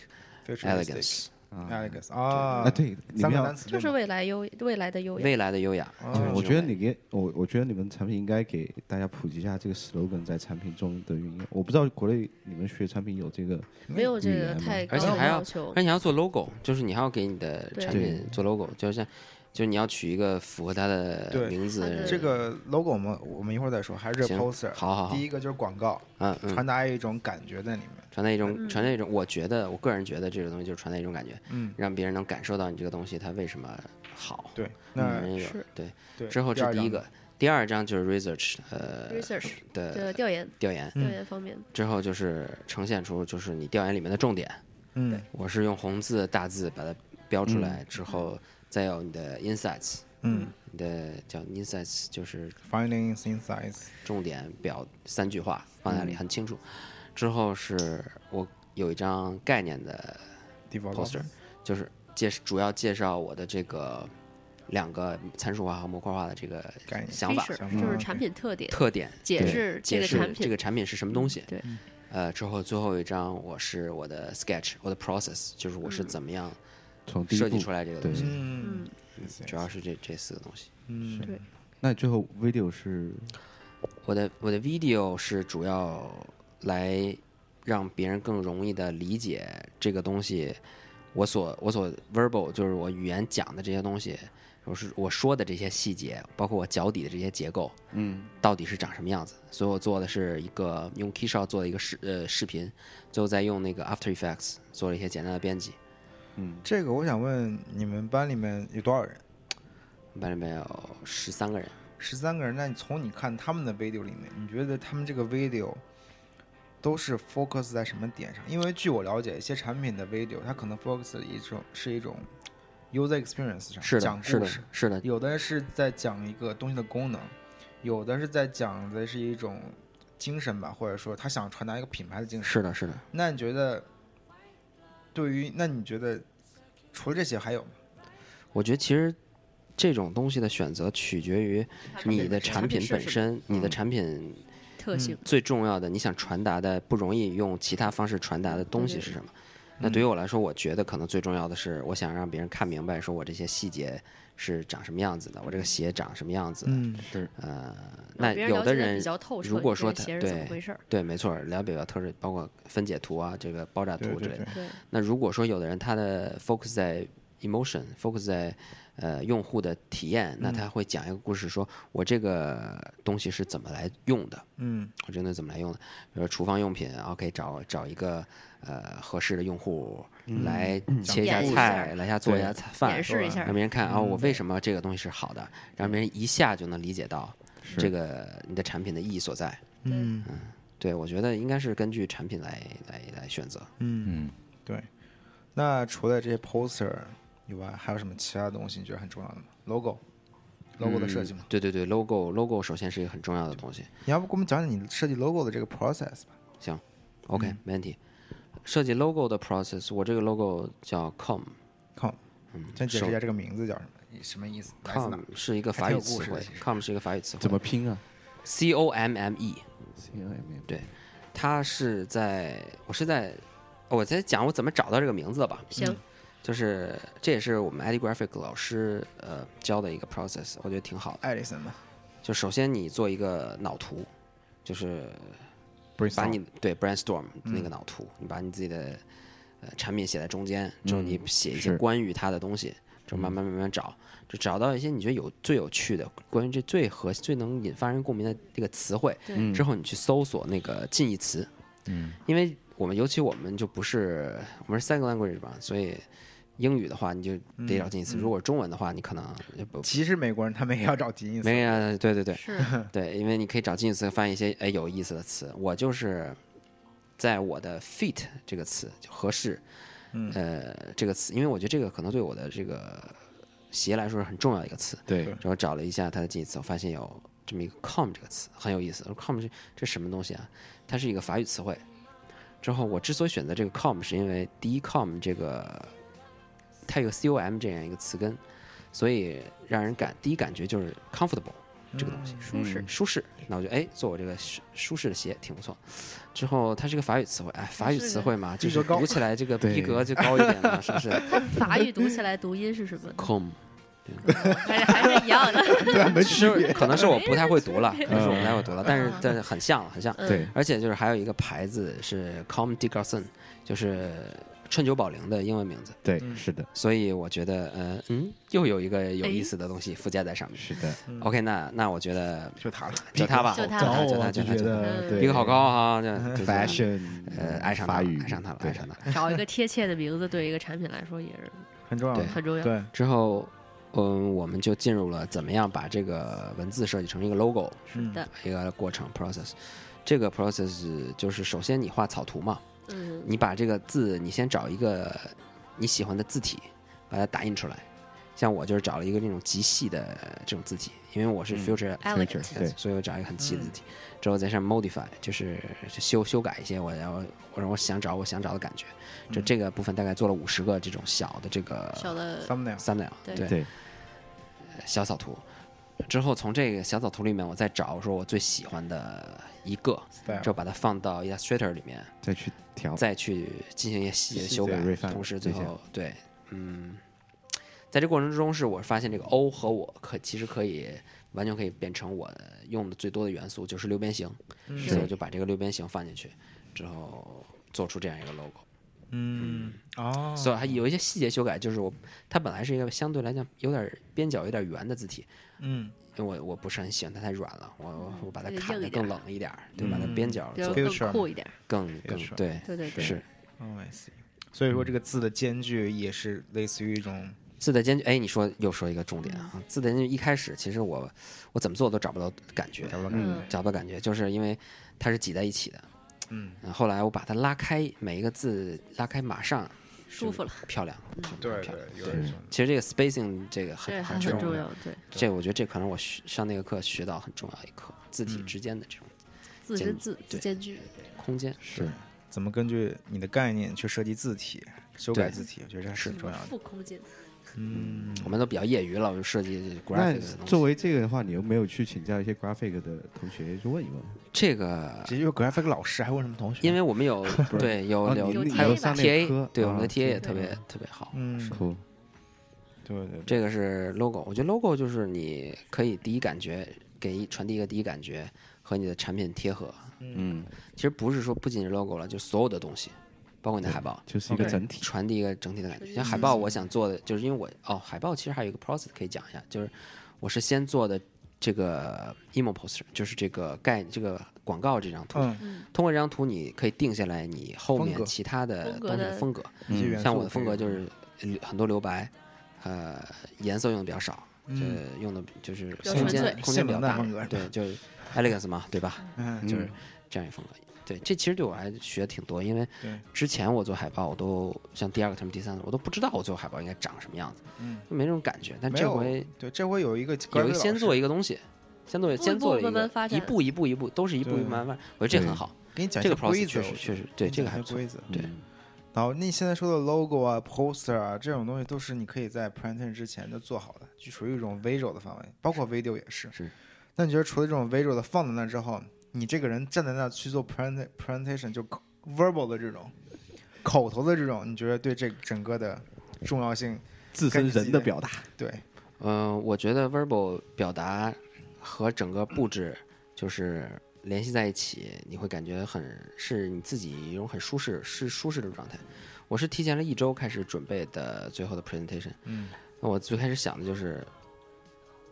Speaker 2: futuristic
Speaker 4: elegance，嗯
Speaker 2: elegance 啊
Speaker 1: 啊，，对，你
Speaker 2: 三
Speaker 1: 们
Speaker 2: 个
Speaker 1: 要
Speaker 2: 单词
Speaker 3: 就
Speaker 2: 对
Speaker 3: 是
Speaker 2: 吗
Speaker 3: 未来优未来的优雅，
Speaker 4: 未来的优雅。
Speaker 1: 对，
Speaker 2: 哦
Speaker 1: 我
Speaker 4: 这
Speaker 1: 觉得
Speaker 4: 种
Speaker 1: 你给我，我觉得你们产品应该给大家普及一下这个 slogan 在产品中的运用。我不知道国内你们学产品有这个，
Speaker 3: 没有这
Speaker 1: 语
Speaker 3: 个
Speaker 1: 言嘛
Speaker 3: 太高
Speaker 4: 而且
Speaker 3: 的
Speaker 4: 还要
Speaker 3: 要求
Speaker 4: 而，且你还要做 logo，就是你还要给你的
Speaker 3: 对
Speaker 4: 产
Speaker 1: 对
Speaker 4: 品做 logo，就是像，就是你要取一个符合它的
Speaker 2: 对
Speaker 4: 名字
Speaker 3: 它的。
Speaker 2: 这个 logo 我们我们一会儿再说，还是这
Speaker 4: 行
Speaker 2: poster。
Speaker 4: 好好好
Speaker 2: 第，一个就是广告，
Speaker 4: 嗯嗯，
Speaker 2: 传达一种感觉在里面。
Speaker 4: 传达一种
Speaker 3: 嗯
Speaker 4: 传达一种，我觉得我个人觉得这个东西就是传达一种感觉，
Speaker 2: 嗯，
Speaker 4: 让别人能感受到你这个东西它为什么好。
Speaker 2: 对。那
Speaker 4: 嗯有
Speaker 3: 是
Speaker 4: 对
Speaker 2: 对
Speaker 4: 之后
Speaker 2: 二
Speaker 4: 这第一
Speaker 2: 张
Speaker 4: 个，第二章就是 research 呃嗯
Speaker 3: research
Speaker 4: 的
Speaker 3: 的调研
Speaker 4: 调研，
Speaker 3: 调研方面，
Speaker 4: 之后就是呈现出就是你调研里面的重点。
Speaker 2: 嗯
Speaker 4: 我是用红字大字把它标出
Speaker 1: 嗯
Speaker 4: 来之后，再有你的 insights，
Speaker 2: 嗯
Speaker 4: 你的叫 insights 就是
Speaker 2: ，findings insights，
Speaker 4: 重点表三句话
Speaker 1: 嗯
Speaker 4: 放在那里很清楚。之后是我有一张概念的 poster，
Speaker 2: development，
Speaker 4: 就是介主要介绍我的这个两个参数化和模块化的这个
Speaker 2: 概念
Speaker 4: 想法、
Speaker 2: 想
Speaker 3: feature
Speaker 2: 法
Speaker 3: 就是
Speaker 2: 嗯
Speaker 3: 产品特点，
Speaker 4: 特点，
Speaker 3: 解
Speaker 4: 对
Speaker 3: 释这
Speaker 4: 解
Speaker 3: 个
Speaker 4: 释
Speaker 3: 产
Speaker 4: 这
Speaker 3: 品嗯
Speaker 4: 个产品是什么东西。
Speaker 3: 对，
Speaker 1: 嗯
Speaker 4: 呃，之后最后一张我是我的 sketch，我的 process，就是我是怎么样
Speaker 1: 从第一
Speaker 4: 设计
Speaker 1: 步
Speaker 4: 出来这个东
Speaker 1: 对
Speaker 4: 西。
Speaker 2: 嗯
Speaker 3: 嗯，
Speaker 4: 主要是这这四个东西。
Speaker 2: 嗯
Speaker 3: 对
Speaker 1: 那你最后 video 是
Speaker 4: 我的我的 video 是主要来让别人更容易的理解这个东西，我所我所 verbal 就是我语言讲的这些东西，我是我说的这些细节，包括我脚底的这些结构，
Speaker 1: 嗯，
Speaker 4: 到底是长什么样子。所以我做的是一个用 Keyshot 做的一个视呃视频，最后再用那个 After Effects 做了一些简单的编辑。
Speaker 1: 嗯
Speaker 2: 这个我想问你们班里面有多少人？
Speaker 4: 班里面有十三个人，
Speaker 2: 十三个人，那你从你看他们的 video 里面，你觉得他们这个 video 都是 focus 在什么点上？因为据我了解，一些产品的 video 它可能 focus 的一种是一种 user experience 上，
Speaker 4: 是
Speaker 2: 讲
Speaker 4: 的，
Speaker 2: 故
Speaker 4: 是的
Speaker 2: 事，，
Speaker 4: 是的，
Speaker 2: 有的是在讲一个东西的功能，有的是在讲的是一种精神吧，或者说他想传达一个品牌的精神。
Speaker 4: 是的，是的。
Speaker 2: 那你觉得，对于那你觉得除了这些还有吗？
Speaker 4: 我觉得其实这种东西的选择取决于你的产品本身，你的
Speaker 1: 嗯
Speaker 4: 产品
Speaker 3: 特性，
Speaker 4: 最重要的，你想传达的不容易用其他方式传达的东西是什么？那对于
Speaker 3: 嗯
Speaker 4: 我来说，我觉得可能最重要的是，我想让别人看明白，说我这些细节是长什么样子的，我这个鞋长什么样子的。
Speaker 2: 嗯，
Speaker 4: 呃，
Speaker 3: 让嗯
Speaker 4: 那
Speaker 3: 别人
Speaker 4: 有
Speaker 3: 了解
Speaker 4: 的
Speaker 3: 得
Speaker 4: 人
Speaker 3: 比较透彻，
Speaker 4: 如果
Speaker 3: 这
Speaker 4: 说
Speaker 3: 个
Speaker 4: 他
Speaker 3: 鞋是怎么
Speaker 4: 对
Speaker 3: 回事儿，
Speaker 4: 对，没错，了解到特质，包括分解图啊，这个爆炸
Speaker 2: 对
Speaker 4: 图之
Speaker 2: 对
Speaker 4: 类的
Speaker 2: 对。，
Speaker 3: 对，
Speaker 4: 那如果说有的人他的 focus 在 emotion，focus 在呃用户的体验，
Speaker 2: 嗯
Speaker 4: 那他会讲一个故事说，我这个东西是怎么来用的，
Speaker 2: 嗯
Speaker 4: 我真的怎么来用的？比如说厨房用品，OK，找找一个呃合适的用户来切一下
Speaker 3: 讲故事
Speaker 4: 菜，来一下做一下菜饭
Speaker 3: 演，示
Speaker 2: 嗯对
Speaker 3: 一
Speaker 2: 嗯
Speaker 3: 下
Speaker 4: 让
Speaker 3: 儿，
Speaker 4: 别人看啊、我为什么这个东西是好的，让别人一下就能理解到这个你的产品的意义所在。
Speaker 2: 嗯
Speaker 4: 对，我觉得应该是根据产品来来来选择。
Speaker 2: 嗯。
Speaker 5: 嗯，
Speaker 2: 那除了这些 poster 以外，还有什么其他东西你觉得很重要的吗？logo。logo 的设计吗？
Speaker 4: 嗯
Speaker 2: 嗯
Speaker 4: 对对对，logo logo 首先是一个很重要的东西。
Speaker 2: 你要不给我们讲讲你设计 logo 的这个 process 吧？
Speaker 4: OK，、没问题。设计 logo 的 process，我这个 logo 叫 com，com
Speaker 2: 先解释一
Speaker 4: 手
Speaker 2: 下这个名字叫什么，什么意思？来自哪？
Speaker 4: 是一个
Speaker 2: 还
Speaker 4: 法
Speaker 2: 挺
Speaker 4: 语
Speaker 2: 有故
Speaker 4: 词
Speaker 2: 事的
Speaker 4: 汇
Speaker 2: 其实
Speaker 4: ，com 是一个法语词汇，
Speaker 1: 怎么拼啊
Speaker 4: C O M M E？
Speaker 1: C O M
Speaker 2: E
Speaker 4: 它是在我是在我在讲我怎么找到这个名字的吧，
Speaker 3: 行，
Speaker 4: 就是这也是我们 ID graphic 老师呃教的一个 process，我觉得挺好的。
Speaker 2: 艾丽森吧
Speaker 4: 就首先你做一个脑图，就是把
Speaker 2: ，brainstorm，
Speaker 4: 你对 brainstorm
Speaker 2: 嗯
Speaker 4: 那个脑图，你把你自己的呃产品写在中间，之后你
Speaker 1: 嗯
Speaker 4: 写一些
Speaker 1: 是
Speaker 4: 关于它的东西，就慢慢慢慢找，就找到一些你觉得有最有趣的，关于这最核最能引发人共鸣的这个词汇，
Speaker 1: 嗯
Speaker 4: 之后你去搜索那个近义词，嗯，因为我们尤其我们就不是我们是 second language 吧，所以。英语的话，你就得找近义词；如果中文的话，你可能就不
Speaker 2: 其实美国人他们也要找近义词，
Speaker 4: 没有。对对对，
Speaker 3: 是
Speaker 4: 对，因为你可以找近义词翻译一些哎有意思的词。我就是在我的 fit 这个词就合适，
Speaker 2: 嗯
Speaker 4: 呃，这个词，因为我觉得这个可能对我的这个鞋来说是很重要的一个词。
Speaker 1: 对
Speaker 4: 然后找了一下它的近义词，我发现有这么一个 com 这个词很有意思。com 这这什么东西啊？它是一个法语词汇。之后我之所以选择这个 com，是因为第一 com 这个它有 com 这样一个词根，所以让人感第一感觉就是 comfortable 这个东西。
Speaker 3: 舒适，
Speaker 4: 舒适。那我就哎，做我这个舒舒适的鞋挺不错。之后它是个法语词汇，哎，法语
Speaker 3: 是
Speaker 4: 词
Speaker 3: 的
Speaker 4: 汇嘛，就
Speaker 2: 逼格
Speaker 4: 是
Speaker 2: 高
Speaker 4: 读起来这个逼
Speaker 1: 对
Speaker 4: 格就高一点了，是不是
Speaker 3: 法语读起来读音是什么呢？
Speaker 4: ？com，
Speaker 3: 还是还是一样 的，
Speaker 1: 没 区别，
Speaker 4: 可能是我不太会读了，可能是我不
Speaker 5: 嗯
Speaker 4: 太会读了，但是但是很像很像。
Speaker 1: 对
Speaker 4: 而且就是还有一个牌子是 com d i c k e r s o n 就是川久保玲的英文名字。
Speaker 1: 对，是的，
Speaker 4: 所以我觉得，呃，嗯，又有一个有意思的东西附加在上面。
Speaker 1: 是的，
Speaker 4: OK，那那我觉得
Speaker 6: 就他了，
Speaker 4: 就他吧，
Speaker 3: 哎就他
Speaker 6: 然
Speaker 3: 吧
Speaker 6: 后
Speaker 4: 就
Speaker 6: 我
Speaker 4: 他，
Speaker 6: 就
Speaker 4: 就
Speaker 6: 觉
Speaker 4: 他，就他。
Speaker 3: 嗯
Speaker 6: 得对
Speaker 4: 逼格好高啊，就就他
Speaker 1: fashion，
Speaker 4: 呃，爱上他
Speaker 1: 法
Speaker 4: 了
Speaker 1: 语，，
Speaker 4: 爱上他了，
Speaker 1: 对
Speaker 4: 爱上他了。
Speaker 3: 找一个贴切的名字对一个产品来说也是
Speaker 2: 很重要的
Speaker 4: 对。
Speaker 3: 很重要。
Speaker 2: 对，
Speaker 4: 之后，嗯，我们就进入了怎么样把这个文字设计成一个 logo
Speaker 2: 是
Speaker 3: 的
Speaker 4: 一个过程 process。这个 process 就是首先你画草图嘛，
Speaker 3: 嗯，
Speaker 4: 你把这个字，你先找一个你喜欢的字体，把它打印出来。像我就是找了一个那种极细的这种字体，因为我是
Speaker 1: 嗯
Speaker 4: future，、
Speaker 3: elegant，
Speaker 1: 对
Speaker 4: 所以我找一个很细
Speaker 3: 嗯
Speaker 4: 的字体，之后在上面 modify，就是就修修改一些我要我让我想找我想找的感觉。就这个部分大概做了五十个这种小的这个
Speaker 3: 嗯小的
Speaker 2: thumbnail，
Speaker 4: thumbnail，
Speaker 3: 对
Speaker 1: 对，
Speaker 4: 小草图。之后从这个小草图里面，我再找说我最喜欢的一个，
Speaker 2: style
Speaker 4: 之后把它放到 Illustrator 里面，
Speaker 1: 再去调，
Speaker 4: 再去进行一些细节的修改
Speaker 1: 细节 refine，，
Speaker 4: 同时最
Speaker 1: 这些
Speaker 4: 后对，嗯，在这过程中是我发现这个 O 和我可其实可以完全可以变成我用的最多的元素嗯就是六边形，
Speaker 3: 嗯
Speaker 4: 所以我就把这个六边形放进去之后做出这样一个 logo。
Speaker 2: 嗯哦，
Speaker 4: 所以还有一些细节修改，就是我它本来是一个相对来讲有点儿边角有点儿圆的字体，
Speaker 2: 嗯，
Speaker 4: 因为我我不是很喜欢它太软了，我我我把它
Speaker 3: 嗯
Speaker 4: 砍
Speaker 3: 硬
Speaker 4: 得
Speaker 3: 一点
Speaker 4: 更
Speaker 3: 儿
Speaker 4: 冷一点儿，对，把它边角
Speaker 3: 比较
Speaker 2: 嗯
Speaker 4: 做得
Speaker 3: 更
Speaker 2: future
Speaker 3: 酷一点，
Speaker 4: 更更
Speaker 2: 是
Speaker 4: 对
Speaker 3: 对对对，
Speaker 4: 是
Speaker 2: 哦，I see。所以说这个字的间距也是类似于一种
Speaker 4: 字的间距。哎，你说又说一个重点
Speaker 3: 嗯
Speaker 4: 啊，字的间距一开始其实我我怎么做都找不到感觉，
Speaker 2: 找不到感
Speaker 3: 嗯
Speaker 2: 觉，
Speaker 4: 找不到感觉，就是因为它是挤在一起的。
Speaker 2: 嗯，
Speaker 4: 嗯后来我把它拉开，每一个字拉开，马上
Speaker 3: 舒服了，
Speaker 4: 漂亮，就
Speaker 2: 对
Speaker 4: 漂亮。
Speaker 2: 对，有点像
Speaker 4: 其实这个 spacing 这个
Speaker 3: 这
Speaker 4: 很
Speaker 3: 还
Speaker 4: 重
Speaker 3: 很
Speaker 4: 要。
Speaker 3: 重要，对，
Speaker 4: 这我觉得这可能我学上那个课学到很重要一课，字体
Speaker 2: 嗯
Speaker 4: 之间的这种
Speaker 3: 字
Speaker 4: 间
Speaker 3: 跟字字
Speaker 4: 对
Speaker 3: 间距，
Speaker 4: 空间。
Speaker 2: 是怎么根据你的概念去设计字体、修改
Speaker 4: 对
Speaker 2: 字体，我觉得这还是很重要的。
Speaker 3: 负空间，
Speaker 2: 嗯，
Speaker 4: 我们都比较业余了，我就设计
Speaker 1: 那
Speaker 4: graphic 的东西。
Speaker 1: 作为这个的话，你有没有去请教一些 graphic 的同学去问一问？
Speaker 4: 这个，
Speaker 2: 直接有 graphic 老师，还问什么同学？
Speaker 4: 因为我们有对有
Speaker 1: 哦
Speaker 4: 有
Speaker 1: 你
Speaker 3: 有
Speaker 1: 还有
Speaker 3: TA 吧
Speaker 1: 上那个
Speaker 4: TA，
Speaker 1: 科，
Speaker 4: 对我们的
Speaker 1: 啊
Speaker 4: TA 也特别特别好。
Speaker 2: 嗯，
Speaker 1: cool
Speaker 2: 对对对，
Speaker 4: 这个是 logo，我觉得 logo 就是你可以第一感觉给一传递一个第一感觉和你的产品贴合。
Speaker 1: 嗯，
Speaker 4: 其实不是说不仅是 logo 了，就所有的东西，包括你的海报。
Speaker 1: 就是一个
Speaker 2: OK
Speaker 1: 整体。
Speaker 4: 传递一个整体的感觉。像海报，我想做的就是因为我哦，海报其实还有一个 process 可以讲一下，就是我是先做的这个 emo poster，就是这个概这个广告这张图。
Speaker 2: 嗯，
Speaker 4: 通过这张图，你可以定下来你后
Speaker 2: 风
Speaker 4: 面
Speaker 2: 格
Speaker 4: 其他
Speaker 3: 风
Speaker 4: 的
Speaker 3: 格
Speaker 4: 东西
Speaker 3: 的
Speaker 4: 风格。
Speaker 2: 一些元素
Speaker 4: 嗯
Speaker 2: 嗯
Speaker 4: 像我的
Speaker 2: 可以
Speaker 4: 风格就是呃很多留白，呃，颜色用的比较少，呃，用的就是
Speaker 3: 较纯
Speaker 4: 空
Speaker 3: 粹
Speaker 4: 间空间比
Speaker 2: 嗯
Speaker 4: 较
Speaker 2: 性冷淡
Speaker 4: 大
Speaker 2: 风格，
Speaker 4: 对，就是 elegance 嘛，对吧？
Speaker 2: 嗯，
Speaker 4: 就是这样一个风格。对，这其实对我还学挺多，因为
Speaker 2: 对
Speaker 4: 之前我做海报，我都像第二个 term、第三个，我都不知道我最后海报应该长什么样子，
Speaker 2: 嗯，
Speaker 4: 没那种感觉。但
Speaker 2: 没
Speaker 4: 这
Speaker 2: 有
Speaker 4: 回
Speaker 2: 对，这回有一个
Speaker 4: 有
Speaker 2: graphic
Speaker 4: 一
Speaker 2: 老
Speaker 4: 先
Speaker 2: 师
Speaker 4: 做一个东西，先做
Speaker 3: 步
Speaker 4: 先做了
Speaker 3: 一步慢慢发
Speaker 4: 一个，一
Speaker 3: 展
Speaker 4: 步一步一步都是一步一
Speaker 2: 对
Speaker 4: 步慢慢，我觉得这
Speaker 1: 对
Speaker 4: 很好。
Speaker 2: 给你讲一
Speaker 4: 这
Speaker 2: 些
Speaker 4: 个 process
Speaker 2: 规则，
Speaker 4: 确实确实对这个还不
Speaker 2: 很
Speaker 4: 错
Speaker 2: 规则。
Speaker 4: 对
Speaker 1: 嗯
Speaker 2: 然后那现在说的 logo 啊、poster 啊这种东西，都是你可以在 printing 之前就做好的，就属于一种 visual 的范围，包括 video 也是。
Speaker 4: 是。
Speaker 2: 那你觉得除了这种 visual 的放在那之后，你这个人站在那去做 present presentation 就口 verbal 的这种口头的这种，你觉得对这整个的重要性？
Speaker 1: 自身人的表达，
Speaker 2: 对，
Speaker 4: 嗯、我觉得 verbal 表达和整个布置就是联系在一起，你会感觉很是你自己一种很舒适是舒适的状态。我是提前了一周开始准备的最后的 presentation，
Speaker 2: 嗯，
Speaker 4: 那我最开始想的就是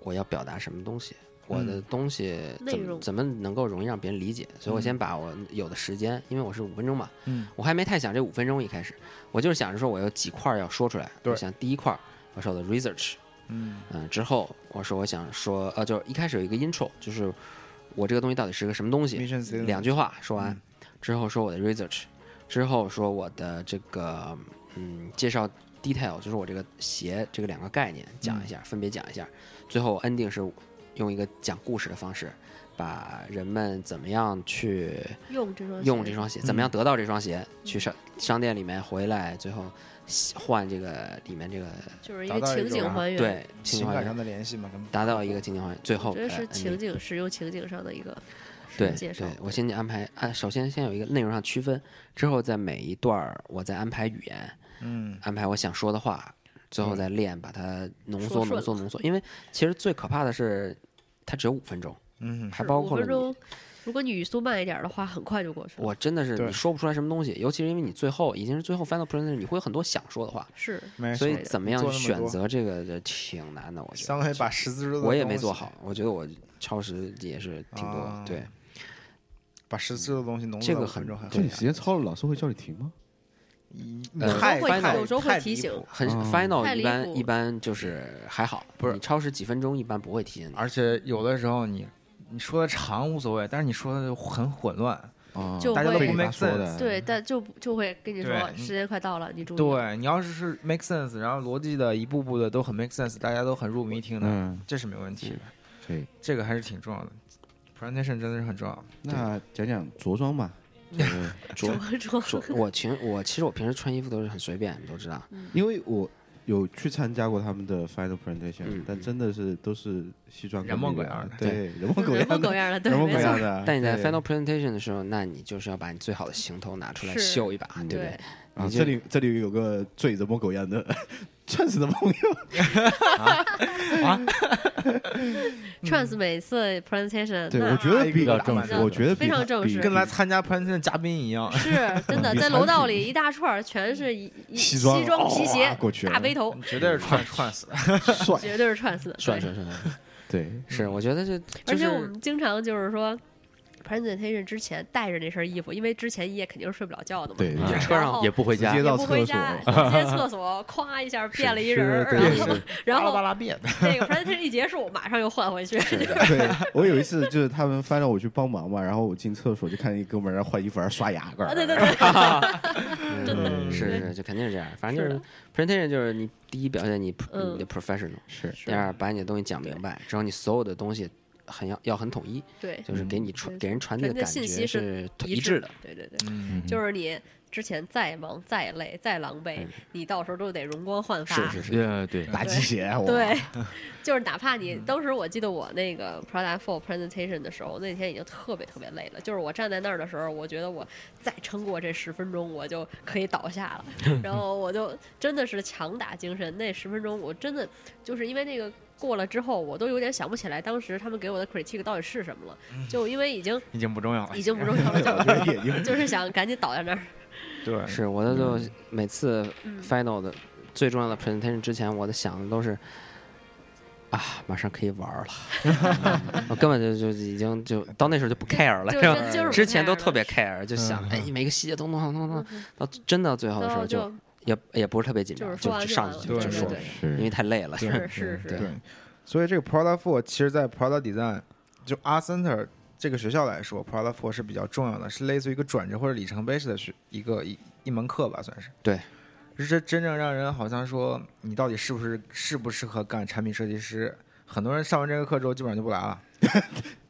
Speaker 4: 我要表达什么东西，我
Speaker 2: 嗯
Speaker 4: 的东西
Speaker 3: 内
Speaker 4: 怎么
Speaker 3: 容
Speaker 4: 怎么能够容易让别人理解，所以我先把我有的时间，因为我是五分钟嘛，
Speaker 2: 嗯，
Speaker 4: 我还没太想这五分钟一开始，我就是想着说我有几块儿要说出来，
Speaker 2: 对
Speaker 4: 我想第一块儿我说我的 research，
Speaker 2: 嗯
Speaker 4: 嗯，之后我说我想说，呃，就是一开始有一个 intro，就是我这个东西到底是个什么东西，
Speaker 2: ，mission statement
Speaker 4: 两句话说完，之后说我的 research，之后说我的这个嗯介绍 detail，就是我这个鞋这个两个概念讲一下，分别讲一下，最后 ending 是用一个讲故事的方式，把人们怎么样去
Speaker 3: 用这双
Speaker 4: 用
Speaker 3: 鞋
Speaker 4: 这双鞋，怎么样得到这双鞋，去商商店里面回来，最后喜换这个里面这个
Speaker 3: 就是一
Speaker 2: 达
Speaker 3: 个
Speaker 2: 到一
Speaker 3: 情
Speaker 2: 种
Speaker 3: 景还原，
Speaker 4: 啊对情
Speaker 2: 情
Speaker 4: 况
Speaker 2: 感上的联系嘛，跟
Speaker 4: 达到一个情景还原，最后
Speaker 3: 我觉得
Speaker 4: 呃
Speaker 3: 是
Speaker 4: ending
Speaker 3: 情景使用情景上的一个
Speaker 4: 对
Speaker 3: 介绍
Speaker 4: 对，我先安排啊，首先先有一个内容上区分，之后在每一段儿我再安排语言，
Speaker 2: 嗯
Speaker 4: 安排我想说的话，最后再练把它浓
Speaker 3: 嗯说
Speaker 4: 缩、
Speaker 3: 顺
Speaker 4: 浓缩、浓缩。因为其实最可怕的是，它只有五分钟，
Speaker 2: 嗯
Speaker 4: 还
Speaker 3: 是
Speaker 4: 包
Speaker 3: 五
Speaker 4: 括了
Speaker 3: 分
Speaker 4: 你。
Speaker 3: 钟。如果你语速慢一点的话，很快就过去了。
Speaker 4: 我真的是
Speaker 2: 对
Speaker 4: 你说不出来什么东西，尤其是因为你最后已经是最后 final presentation，你会有很多想说的话，
Speaker 3: 是
Speaker 2: 没
Speaker 4: 所以
Speaker 3: 错
Speaker 4: 怎么
Speaker 2: 你
Speaker 4: 样
Speaker 2: 做那么
Speaker 4: 选
Speaker 2: 多
Speaker 4: 择这个就挺难的，我觉得。
Speaker 2: 相当于把十字路的
Speaker 4: 我也没
Speaker 2: 东
Speaker 4: 做
Speaker 2: 西
Speaker 4: 好，我觉得我超时也是挺多的，
Speaker 2: 啊
Speaker 4: 对，
Speaker 2: 把十字路的东西浓缩
Speaker 4: 这
Speaker 2: 到
Speaker 4: 个
Speaker 2: 五分
Speaker 4: 很
Speaker 2: 钟还
Speaker 4: 对
Speaker 1: 这
Speaker 2: 很
Speaker 1: 你时间超了，老师会叫你停吗？
Speaker 8: 你
Speaker 4: 呃
Speaker 8: 太
Speaker 3: 有时候会
Speaker 8: 太
Speaker 3: 有时候会
Speaker 8: 太
Speaker 3: 提
Speaker 8: 离
Speaker 3: 醒
Speaker 8: 谱了
Speaker 4: 很
Speaker 5: 哦
Speaker 4: final
Speaker 3: 太
Speaker 4: 一
Speaker 3: 离
Speaker 4: 般
Speaker 3: 谱
Speaker 4: 一般嗯就是还好，
Speaker 2: 不是
Speaker 4: 你超时几分钟一般不会提醒你。
Speaker 2: 而且有的时候你你说的长无所谓，但是你说的很混乱，
Speaker 5: 啊，
Speaker 3: 就
Speaker 8: 大家都
Speaker 3: 会
Speaker 8: 不 make
Speaker 5: 说
Speaker 8: sense。
Speaker 5: 的
Speaker 3: 对，但就不就会跟你说
Speaker 2: 对
Speaker 3: 时间快到了，你注意。，
Speaker 2: 对你要是是 make sense，然后逻辑的一步步的都很 make sense，大家都很入迷听的，
Speaker 5: 嗯，
Speaker 2: 这是没问题的。
Speaker 1: 可以。
Speaker 2: 这个还是挺重要的，presentation 真的是很重要。
Speaker 1: 那讲讲着装吧，就是
Speaker 3: 着装
Speaker 4: 说我其实我其实我平时穿衣服都是很随便，你都知道。
Speaker 1: 因为我有去参加过他们的 final presentation，、
Speaker 4: 嗯
Speaker 1: 但真的是都是西装革
Speaker 2: 人模
Speaker 1: 履
Speaker 2: 狗样儿的
Speaker 1: 对，人模狗
Speaker 3: 人
Speaker 1: 样
Speaker 3: 模
Speaker 1: 的，
Speaker 3: 狗样 了，对，
Speaker 1: 人模
Speaker 3: 没
Speaker 1: 狗
Speaker 3: 错
Speaker 1: 样，的。
Speaker 4: 但你在
Speaker 1: 对啊
Speaker 4: final presentation 的时候，那你就是要把你最好的行头拿出来
Speaker 3: 是
Speaker 4: 秀一把，对不对？
Speaker 3: 对，
Speaker 1: 啊，
Speaker 4: 你
Speaker 1: 这
Speaker 4: 就
Speaker 1: 里这里有个醉人模狗样的 串死的朋友，
Speaker 3: trans 每次 presentation，
Speaker 1: 对
Speaker 3: 那
Speaker 1: 我觉得比
Speaker 2: 比较正
Speaker 3: 式
Speaker 1: 我觉得比
Speaker 3: 非常正
Speaker 1: 比
Speaker 3: 式
Speaker 2: 跟来参加 presentation 的嘉宾一样，
Speaker 3: 是真的，
Speaker 1: 比
Speaker 3: 在
Speaker 1: 产
Speaker 3: 楼道
Speaker 1: 品
Speaker 3: 里一大串儿全是一一
Speaker 1: 西
Speaker 3: 西
Speaker 1: 装
Speaker 3: 装皮
Speaker 1: 哇
Speaker 3: 鞋、
Speaker 1: 过去了
Speaker 3: 大背头，
Speaker 2: 绝嗯对是串串死的。
Speaker 1: 帅，
Speaker 3: 绝对是 trans 的。对
Speaker 4: 帅帅帅帅！
Speaker 1: 对，
Speaker 4: 是，我觉得这
Speaker 3: 而
Speaker 4: 就
Speaker 3: 且我
Speaker 4: 是
Speaker 3: 们经常就是说。presentation 之前带着那身衣服，因为之前夜肯定是睡不了觉的嘛。
Speaker 1: 对
Speaker 3: 然
Speaker 4: 也车上
Speaker 3: 后
Speaker 5: 也不回
Speaker 1: 直
Speaker 5: 家
Speaker 1: 接
Speaker 3: 也
Speaker 1: 到
Speaker 3: 不
Speaker 1: 厕
Speaker 3: 回
Speaker 1: 所，
Speaker 3: 家，直接厕所，咵一下变了一人儿，
Speaker 1: 是
Speaker 3: 然
Speaker 1: 对
Speaker 3: 后
Speaker 1: 是
Speaker 3: 然
Speaker 2: 巴拉巴
Speaker 3: 后
Speaker 2: 拉变，
Speaker 3: 那个 presentation 一结束，马上又换回去。
Speaker 1: 对，我有一次就是他们翻让我去帮忙嘛，然后我进厕所就看见一哥们儿在换衣服，还刷牙，
Speaker 3: 啊，对对对，真
Speaker 4: 嗯
Speaker 3: 的
Speaker 4: 是
Speaker 3: 对
Speaker 4: 是，就肯定是这样。反正
Speaker 3: 是
Speaker 4: 就是
Speaker 3: 的
Speaker 4: presentation 就是你第一表现你
Speaker 3: 嗯
Speaker 4: 你的 professional，
Speaker 1: 是
Speaker 4: 第二把你的东西讲明白，之后你所有的东西很要要很统一，
Speaker 3: 对，
Speaker 4: 就是给你传
Speaker 3: 嗯对
Speaker 4: 给人传递的
Speaker 3: 传递的
Speaker 4: 感
Speaker 3: 信
Speaker 4: 觉
Speaker 3: 息是
Speaker 4: 是
Speaker 3: 一
Speaker 4: 致
Speaker 3: 致
Speaker 4: 的。。
Speaker 3: 对对对，
Speaker 2: 嗯，
Speaker 3: 就是你之前再忙、再累、再狼狈
Speaker 4: 嗯，
Speaker 3: 你到时候都得容光焕发。
Speaker 4: 是是是，
Speaker 5: 对对，
Speaker 1: 打鸡血，啊我
Speaker 3: 对，就是哪怕
Speaker 4: 嗯
Speaker 3: 你当时我记得我那个 Prada Full Presentation 的时候，那天已经特别特别累了。就是我站在那儿的时候，我觉得我再撑过这十分钟，我就可以倒 下了。然后我就真的是强打精神，那十分钟我真的就是因为那个。过了之后，我都有点想不起来当时他们给我的 critique 到底是什么了，
Speaker 4: 嗯
Speaker 3: 就因为已经
Speaker 2: 已经不重要了，
Speaker 3: 已经不重要了，
Speaker 1: 我觉得 也
Speaker 3: 就就是想赶紧倒在那儿。
Speaker 2: 对，
Speaker 4: 是我的就每次
Speaker 3: 嗯
Speaker 4: final 的最重要的 presentation 之前，我的想的都是啊，马上可以玩儿了， 我根本就就已经就到那时候就不 care 了，
Speaker 3: 就是
Speaker 4: 吧
Speaker 3: 就是不
Speaker 4: 之前都
Speaker 3: care 了嗯
Speaker 4: 特别 care，就
Speaker 2: 嗯
Speaker 4: 想哎每个细节都弄好弄弄，到真到最后的
Speaker 3: 然
Speaker 4: 时
Speaker 3: 后
Speaker 4: 候就也也不是特别紧
Speaker 3: 就
Speaker 4: 张，
Speaker 3: 是说
Speaker 4: 就
Speaker 3: 完
Speaker 4: 就
Speaker 3: 就
Speaker 4: 上
Speaker 3: 完了
Speaker 4: 去就
Speaker 2: 对
Speaker 4: 就说
Speaker 3: 对，
Speaker 4: 因为太累了，
Speaker 3: 是是
Speaker 4: 嗯对
Speaker 3: 是，
Speaker 2: 对，所以这个 Prada Four 其实，在 Prada Design 就 Art Center 这个学校来说，Prada Four 是比较重要的，是类似于一个转折或者里程碑式的学一个一一门课吧，算是。
Speaker 4: 对，
Speaker 2: 是这真正让人好像说你到底是不是适不适合干产品设计师？很多人上完这个课之后，基本上就不来了。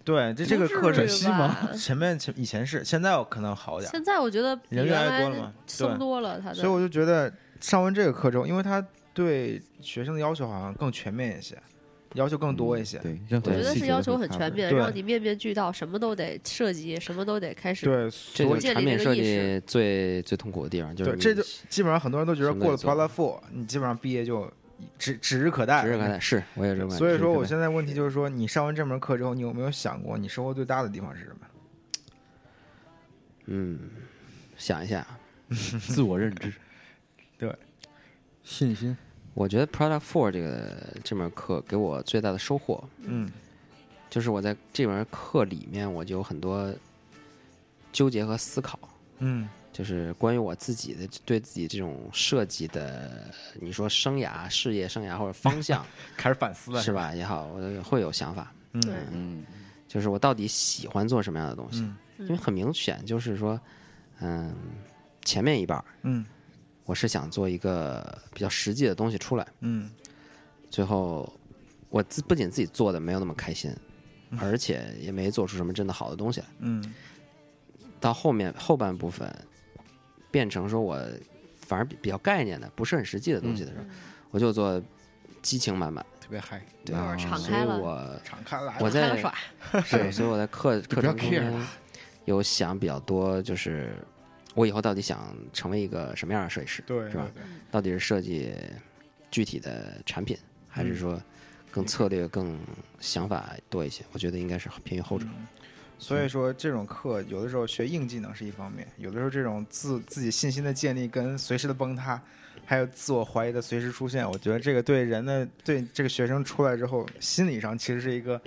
Speaker 2: 对，这这个课程
Speaker 3: 不至于 吧？
Speaker 2: 前面前以前是，现在我可能好点儿，
Speaker 3: 现在我觉得比
Speaker 2: 人
Speaker 3: 原
Speaker 2: 越来越
Speaker 3: 来
Speaker 2: 多了嘛
Speaker 3: 松
Speaker 2: 对
Speaker 3: 多了，他的
Speaker 2: 所以我就觉得上完这个课之后，因为他对学生的要求好像更全面一些，要求更多一
Speaker 4: 嗯
Speaker 2: 些。
Speaker 1: 对，任何
Speaker 3: 我觉得
Speaker 1: 细
Speaker 3: 是
Speaker 1: 节
Speaker 3: 要
Speaker 1: 都
Speaker 3: 求
Speaker 1: 会
Speaker 3: 很
Speaker 1: cover
Speaker 3: 全。面，
Speaker 2: 对
Speaker 3: 让你面面俱到，什么都得涉及，什么都得开始。
Speaker 2: 对，
Speaker 4: 这
Speaker 2: 所以
Speaker 4: 就是
Speaker 3: 建
Speaker 4: 产
Speaker 3: 立
Speaker 4: 品
Speaker 3: 这
Speaker 4: 设
Speaker 3: 个意
Speaker 4: 计最最痛苦的地方，就是
Speaker 2: 对这
Speaker 4: 你
Speaker 2: 就基本上很多人都觉得
Speaker 4: 什么
Speaker 2: 过了
Speaker 4: 也做
Speaker 2: Prada Four，你基本上毕业就指指日可待。
Speaker 4: 指日可待。是，我也是这种感觉。
Speaker 2: 哎所以说，我
Speaker 4: 是
Speaker 2: 现在问题就是说，你上完这门课之后，你有没有想过你收获最大的地方是什么？
Speaker 4: 嗯，想一下，啊
Speaker 1: 自我认知，
Speaker 5: 信心
Speaker 4: 我觉得 Product Four 这个这门课给我最大的收获，
Speaker 2: 嗯
Speaker 4: 就是我在这门课里面，我就有很多纠结和思考，
Speaker 2: 嗯
Speaker 4: 就是关于我自己的对自己这种设计的，你说生涯、事业生涯或者方 向，
Speaker 2: 开始反思
Speaker 4: 是吧？也好，我会有想法，
Speaker 3: 对
Speaker 2: 嗯
Speaker 1: 嗯，
Speaker 4: 就是我到底喜欢做什么样的东西，
Speaker 2: 嗯
Speaker 4: 因为很明显就是说，嗯，前面一半儿
Speaker 2: 嗯
Speaker 4: 我是想做一个比较实际的东西出来。
Speaker 2: 嗯
Speaker 4: 最后我自不仅自己做的没有那么开心，
Speaker 1: 嗯
Speaker 4: 而且也没做出什么真的好的东西来。
Speaker 2: 嗯
Speaker 4: 到后面后半部分，变成说我反而比比较概念的，不是很实际的东西的时候，
Speaker 3: 嗯
Speaker 4: 我就做激情满满。
Speaker 2: 特别嗨，
Speaker 3: 对，就是敞
Speaker 4: 所以
Speaker 3: 开了，
Speaker 4: 我
Speaker 2: 敞开来
Speaker 3: 敞
Speaker 4: 我
Speaker 3: 开了
Speaker 4: 在
Speaker 3: 耍。
Speaker 4: 是，所以我在课课
Speaker 1: 不要
Speaker 4: 程中
Speaker 1: care
Speaker 4: 间有想比较多，就是我以后到底想成为一个什么样的设计师，
Speaker 2: 对
Speaker 4: 是吧？
Speaker 2: 对
Speaker 4: 到底是设计具体的产品，还是说更策略、更想法多一些？我觉得应该是偏于后者。
Speaker 2: 所以说，这种课有的时候学硬技能是一方面，有的时候这种自自己信心的建立跟随时的崩塌，还有自我怀疑的随时出现，我觉得这个对人的对这个学生出来之后，心理上其实是一个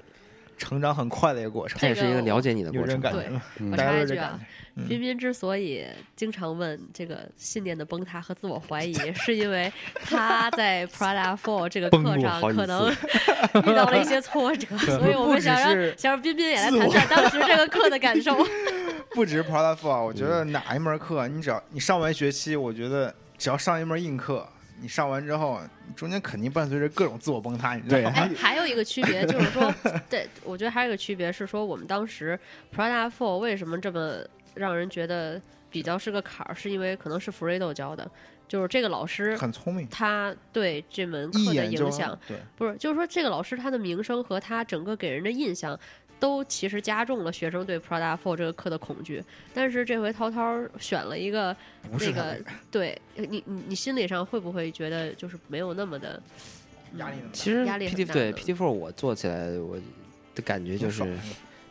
Speaker 6: 成长很快的一个过程
Speaker 4: 它。也是一个了解你的
Speaker 6: 有
Speaker 4: 过
Speaker 6: 这种感
Speaker 4: 程。
Speaker 6: 觉
Speaker 3: 对
Speaker 6: 吗？
Speaker 1: 嗯
Speaker 3: 我
Speaker 6: 大
Speaker 3: 插
Speaker 6: 家
Speaker 3: 一
Speaker 6: 都这
Speaker 3: 句
Speaker 6: 感
Speaker 3: 啊
Speaker 6: 觉，，嗯
Speaker 3: 彬彬之所以经常问这个信念的崩塌和自我怀疑，是因为他在 Prada Four 这个
Speaker 5: 崩
Speaker 3: 课
Speaker 5: 过
Speaker 3: 上
Speaker 5: 好几
Speaker 3: 可
Speaker 5: 次
Speaker 3: 能遇到了一些挫折，所以我
Speaker 6: 不
Speaker 3: 们
Speaker 6: 只
Speaker 3: 想
Speaker 6: 是
Speaker 3: 让想让彬彬也来谈谈当时这个课的感受。
Speaker 6: 不止 p r a d a f o 我觉得哪一门课，你只要你上完学期，我觉得只要上一门硬课，你上完之后，你中间肯定伴随着各种自我崩塌，你知道
Speaker 2: 对
Speaker 6: 吗？
Speaker 3: 哎，还有一个区 别就是说，对，我觉得还有一个区别是说，我们当时 Prada Four 为什么这么让人觉得比较是个坎儿，是因为可能是 Fredo 教的，就是这个老师
Speaker 6: 很聪明，
Speaker 3: 他对这门
Speaker 6: 一
Speaker 3: 课的
Speaker 6: 眼就
Speaker 3: 影响，
Speaker 6: 对，
Speaker 3: 不是，就是说这个老师他的名声和他整个给人的印象。都其实加重了学生对 Prada Four 这个课的恐惧，但是这回涛涛选了一个
Speaker 6: 不是
Speaker 3: 那
Speaker 6: 他
Speaker 3: 个，对你你你心理上会不会觉得就是没有那么的嗯
Speaker 6: 压力那么大
Speaker 4: 其实
Speaker 3: 压力很
Speaker 4: PT
Speaker 3: 大
Speaker 4: 对
Speaker 3: 的
Speaker 4: PT Four 我做起来我的感觉就是
Speaker 6: 挺爽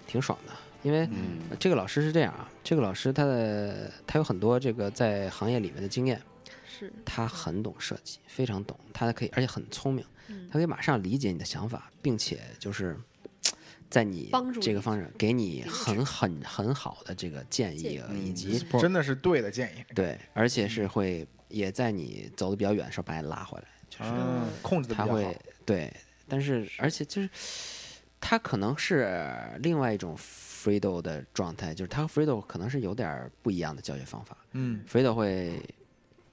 Speaker 4: 挺爽的，因为
Speaker 1: 嗯
Speaker 4: 这个老师是这样啊，这个老师他的他有很多这个在行业里面的经验，
Speaker 3: 是
Speaker 4: 他很懂设计，非常懂，他可以而且很聪明，
Speaker 3: 嗯
Speaker 4: 他可以马上理解你的想法，并且就是嘖在你
Speaker 3: 帮助
Speaker 4: 这个
Speaker 3: 你
Speaker 4: 方面给你
Speaker 3: 定制
Speaker 4: 很很很好的这个建
Speaker 3: 建
Speaker 4: 议
Speaker 3: 议嗯
Speaker 4: 和以及
Speaker 6: 真的是对的建议，
Speaker 4: 对，而且是会也在你走的比较远的时候把你拉回来，就是
Speaker 6: 嗯，控制的比
Speaker 4: 他
Speaker 6: 较好，
Speaker 4: 会对，但是而且就是他可能是另外一种 Fredo 的状态，就是他和 Fredo 可能是有点儿不一样的教学方法
Speaker 6: 嗯，
Speaker 4: ，Fredo 会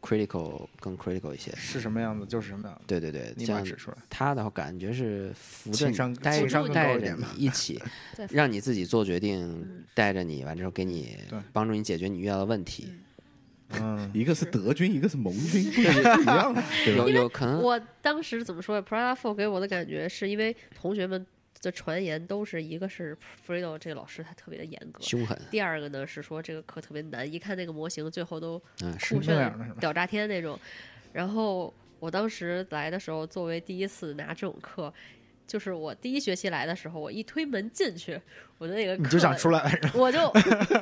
Speaker 4: critical 更 critical 一些，
Speaker 6: 是什么样子就是什么样子，
Speaker 4: 对对对，
Speaker 6: 立马
Speaker 4: 像
Speaker 6: 指出来。
Speaker 4: 他的话感觉是扶着
Speaker 6: 情
Speaker 4: 你
Speaker 6: 商
Speaker 4: 带
Speaker 6: 情商
Speaker 4: 着
Speaker 6: 更
Speaker 4: 带
Speaker 6: 高一
Speaker 4: 着
Speaker 6: 点
Speaker 4: 你
Speaker 6: 吧
Speaker 4: 一起
Speaker 3: 在，
Speaker 4: 让你自己做决
Speaker 3: 嗯
Speaker 4: 定，带着你完之后给你
Speaker 6: 对
Speaker 4: 帮助你解决你遇到的问题，
Speaker 6: 嗯，
Speaker 1: 一个是德军，一个是盟军，不一样不一样的，啊对 吧
Speaker 4: 有有可能
Speaker 3: 我当时怎么说呀？Prada Four 给我的感觉是因为同学们的传言都是一个是 Fredo 这个老师他特别的严格，
Speaker 4: 凶狠，
Speaker 3: 第二个呢是说这个课特别难，一看那个模型最后都
Speaker 4: 嗯是
Speaker 3: 酷
Speaker 6: 那
Speaker 3: 炫
Speaker 6: 样的是吧
Speaker 3: 屌炸天那种。然后我当时来的时候，作为第一次拿这种课，就是我第一学期来的时候，我一推门进去，我的那个
Speaker 6: 你
Speaker 3: 课
Speaker 6: 就想出来，
Speaker 3: 我就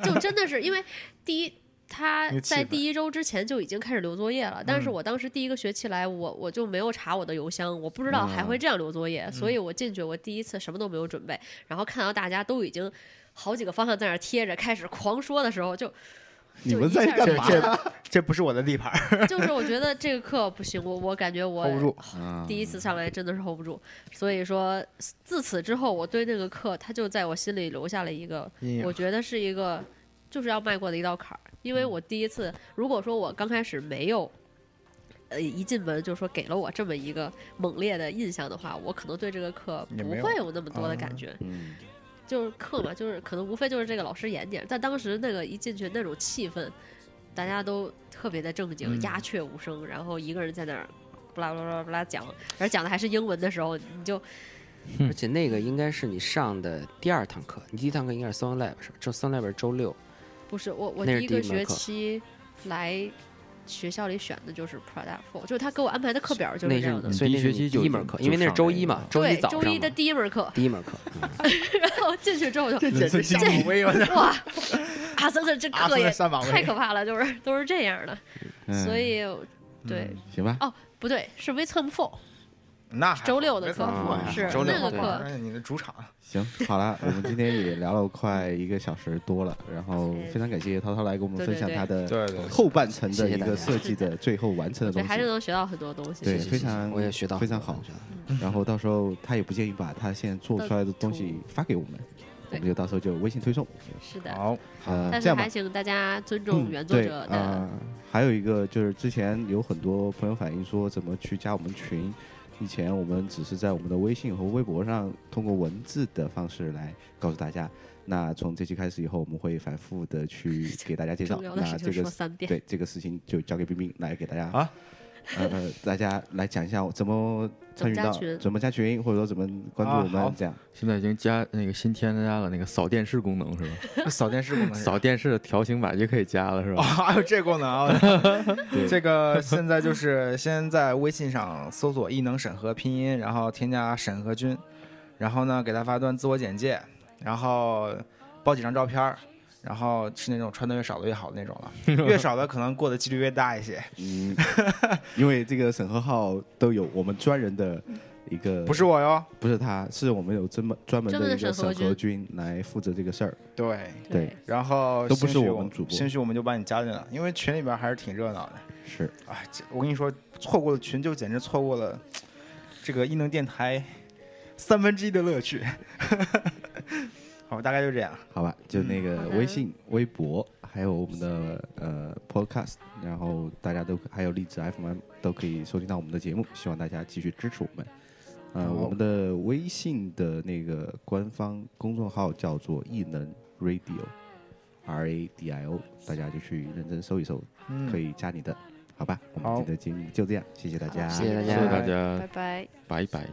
Speaker 3: 就真的是因为第一。他
Speaker 6: 那个气
Speaker 3: 在
Speaker 6: 氛嗯
Speaker 3: 第一周之前就已经开始留作业了，但是我当时第一个学期来，我我就没有查我的邮箱，我不知道
Speaker 6: 嗯
Speaker 3: 还会这样留作业，所以我进去我第一次什么都没有准备，然后看到大家都已经好几个方向在那儿贴着，开始狂说的时候就，
Speaker 1: 你们在干
Speaker 6: 这
Speaker 1: 嘛？
Speaker 6: 这这不是我的地盘，
Speaker 3: 就是我觉得这个课不行，我我感觉我
Speaker 6: hold 不住嗯
Speaker 3: 第一次上来真的是 hold 不住，所以说自此之后，我对那个课，它就在我心里留下了一个
Speaker 6: 阴影
Speaker 3: 我觉得是一个就是要迈过的一道坎儿，因
Speaker 6: 嗯
Speaker 3: 为我第一次，如果说我刚开始没有，呃，一进门就说给了我这么一个猛烈的印象的话，我可能对这个课
Speaker 6: 也
Speaker 3: 不
Speaker 6: 没有啊
Speaker 3: 会有那么多的感觉。
Speaker 1: 嗯，
Speaker 3: 就是课嘛，就是可能无非就是这个老师演点，但当时那个一进去那种气氛，大家都特别的正经，
Speaker 6: 嗯
Speaker 3: 鸦雀无声，然后一个人在那儿。不啦不啦不啦不啦讲，而讲的还是英文的时候，你就
Speaker 4: 而且那个应该是你上的第二堂课，你第一堂课应该是 Sun Lab 是吧？这 Sun Lab 是周六，
Speaker 3: 不是我我
Speaker 4: 那
Speaker 3: 第
Speaker 4: 是
Speaker 3: 一
Speaker 4: 第一
Speaker 3: 个
Speaker 4: 门
Speaker 3: 学
Speaker 4: 课
Speaker 3: 期来学校里选的就是 Prada Four，就是他给我安排的课表就是
Speaker 4: 那
Speaker 3: 这样的
Speaker 5: 你。
Speaker 4: 所以
Speaker 5: 第
Speaker 4: 那
Speaker 5: 一
Speaker 4: 是
Speaker 5: 学期
Speaker 4: 你
Speaker 5: 就
Speaker 4: 第一
Speaker 5: 就
Speaker 4: 门课，
Speaker 5: 就
Speaker 4: 因为那是
Speaker 5: 上
Speaker 4: 周
Speaker 5: 这
Speaker 4: 一
Speaker 5: 个
Speaker 4: 嘛，周一
Speaker 3: 对，
Speaker 4: 早上
Speaker 3: 周一的
Speaker 4: 嘛
Speaker 3: 第一门 课，
Speaker 4: 第一门课，嗯
Speaker 3: 然后进去之后就
Speaker 6: 这简直下马 威，我操！
Speaker 3: 哇，阿森的这
Speaker 6: 阿
Speaker 3: 课
Speaker 6: 森
Speaker 3: 也
Speaker 6: 的三马
Speaker 3: 太
Speaker 6: 威，
Speaker 3: 可怕了，就是都是这样的，
Speaker 1: 嗯
Speaker 3: 所以对
Speaker 1: 行吧，
Speaker 3: 不对是 w e c o m Four，
Speaker 6: 那还好
Speaker 3: 周六的课
Speaker 6: 没啊法说呀
Speaker 3: 是
Speaker 4: 周六
Speaker 3: 那个
Speaker 4: 对
Speaker 3: 课，
Speaker 6: 你的主场，
Speaker 1: 行，好了，我们今天也聊了快一个小时多了，然后
Speaker 3: 对
Speaker 1: 非常感谢涛涛来给我们
Speaker 3: 对
Speaker 1: 分
Speaker 3: 对
Speaker 1: 享
Speaker 3: 对
Speaker 1: 他的
Speaker 6: 对对
Speaker 1: 后半程的
Speaker 4: 谢谢
Speaker 1: 一
Speaker 4: 大
Speaker 1: 个
Speaker 4: 家
Speaker 1: 设计的最后完成的
Speaker 3: 对，
Speaker 1: 东
Speaker 3: 还是
Speaker 1: 西。
Speaker 3: 能学到很多东西。
Speaker 1: 对
Speaker 4: 谢谢
Speaker 1: 非
Speaker 4: 谢谢
Speaker 1: 常
Speaker 4: 我也学到
Speaker 1: 非常好
Speaker 4: 很多东西了
Speaker 1: 然后到时候他也不介意把他现在做出来的东西发给我们，我们就到时候就微信推送。
Speaker 3: 是的，
Speaker 6: 好，
Speaker 1: 呃，
Speaker 3: 但
Speaker 1: 这
Speaker 3: 是
Speaker 1: 样吧
Speaker 3: 还，请大家尊重原
Speaker 1: 嗯
Speaker 3: 作
Speaker 1: 对
Speaker 3: 者的
Speaker 1: 呃。还有一个就是之前有很多朋友反映说怎么去加我们群，以前我们只是在我们的微信和微博上通过文字的方式来告诉大家。那从这期开始以后，我们会反复的去给大家介绍
Speaker 3: 重。要的
Speaker 1: 那
Speaker 3: 事
Speaker 1: 这
Speaker 3: 情说
Speaker 1: 个
Speaker 3: 三遍，
Speaker 1: 对这个事情就交给冰冰来给大家
Speaker 6: 啊，
Speaker 1: 呃，呃大家来讲一下怎么参与
Speaker 3: 怎么加
Speaker 1: 到
Speaker 3: 群
Speaker 1: 怎么加群，或者说怎么关注
Speaker 6: 啊
Speaker 1: 我
Speaker 6: 好
Speaker 1: 们这样。
Speaker 5: 现在已经加那个新添加了那个扫电视功能是吧？
Speaker 6: 扫电视功
Speaker 2: 哎
Speaker 6: 能是吧
Speaker 5: 扫电视的条形摆就可以加了是
Speaker 6: 哦，
Speaker 5: 吧？
Speaker 6: 还有这功能啊！ 这个现在就是先在微信上搜索“异能审核”拼音，然后添加审核君，然后呢给他发段自我简介，然后包几张照片儿，然后是那种穿的越少的越好的那种 了，越少的可能过的几率越大一些。
Speaker 1: 嗯，因为这个审核号都有我们专人的一个
Speaker 2: 不是我哟，
Speaker 1: 不是他，是我们有专门专门
Speaker 3: 专门
Speaker 1: 的
Speaker 3: 的
Speaker 1: 一个
Speaker 3: 审核
Speaker 1: 审核军来负责这个事儿。
Speaker 2: 对，
Speaker 1: 对，
Speaker 2: 然后
Speaker 1: 都不是
Speaker 2: 兴许
Speaker 1: 我们主播
Speaker 2: 兴许我们就把你加进来，因为群里边还是挺热闹的。
Speaker 1: 是
Speaker 2: 啊，这我跟你说，错过了群就简直错过了这个异能电台三分之一的乐趣。 好，大概就这样。
Speaker 1: 好吧，就那
Speaker 3: 好
Speaker 1: 个
Speaker 3: 的
Speaker 1: 微信、微博，还有我们的呃 Podcast，然后大家都还有荔枝 FM 都可以收听到我们的节目，希望大家继续支持我们。呃，
Speaker 2: 好
Speaker 1: 我们的微信的那个官方公众号叫做“异能 Radio”，R A D I O，大家就去认真搜一搜，
Speaker 2: 嗯
Speaker 1: 可以加你的，好吧？我们
Speaker 2: 好
Speaker 1: 今天的节目就这样，谢谢大家，
Speaker 3: 好
Speaker 4: 谢谢大
Speaker 5: 谢谢
Speaker 4: 家，
Speaker 5: 大家
Speaker 3: 拜，拜。
Speaker 5: 拜拜。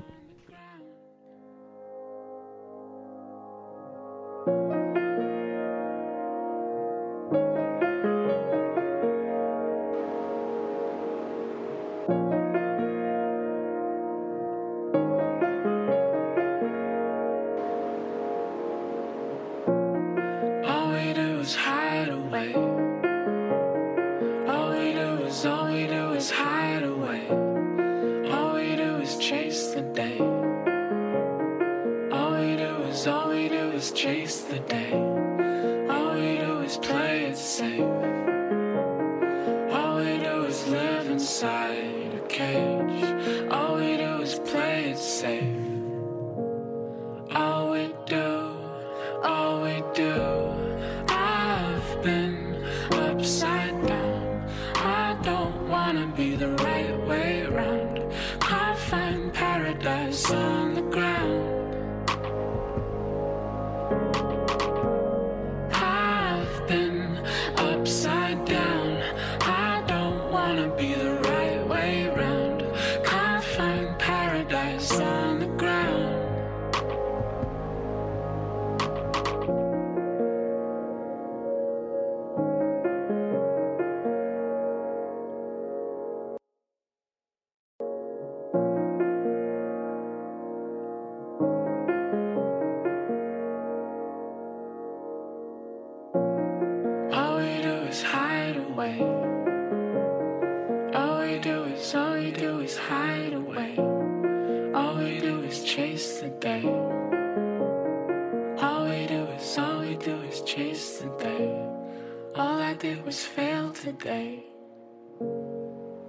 Speaker 7: All we do is hide away. All we do is, all we do is hide away. All we do is chase the day. All we do is, all we do is chase the day. All we do is play it safe. All we do is live inside a cage. All we do is play it safe. All we do, all we do. I've been upside down. I don't wanna be the right way round. Can't find paradise on the ground. I've been upside down. I don't wanna be the right way round. Can't find paradise on the ground. All we do is hide away. All we do is, all we do is hide away. All we do is chase the day. All we do is, all we do is chase the day. All I did was fail today.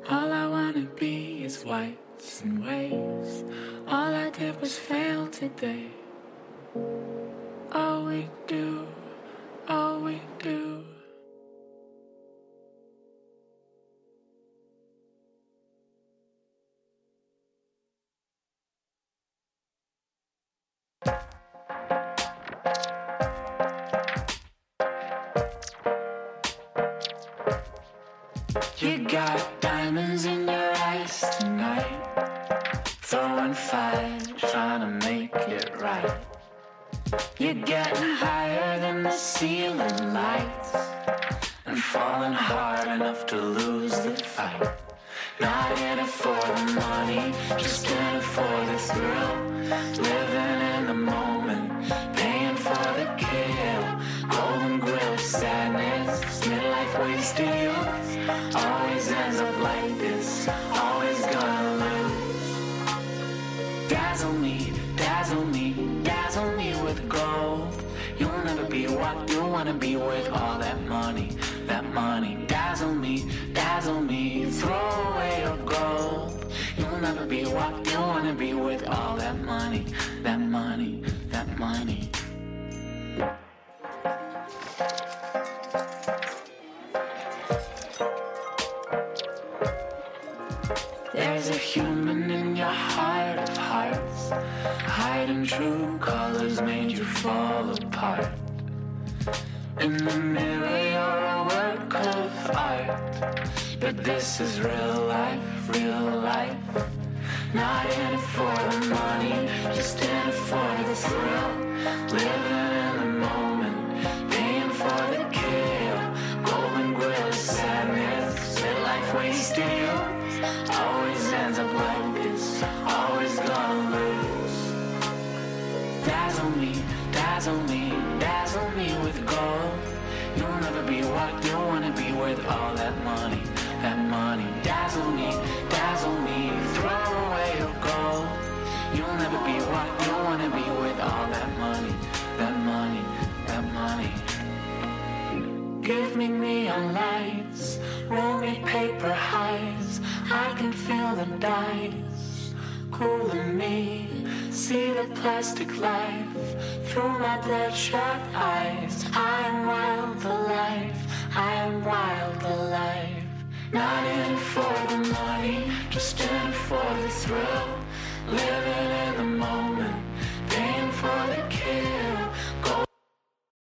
Speaker 7: All I wanna be is whites and waves. All I did was fail today. All we do, all we do. You got diamonds in your eyes tonight. Throwing fire, trying to make it right. You're getting higher than the ceiling lights. And falling hard enough to lose the fight. Not in it for the money, just in it for the thrill. Living in the moment, paying for the kill. Golden grill sadness, midlife wasted youth. Always ends up like this, always gonna lose. Dazzle me, dazzle me, dazzle me with gold. You'll never be what you wanna be with all that money, that money. Dazzle me, dazzle me, throw away your gold. You'll never be what you wanna be with all that money, that money, that money. There's a human in your heart of hearts, hiding true colors made you fall apart. In the mirror, you're a work of art, but this is real life, real life. Not in it for the money, just in it for the thrill. Living in the moment, paying for the kill. Golden grill of sadness, midlife wasted youth. Always ends up like this, always gonna lose. Dazzle me, dazzle me, dazzle me with gold. You'll never be what you wanna be with all that money, that money. Dazzle me, dazzle me, throw away your gold. be what you wanna be with all that money, that money, that money. Give me neon lights, roll me paper highs. I can feel the dice cooling me. See the plastic life through my bloodshot eyes. I am wild alive, I am wild alive. Not in it for the money, just in it for the thrill. Live